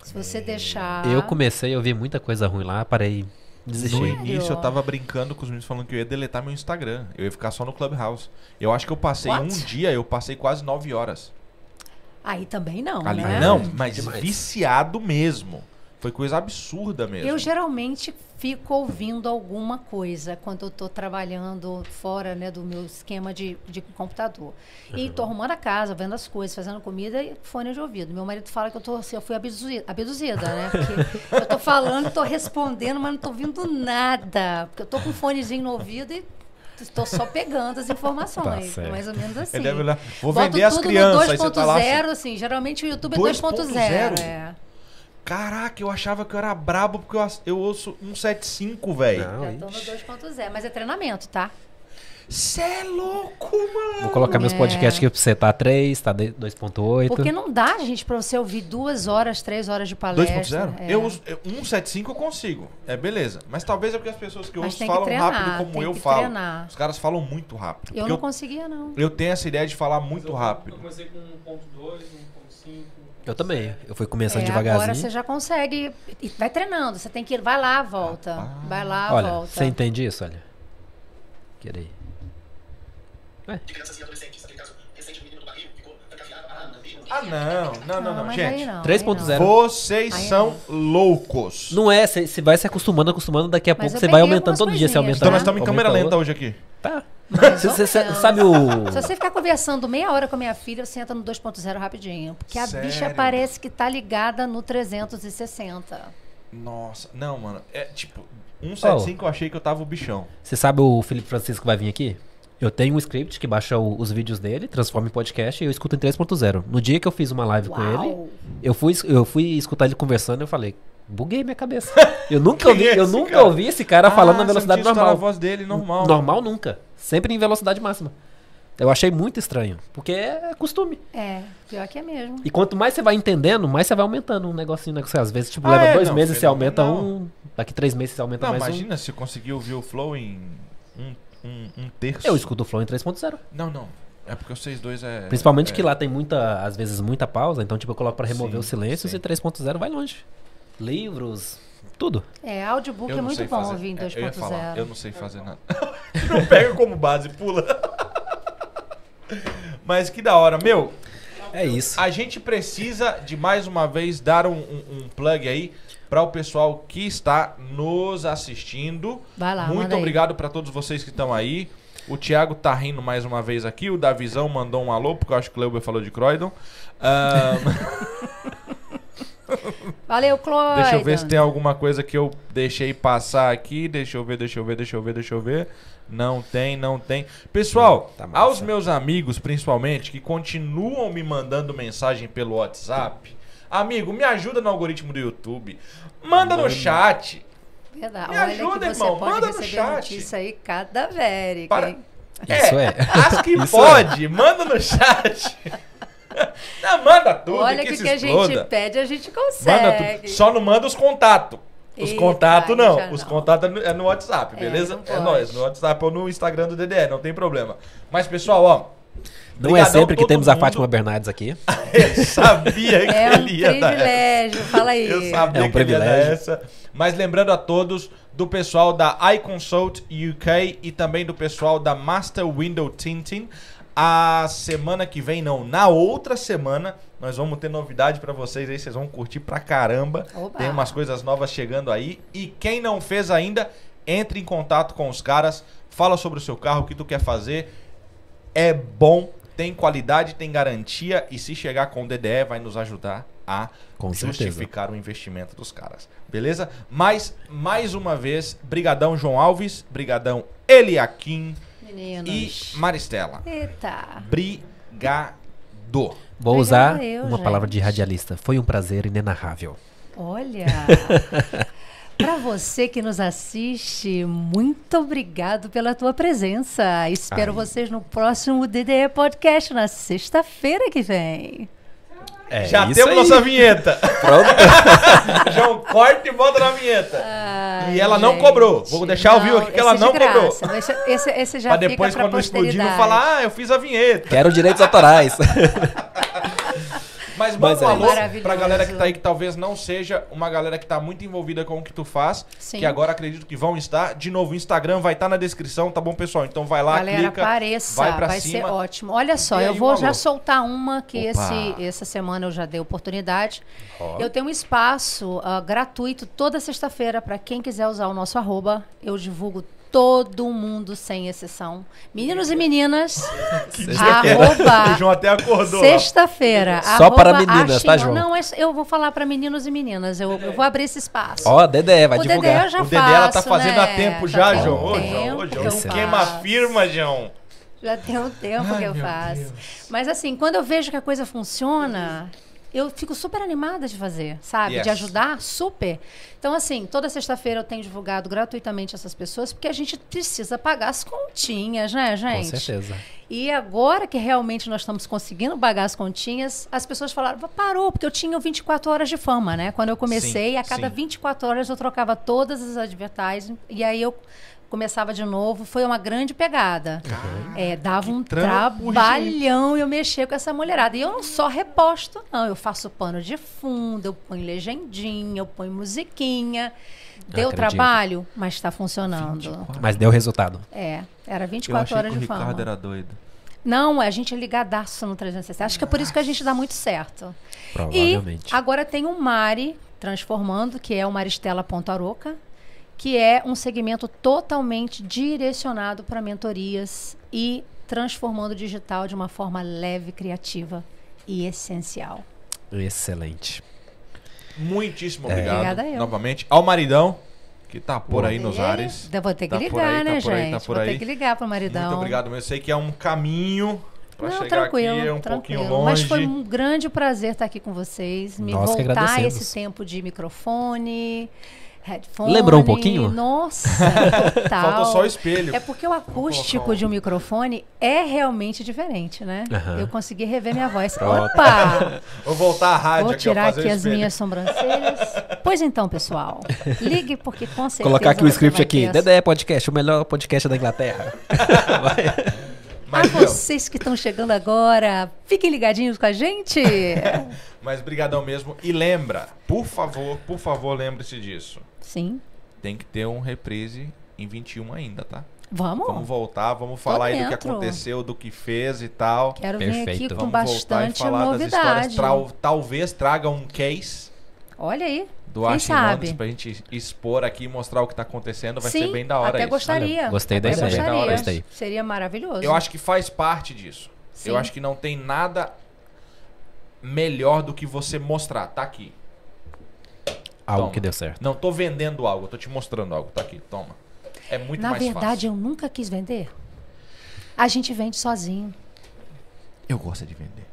Speaker 3: Se você deixar.
Speaker 1: Eu comecei a ouvir muita coisa ruim lá, parei.
Speaker 2: No
Speaker 1: Desisti.
Speaker 2: início eu tava brincando com os meninos falando que eu ia deletar meu Instagram. Eu ia ficar só no Clubhouse. Eu acho que eu passei
Speaker 3: What?
Speaker 2: um dia, eu passei quase 9 horas.
Speaker 3: Aí também não,
Speaker 2: ali.
Speaker 3: né?
Speaker 2: Não, mas
Speaker 1: Demais.
Speaker 2: viciado mesmo. Foi coisa absurda mesmo.
Speaker 3: Eu geralmente fico ouvindo alguma coisa quando eu estou trabalhando fora né, do meu esquema de, de computador. E
Speaker 2: Uhum.
Speaker 3: estou arrumando a casa, vendo as coisas, fazendo comida e fone de ouvido. Meu marido fala que eu, tô, assim, eu fui abduzi- abduzida, né? Porque eu estou falando, estou respondendo, mas não estou ouvindo nada. Porque eu estou com um fonezinho no ouvido e estou só pegando as informações.
Speaker 1: certo.
Speaker 3: mais ou menos assim.
Speaker 2: Tá Ele deve olhar, Vou
Speaker 3: Boto
Speaker 2: vender as
Speaker 3: tudo no
Speaker 2: crianças. Aí você tá lá.
Speaker 3: 2.0,
Speaker 2: assim,
Speaker 3: assim, geralmente o YouTube é
Speaker 2: 2.0.
Speaker 3: 2.0. É.
Speaker 2: Caraca, eu achava que eu era brabo porque eu, as- eu ouço 175, velho.
Speaker 1: Não,
Speaker 3: Já tô no
Speaker 1: ixi.
Speaker 3: 2.0, mas é treinamento, tá?
Speaker 2: Cê é louco, mano.
Speaker 1: Vou colocar meus
Speaker 3: É.
Speaker 1: podcasts aqui pra você. Tá 3, tá de- 2.8.
Speaker 3: Porque não dá, gente, pra você ouvir duas horas, três horas de palestra.
Speaker 2: 2.0?
Speaker 3: É.
Speaker 2: Eu uso eu- 175 eu consigo. É beleza. Mas talvez é porque as pessoas que eu
Speaker 3: Mas
Speaker 2: ouço
Speaker 3: tem que
Speaker 2: falam
Speaker 3: treinar,
Speaker 2: rápido como
Speaker 3: tem
Speaker 2: eu
Speaker 3: que
Speaker 2: falo.
Speaker 3: treinar.
Speaker 2: Os caras falam muito rápido.
Speaker 3: Eu
Speaker 2: Porque
Speaker 3: não conseguia, não.
Speaker 2: eu tenho essa ideia de falar
Speaker 5: Mas
Speaker 2: muito
Speaker 5: eu-
Speaker 2: rápido.
Speaker 5: Eu comecei com 1.2, 1.5.
Speaker 1: Eu também. Eu fui começando
Speaker 3: É, agora você
Speaker 1: devagarzinho.
Speaker 3: já consegue. E vai treinando. Você tem que ir. Vai lá, volta. vai lá,
Speaker 1: Olha,
Speaker 3: volta.
Speaker 1: você entende isso? Olha. Querei.
Speaker 8: de crianças e adolescentes. Aquele caso recente, o menino do barril ficou trancafiado, amarrado na vida.
Speaker 2: Ah, não. Não, não, não.
Speaker 3: mas aí
Speaker 2: Gente,
Speaker 3: não, aí
Speaker 1: 3.0.
Speaker 3: não.
Speaker 2: vocês
Speaker 3: Aí
Speaker 2: são loucos.
Speaker 1: Não é, você você vai se acostumando, acostumando, daqui a
Speaker 3: Mas
Speaker 1: pouco
Speaker 3: eu
Speaker 1: você vai
Speaker 3: peguei
Speaker 1: aumentando
Speaker 3: algumas
Speaker 1: todo dia, você
Speaker 3: coisinhas,
Speaker 1: aumenta.
Speaker 2: Então
Speaker 3: tá?
Speaker 2: nós estamos em câmera lenta hoje aqui.
Speaker 1: Tá.
Speaker 3: Mais
Speaker 1: Você,
Speaker 3: ou
Speaker 1: você- você
Speaker 3: menos.
Speaker 1: sabe o.
Speaker 3: Se você ficar conversando meia hora com a minha filha, você entra no 2.0 rapidinho. Porque a
Speaker 2: Sério?
Speaker 3: bicha parece que tá ligada no 360.
Speaker 2: Nossa, não, mano. É tipo, 175 eu achei que eu tava o bichão.
Speaker 1: Você sabe o Felipe Francisco que vai vir aqui? Eu tenho um script que baixa o- os vídeos dele, transforma em podcast e eu escuto em 3.0. No dia que eu fiz uma live com ele,
Speaker 3: Uau!
Speaker 1: eu fui, es- eu fui escutar ele conversando e eu falei, buguei minha cabeça. Eu nunca ouvi,
Speaker 2: Quem é
Speaker 1: eu
Speaker 2: esse
Speaker 1: nunca
Speaker 2: cara?
Speaker 1: ouvi esse cara falando na
Speaker 2: Ah, você não
Speaker 1: velocidade
Speaker 2: tinha escutado
Speaker 1: normal.
Speaker 2: a voz dele normal. né?
Speaker 1: Normal nunca. Sempre em velocidade máxima. Eu achei muito estranho, porque é costume.
Speaker 3: É, pior que é mesmo.
Speaker 1: E quanto mais você vai entendendo, mais você vai aumentando um negocinho, né? que você Às vezes, tipo,
Speaker 2: Ah,
Speaker 1: leva
Speaker 2: é,
Speaker 1: dois
Speaker 2: não,
Speaker 1: meses, você aumenta
Speaker 2: fenomenal.
Speaker 1: um. Daqui três meses, você aumenta
Speaker 2: Não,
Speaker 1: mais um.
Speaker 2: imagina se eu conseguir ouvir o Flow em um, um, um terço.
Speaker 1: um. Eu escuto o Flow em 3.0.
Speaker 2: Não, não. É porque vocês dois é.
Speaker 1: Principalmente
Speaker 2: é-
Speaker 1: que lá tem muita, às vezes, muita pausa. Então, tipo, eu coloco pra remover
Speaker 2: Sim,
Speaker 1: os silêncios
Speaker 2: sim.
Speaker 1: e 3.0 vai longe. Livros, tudo.
Speaker 3: É, audiobook
Speaker 2: Eu
Speaker 3: é
Speaker 2: não
Speaker 3: muito
Speaker 2: sei
Speaker 3: bom
Speaker 2: fazer.
Speaker 3: ouvir em
Speaker 2: É, eu ia falar,
Speaker 3: 2.0.
Speaker 2: eu não sei fazer nada. não pega como base, pula. Mas que da hora, meu.
Speaker 1: É isso.
Speaker 2: A gente precisa de mais uma vez dar um, um- um plug aí para o pessoal que está nos assistindo.
Speaker 3: Vai lá,
Speaker 2: Muito
Speaker 3: manda aí.
Speaker 2: obrigado para todos vocês que estão aí. O Thiago tá rindo mais uma vez aqui. O Davizão mandou um alô, porque eu acho que o Leuber falou de Croydon. Ahn,
Speaker 3: Valeu, Cloy.
Speaker 2: deixa eu ver se tem alguma coisa que eu deixei passar aqui. Deixa eu ver, deixa eu ver, deixa eu ver, deixa eu ver. Não tem, não tem. Pessoal,
Speaker 1: Tá massa.
Speaker 2: aos meus amigos, principalmente, que continuam me mandando mensagem pelo WhatsApp. Amigo, me ajuda no algoritmo do YouTube. Manda no chat.
Speaker 3: Verdade.
Speaker 2: Me
Speaker 3: Olha
Speaker 2: ajuda,
Speaker 3: que você
Speaker 2: irmão,
Speaker 3: pode
Speaker 2: manda no
Speaker 3: receber
Speaker 2: chat.
Speaker 3: notícia aí cadavérica,
Speaker 2: Para-
Speaker 3: hein?
Speaker 1: Isso é.
Speaker 2: As que pode, manda no chat. Não, manda tudo.
Speaker 3: Olha
Speaker 2: que,
Speaker 3: que o
Speaker 2: se
Speaker 3: que a gente
Speaker 2: exploda.
Speaker 3: pede, a gente
Speaker 2: Manda
Speaker 3: consegue.
Speaker 2: tudo. Só não manda os contatos. Os
Speaker 3: Eita,
Speaker 2: contatos
Speaker 3: aí
Speaker 2: não.
Speaker 3: já
Speaker 2: Os
Speaker 3: não.
Speaker 2: contatos é no- é no WhatsApp,
Speaker 3: É,
Speaker 2: beleza?
Speaker 3: não
Speaker 2: É,
Speaker 3: pode.
Speaker 2: nóis. No WhatsApp ou no Instagram do DDE, não tem problema. Mas, pessoal, ó.
Speaker 1: Não é
Speaker 2: brigadão
Speaker 1: sempre que
Speaker 2: todo
Speaker 1: temos a
Speaker 2: mundo.
Speaker 1: Fátima Bernardes aqui.
Speaker 2: Eu sabia que
Speaker 3: É um
Speaker 2: ele ia dar essa.
Speaker 3: privilégio, fala aí.
Speaker 2: Eu sabia
Speaker 1: É um
Speaker 2: que ele ia dar
Speaker 1: privilégio.
Speaker 2: essa. Mas lembrando a todos do pessoal da iConsult UK e também do pessoal da Master Window Tinting. A semana que vem, não, na outra semana, nós vamos ter novidade pra vocês aí, vocês vão curtir pra caramba.
Speaker 3: Oba.
Speaker 2: Tem umas coisas novas chegando aí. E quem não fez ainda, entre em contato com os caras, fala sobre o seu carro, o que tu quer fazer. É bom, tem qualidade, tem garantia e se chegar com o DDE vai nos ajudar a
Speaker 1: Com certeza.
Speaker 2: justificar o investimento dos caras. Beleza? Mas, mais uma vez, brigadão João Alves, brigadão Eliakim
Speaker 3: É
Speaker 2: e
Speaker 3: Meninos.
Speaker 2: Maristela.
Speaker 3: Eita.
Speaker 2: Brigado.
Speaker 1: Vou
Speaker 3: Obrigada
Speaker 1: usar
Speaker 3: eu,
Speaker 1: uma palavra de
Speaker 3: gente.
Speaker 1: radialista. Foi um prazer inenarrável.
Speaker 3: Olha. Para você que nos assiste, muito obrigado pela tua presença. Espero
Speaker 1: Aí.
Speaker 3: vocês no próximo DDE Podcast na sexta-feira que vem.
Speaker 1: É
Speaker 2: Já
Speaker 1: isso
Speaker 2: temos
Speaker 1: aí.
Speaker 2: nossa vinheta.
Speaker 1: Pronto.
Speaker 2: João, corta e bota na vinheta.
Speaker 3: Ai,
Speaker 2: E ela não cobrou. Vou deixar ao vivo aqui que ela
Speaker 3: esse é
Speaker 2: não
Speaker 3: de graça.
Speaker 2: cobrou.
Speaker 3: Deixa- Esse, esse já
Speaker 2: pra
Speaker 3: fica
Speaker 2: depois,
Speaker 3: pra
Speaker 2: quando explodir, não
Speaker 3: posteridade.
Speaker 2: falar, ah, eu fiz a vinheta.
Speaker 1: Quero direitos autorais.
Speaker 2: Mas manda
Speaker 1: Mas
Speaker 2: um
Speaker 1: é
Speaker 2: alô
Speaker 1: isso.
Speaker 2: pra
Speaker 3: Maravilhoso.
Speaker 2: galera que tá aí, que talvez não seja uma galera que tá muito envolvida com o que tu faz,
Speaker 3: Sim.
Speaker 2: que agora acredito que vão estar. De novo, o Instagram vai estar na descrição, tá bom, pessoal? Então vai lá,
Speaker 3: Galera,
Speaker 2: clica,
Speaker 3: apareça,
Speaker 2: vai
Speaker 3: vai,
Speaker 2: pra
Speaker 3: ser
Speaker 2: cima.
Speaker 3: ótimo. Olha só,
Speaker 2: E
Speaker 3: eu
Speaker 2: aí,
Speaker 3: vou
Speaker 2: um
Speaker 3: já
Speaker 2: alô.
Speaker 3: soltar uma
Speaker 2: Opa.
Speaker 3: que esse, essa semana eu já dei oportunidade.
Speaker 1: Ó.
Speaker 3: Eu tenho um espaço ah, gratuito toda sexta-feira para quem quiser usar o nosso arroba. Eu divulgo todo mundo, sem exceção. Meninos e meninas,
Speaker 2: O João
Speaker 3: arroba...
Speaker 2: até acordou. lá.
Speaker 3: Sexta-feira.
Speaker 1: Só para
Speaker 3: arroba
Speaker 1: meninas, tá,
Speaker 3: Ashimon-
Speaker 1: João?
Speaker 3: Não, é- eu vou falar para meninos e meninas. Eu, eu vou abrir esse espaço.
Speaker 1: Ó, Dedé, vai
Speaker 3: o Dedé
Speaker 1: divulgar.
Speaker 3: eu já
Speaker 2: o Dedé ela tá
Speaker 3: faço,
Speaker 2: fazendo
Speaker 3: né?
Speaker 2: há tempo já,
Speaker 3: tem
Speaker 2: João.
Speaker 3: um
Speaker 2: Ô, João, ô,
Speaker 3: tempo
Speaker 2: João.
Speaker 3: que eu
Speaker 1: Esse-
Speaker 2: Queima a
Speaker 3: faço.
Speaker 2: firma, João.
Speaker 3: Já tem um tempo que eu faço. Mas assim, quando eu vejo que a coisa funciona, eu fico super animada de fazer, sabe?
Speaker 2: Yes.
Speaker 3: De ajudar, super. Então assim, toda sexta-feira eu tenho divulgado gratuitamente essas pessoas, porque a gente precisa pagar as continhas, né,
Speaker 1: Com
Speaker 3: gente?
Speaker 1: certeza.
Speaker 3: E agora que realmente nós estamos conseguindo pagar as continhas, as pessoas falaram, "Pá, parou, porque eu tinha 24 horas de fama, né? Quando eu comecei,
Speaker 2: Sim,
Speaker 3: a cada
Speaker 2: sim.
Speaker 3: 24 horas eu trocava todas as advertisements e aí eu começava de novo. Foi uma grande pegada. É, dava um
Speaker 2: trampo,
Speaker 3: trabalhão eu mexer com essa mulherada. E eu não só reposto, não. Eu faço pano de fundo, eu ponho legendinha, eu ponho musiquinha. Deu
Speaker 1: Acredito.
Speaker 3: trabalho, mas está funcionando.
Speaker 1: Mas deu resultado.
Speaker 3: É, era 24 horas de fama.
Speaker 2: doido.
Speaker 3: Não, a gente é ligadaço no 360. Acho que é por isso que a gente dá muito certo. E
Speaker 1: Provavelmente.
Speaker 3: agora tem o Mari transformando, que é o Maristela Pontaroca, que é um segmento totalmente direcionado para mentorias e transformando o digital de uma forma leve, criativa e essencial.
Speaker 1: Excelente.
Speaker 2: Muitíssimo obrigado.
Speaker 3: Obrigada eu. é
Speaker 2: Novamente. Ao maridão, que tá por aí nos
Speaker 3: E
Speaker 2: ares.
Speaker 3: eu Vou ter que
Speaker 2: Tá por
Speaker 3: ligar,
Speaker 2: aí, tá
Speaker 3: né,
Speaker 2: por aí,
Speaker 3: gente?
Speaker 2: tá por
Speaker 3: Vou
Speaker 2: aí.
Speaker 3: ter que ligar pro maridão.
Speaker 2: Muito obrigado mesmo. Eu sei que é um caminho pra
Speaker 3: Não,
Speaker 2: chegar
Speaker 3: tranquilo,
Speaker 2: aqui, é um
Speaker 3: tranquilo.
Speaker 2: pouquinho longe.
Speaker 3: Mas foi um grande prazer estar aqui com vocês, me
Speaker 1: Nós que
Speaker 3: voltar a
Speaker 1: agradecemos.
Speaker 3: esse tempo de microfone, headphone.
Speaker 1: Lembrou um pouquinho?
Speaker 3: Nossa, total.
Speaker 2: Faltou só o espelho.
Speaker 3: É porque o acústico
Speaker 2: colocar um-
Speaker 3: de um microfone é realmente diferente, né?
Speaker 1: Aham. Ah,
Speaker 3: Eu consegui rever minha voz. Opa!
Speaker 2: Vou voltar à rádio
Speaker 3: Vou
Speaker 2: aqui, ó,
Speaker 3: tirar
Speaker 2: fazer
Speaker 3: aqui
Speaker 2: o
Speaker 3: as
Speaker 2: espelho.
Speaker 3: minhas sobrancelhas. Pois então, pessoal, ligue porque com certeza
Speaker 1: Colocar aqui o
Speaker 3: você
Speaker 1: script
Speaker 3: vai
Speaker 1: aqui.
Speaker 3: ter
Speaker 1: Dedé Podcast, o melhor podcast da Inglaterra.
Speaker 3: A
Speaker 2: Mas, meu,
Speaker 3: vocês que estão chegando agora, fiquem ligadinhos com a gente.
Speaker 2: mas brigadão mesmo. E lembra, por favor, por favor, lembre-se disso.
Speaker 3: Sim.
Speaker 2: Tem que ter um reprise em 21 ainda, tá?
Speaker 3: Vamos?
Speaker 2: Vamos voltar, vamos falar aí do que
Speaker 3: dentro.
Speaker 2: aconteceu, do que fez e tal.
Speaker 3: Quero vir
Speaker 1: Perfeito.
Speaker 3: aqui
Speaker 2: Vamos
Speaker 3: com bastante novidade.
Speaker 2: Trau- talvez traga um case
Speaker 3: Olha aí.
Speaker 2: do
Speaker 3: Quem
Speaker 2: Archinones
Speaker 3: sabe?
Speaker 2: pra gente expor aqui e mostrar o que tá acontecendo. Vai
Speaker 3: Sim,
Speaker 2: ser bem da hora
Speaker 3: até
Speaker 2: isso.
Speaker 3: gostaria.
Speaker 1: Olha, gostei da
Speaker 3: até
Speaker 2: ideia.
Speaker 3: gostaria.
Speaker 2: Olha,
Speaker 1: gostei.
Speaker 3: Seria maravilhoso.
Speaker 2: Eu acho que faz parte disso.
Speaker 3: Sim.
Speaker 2: Eu acho que não tem nada melhor do que você mostrar. Tá aqui.
Speaker 1: Algo
Speaker 2: Toma.
Speaker 1: que deu certo.
Speaker 2: Não tô vendendo algo, eu tô te mostrando algo. Tá aqui, toma. É muito
Speaker 3: Na
Speaker 2: mais fácil.
Speaker 3: verdade, eu nunca quis vender. A gente vende sozinho.
Speaker 2: Eu gosto de vender.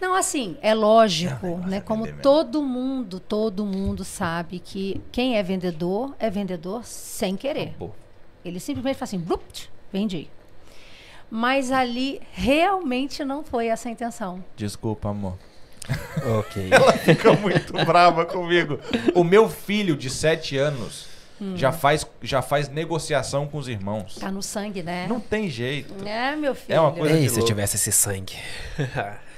Speaker 3: Não, assim, é lógico,
Speaker 2: negócio é
Speaker 3: né? Como
Speaker 2: vender mesmo.
Speaker 3: todo mundo, todo mundo sabe que quem é vendedor é vendedor sem querer.
Speaker 2: Acabou.
Speaker 3: Ele simplesmente fala assim, "Brupt, vendi. Mas ali realmente não foi essa a intenção.
Speaker 2: Desculpa, amor.
Speaker 1: Ok.
Speaker 2: Fica muito brava comigo. O meu filho de 7 anos já, faz, já faz negociação com os irmãos.
Speaker 3: Tá no sangue, né?
Speaker 2: Não tem jeito.
Speaker 3: É, meu filho.
Speaker 2: É uma coisa-
Speaker 1: Ei,
Speaker 2: de
Speaker 1: se eu
Speaker 2: louco.
Speaker 1: tivesse esse sangue.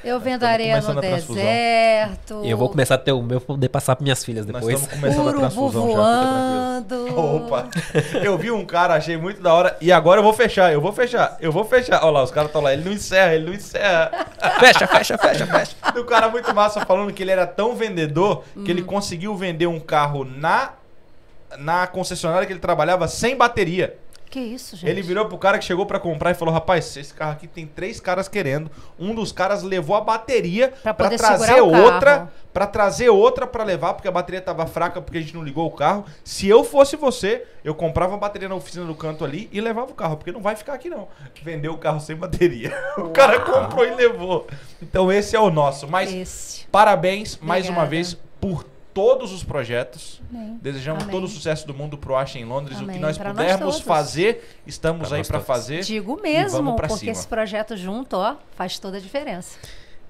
Speaker 3: Eu vendo
Speaker 2: Estamos
Speaker 3: areia no
Speaker 2: começando a transfusão.
Speaker 3: deserto.
Speaker 1: Eu vou começar a ter o meu pra poder passar para minhas filhas
Speaker 2: Nós
Speaker 1: depois.
Speaker 2: estamos começando a
Speaker 3: urubu
Speaker 2: transfusão já.
Speaker 3: voando.
Speaker 2: fica tranquilo. Opa! Eu vi um cara, achei muito da hora. E agora eu vou fechar, eu vou fechar, eu vou fechar. Olha lá, os caras estão lá. Ele não encerra, ele não encerra.
Speaker 1: Fecha, fecha, fecha, fecha.
Speaker 2: E o cara muito massa falando que ele era tão vendedor que ele conseguiu vender um carro na, na concessionária que ele trabalhava sem bateria.
Speaker 3: Que isso, gente?
Speaker 2: Ele virou pro cara que chegou pra comprar e falou: Rapaz, esse carro aqui tem três caras querendo. Um dos caras levou a bateria
Speaker 3: Pra
Speaker 2: pra
Speaker 3: poder
Speaker 2: trazer
Speaker 3: segurar o
Speaker 2: outra,
Speaker 3: carro.
Speaker 2: Pra trazer outra pra levar, porque a bateria tava fraca, porque a gente não ligou o carro. Se eu fosse você, eu comprava a bateria na oficina do canto ali e levava o carro, porque não vai ficar aqui não. Vendeu o carro sem bateria. O cara comprou e levou. Então esse é o nosso. Mas
Speaker 3: Esse.
Speaker 2: parabéns mais uma
Speaker 3: Obrigada.
Speaker 2: vez por todos os projetos.
Speaker 3: Amém.
Speaker 2: Desejamos
Speaker 3: Amém.
Speaker 2: todo o sucesso do mundo pro Acha em Londres. O que
Speaker 3: Amém.
Speaker 2: nós
Speaker 3: Pra nós
Speaker 2: pudermos
Speaker 3: todos.
Speaker 2: fazer, estamos
Speaker 1: Pra
Speaker 2: aí
Speaker 1: nós
Speaker 2: para
Speaker 1: todos.
Speaker 2: fazer.
Speaker 3: Digo
Speaker 2: E vamos
Speaker 3: mesmo,
Speaker 2: pra
Speaker 3: porque
Speaker 2: cima.
Speaker 3: esse projeto junto, ó, faz toda a diferença.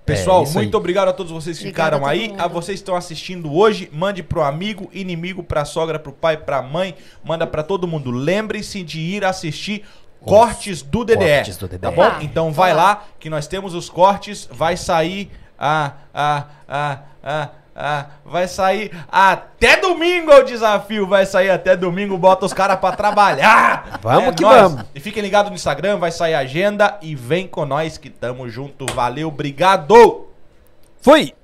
Speaker 2: Pessoal,
Speaker 1: É isso aí.
Speaker 2: muito obrigado a todos vocês que ficaram
Speaker 3: Obrigada a todo
Speaker 2: aí.
Speaker 3: mundo.
Speaker 2: A vocês que estão assistindo hoje, mande pro amigo, inimigo, pra sogra, pro pai, pra mãe, manda pra todo mundo. Lembre-se de ir assistir
Speaker 1: Os
Speaker 2: cortes do DDE.
Speaker 1: cortes do
Speaker 2: Tá
Speaker 1: DDE.
Speaker 2: bom?
Speaker 3: Tá.
Speaker 2: Então vai
Speaker 3: Tá.
Speaker 2: lá que nós temos os cortes, vai sair a a a a a- vai sair até domingo é o desafio, vai sair até domingo, bota os caras pra trabalhar. É
Speaker 1: Vamos que
Speaker 2: nóis.
Speaker 1: vamos.
Speaker 2: E fiquem ligados no Instagram, vai sair a agenda e vem com nós que tamo junto. Valeu, obrigado.
Speaker 1: Fui!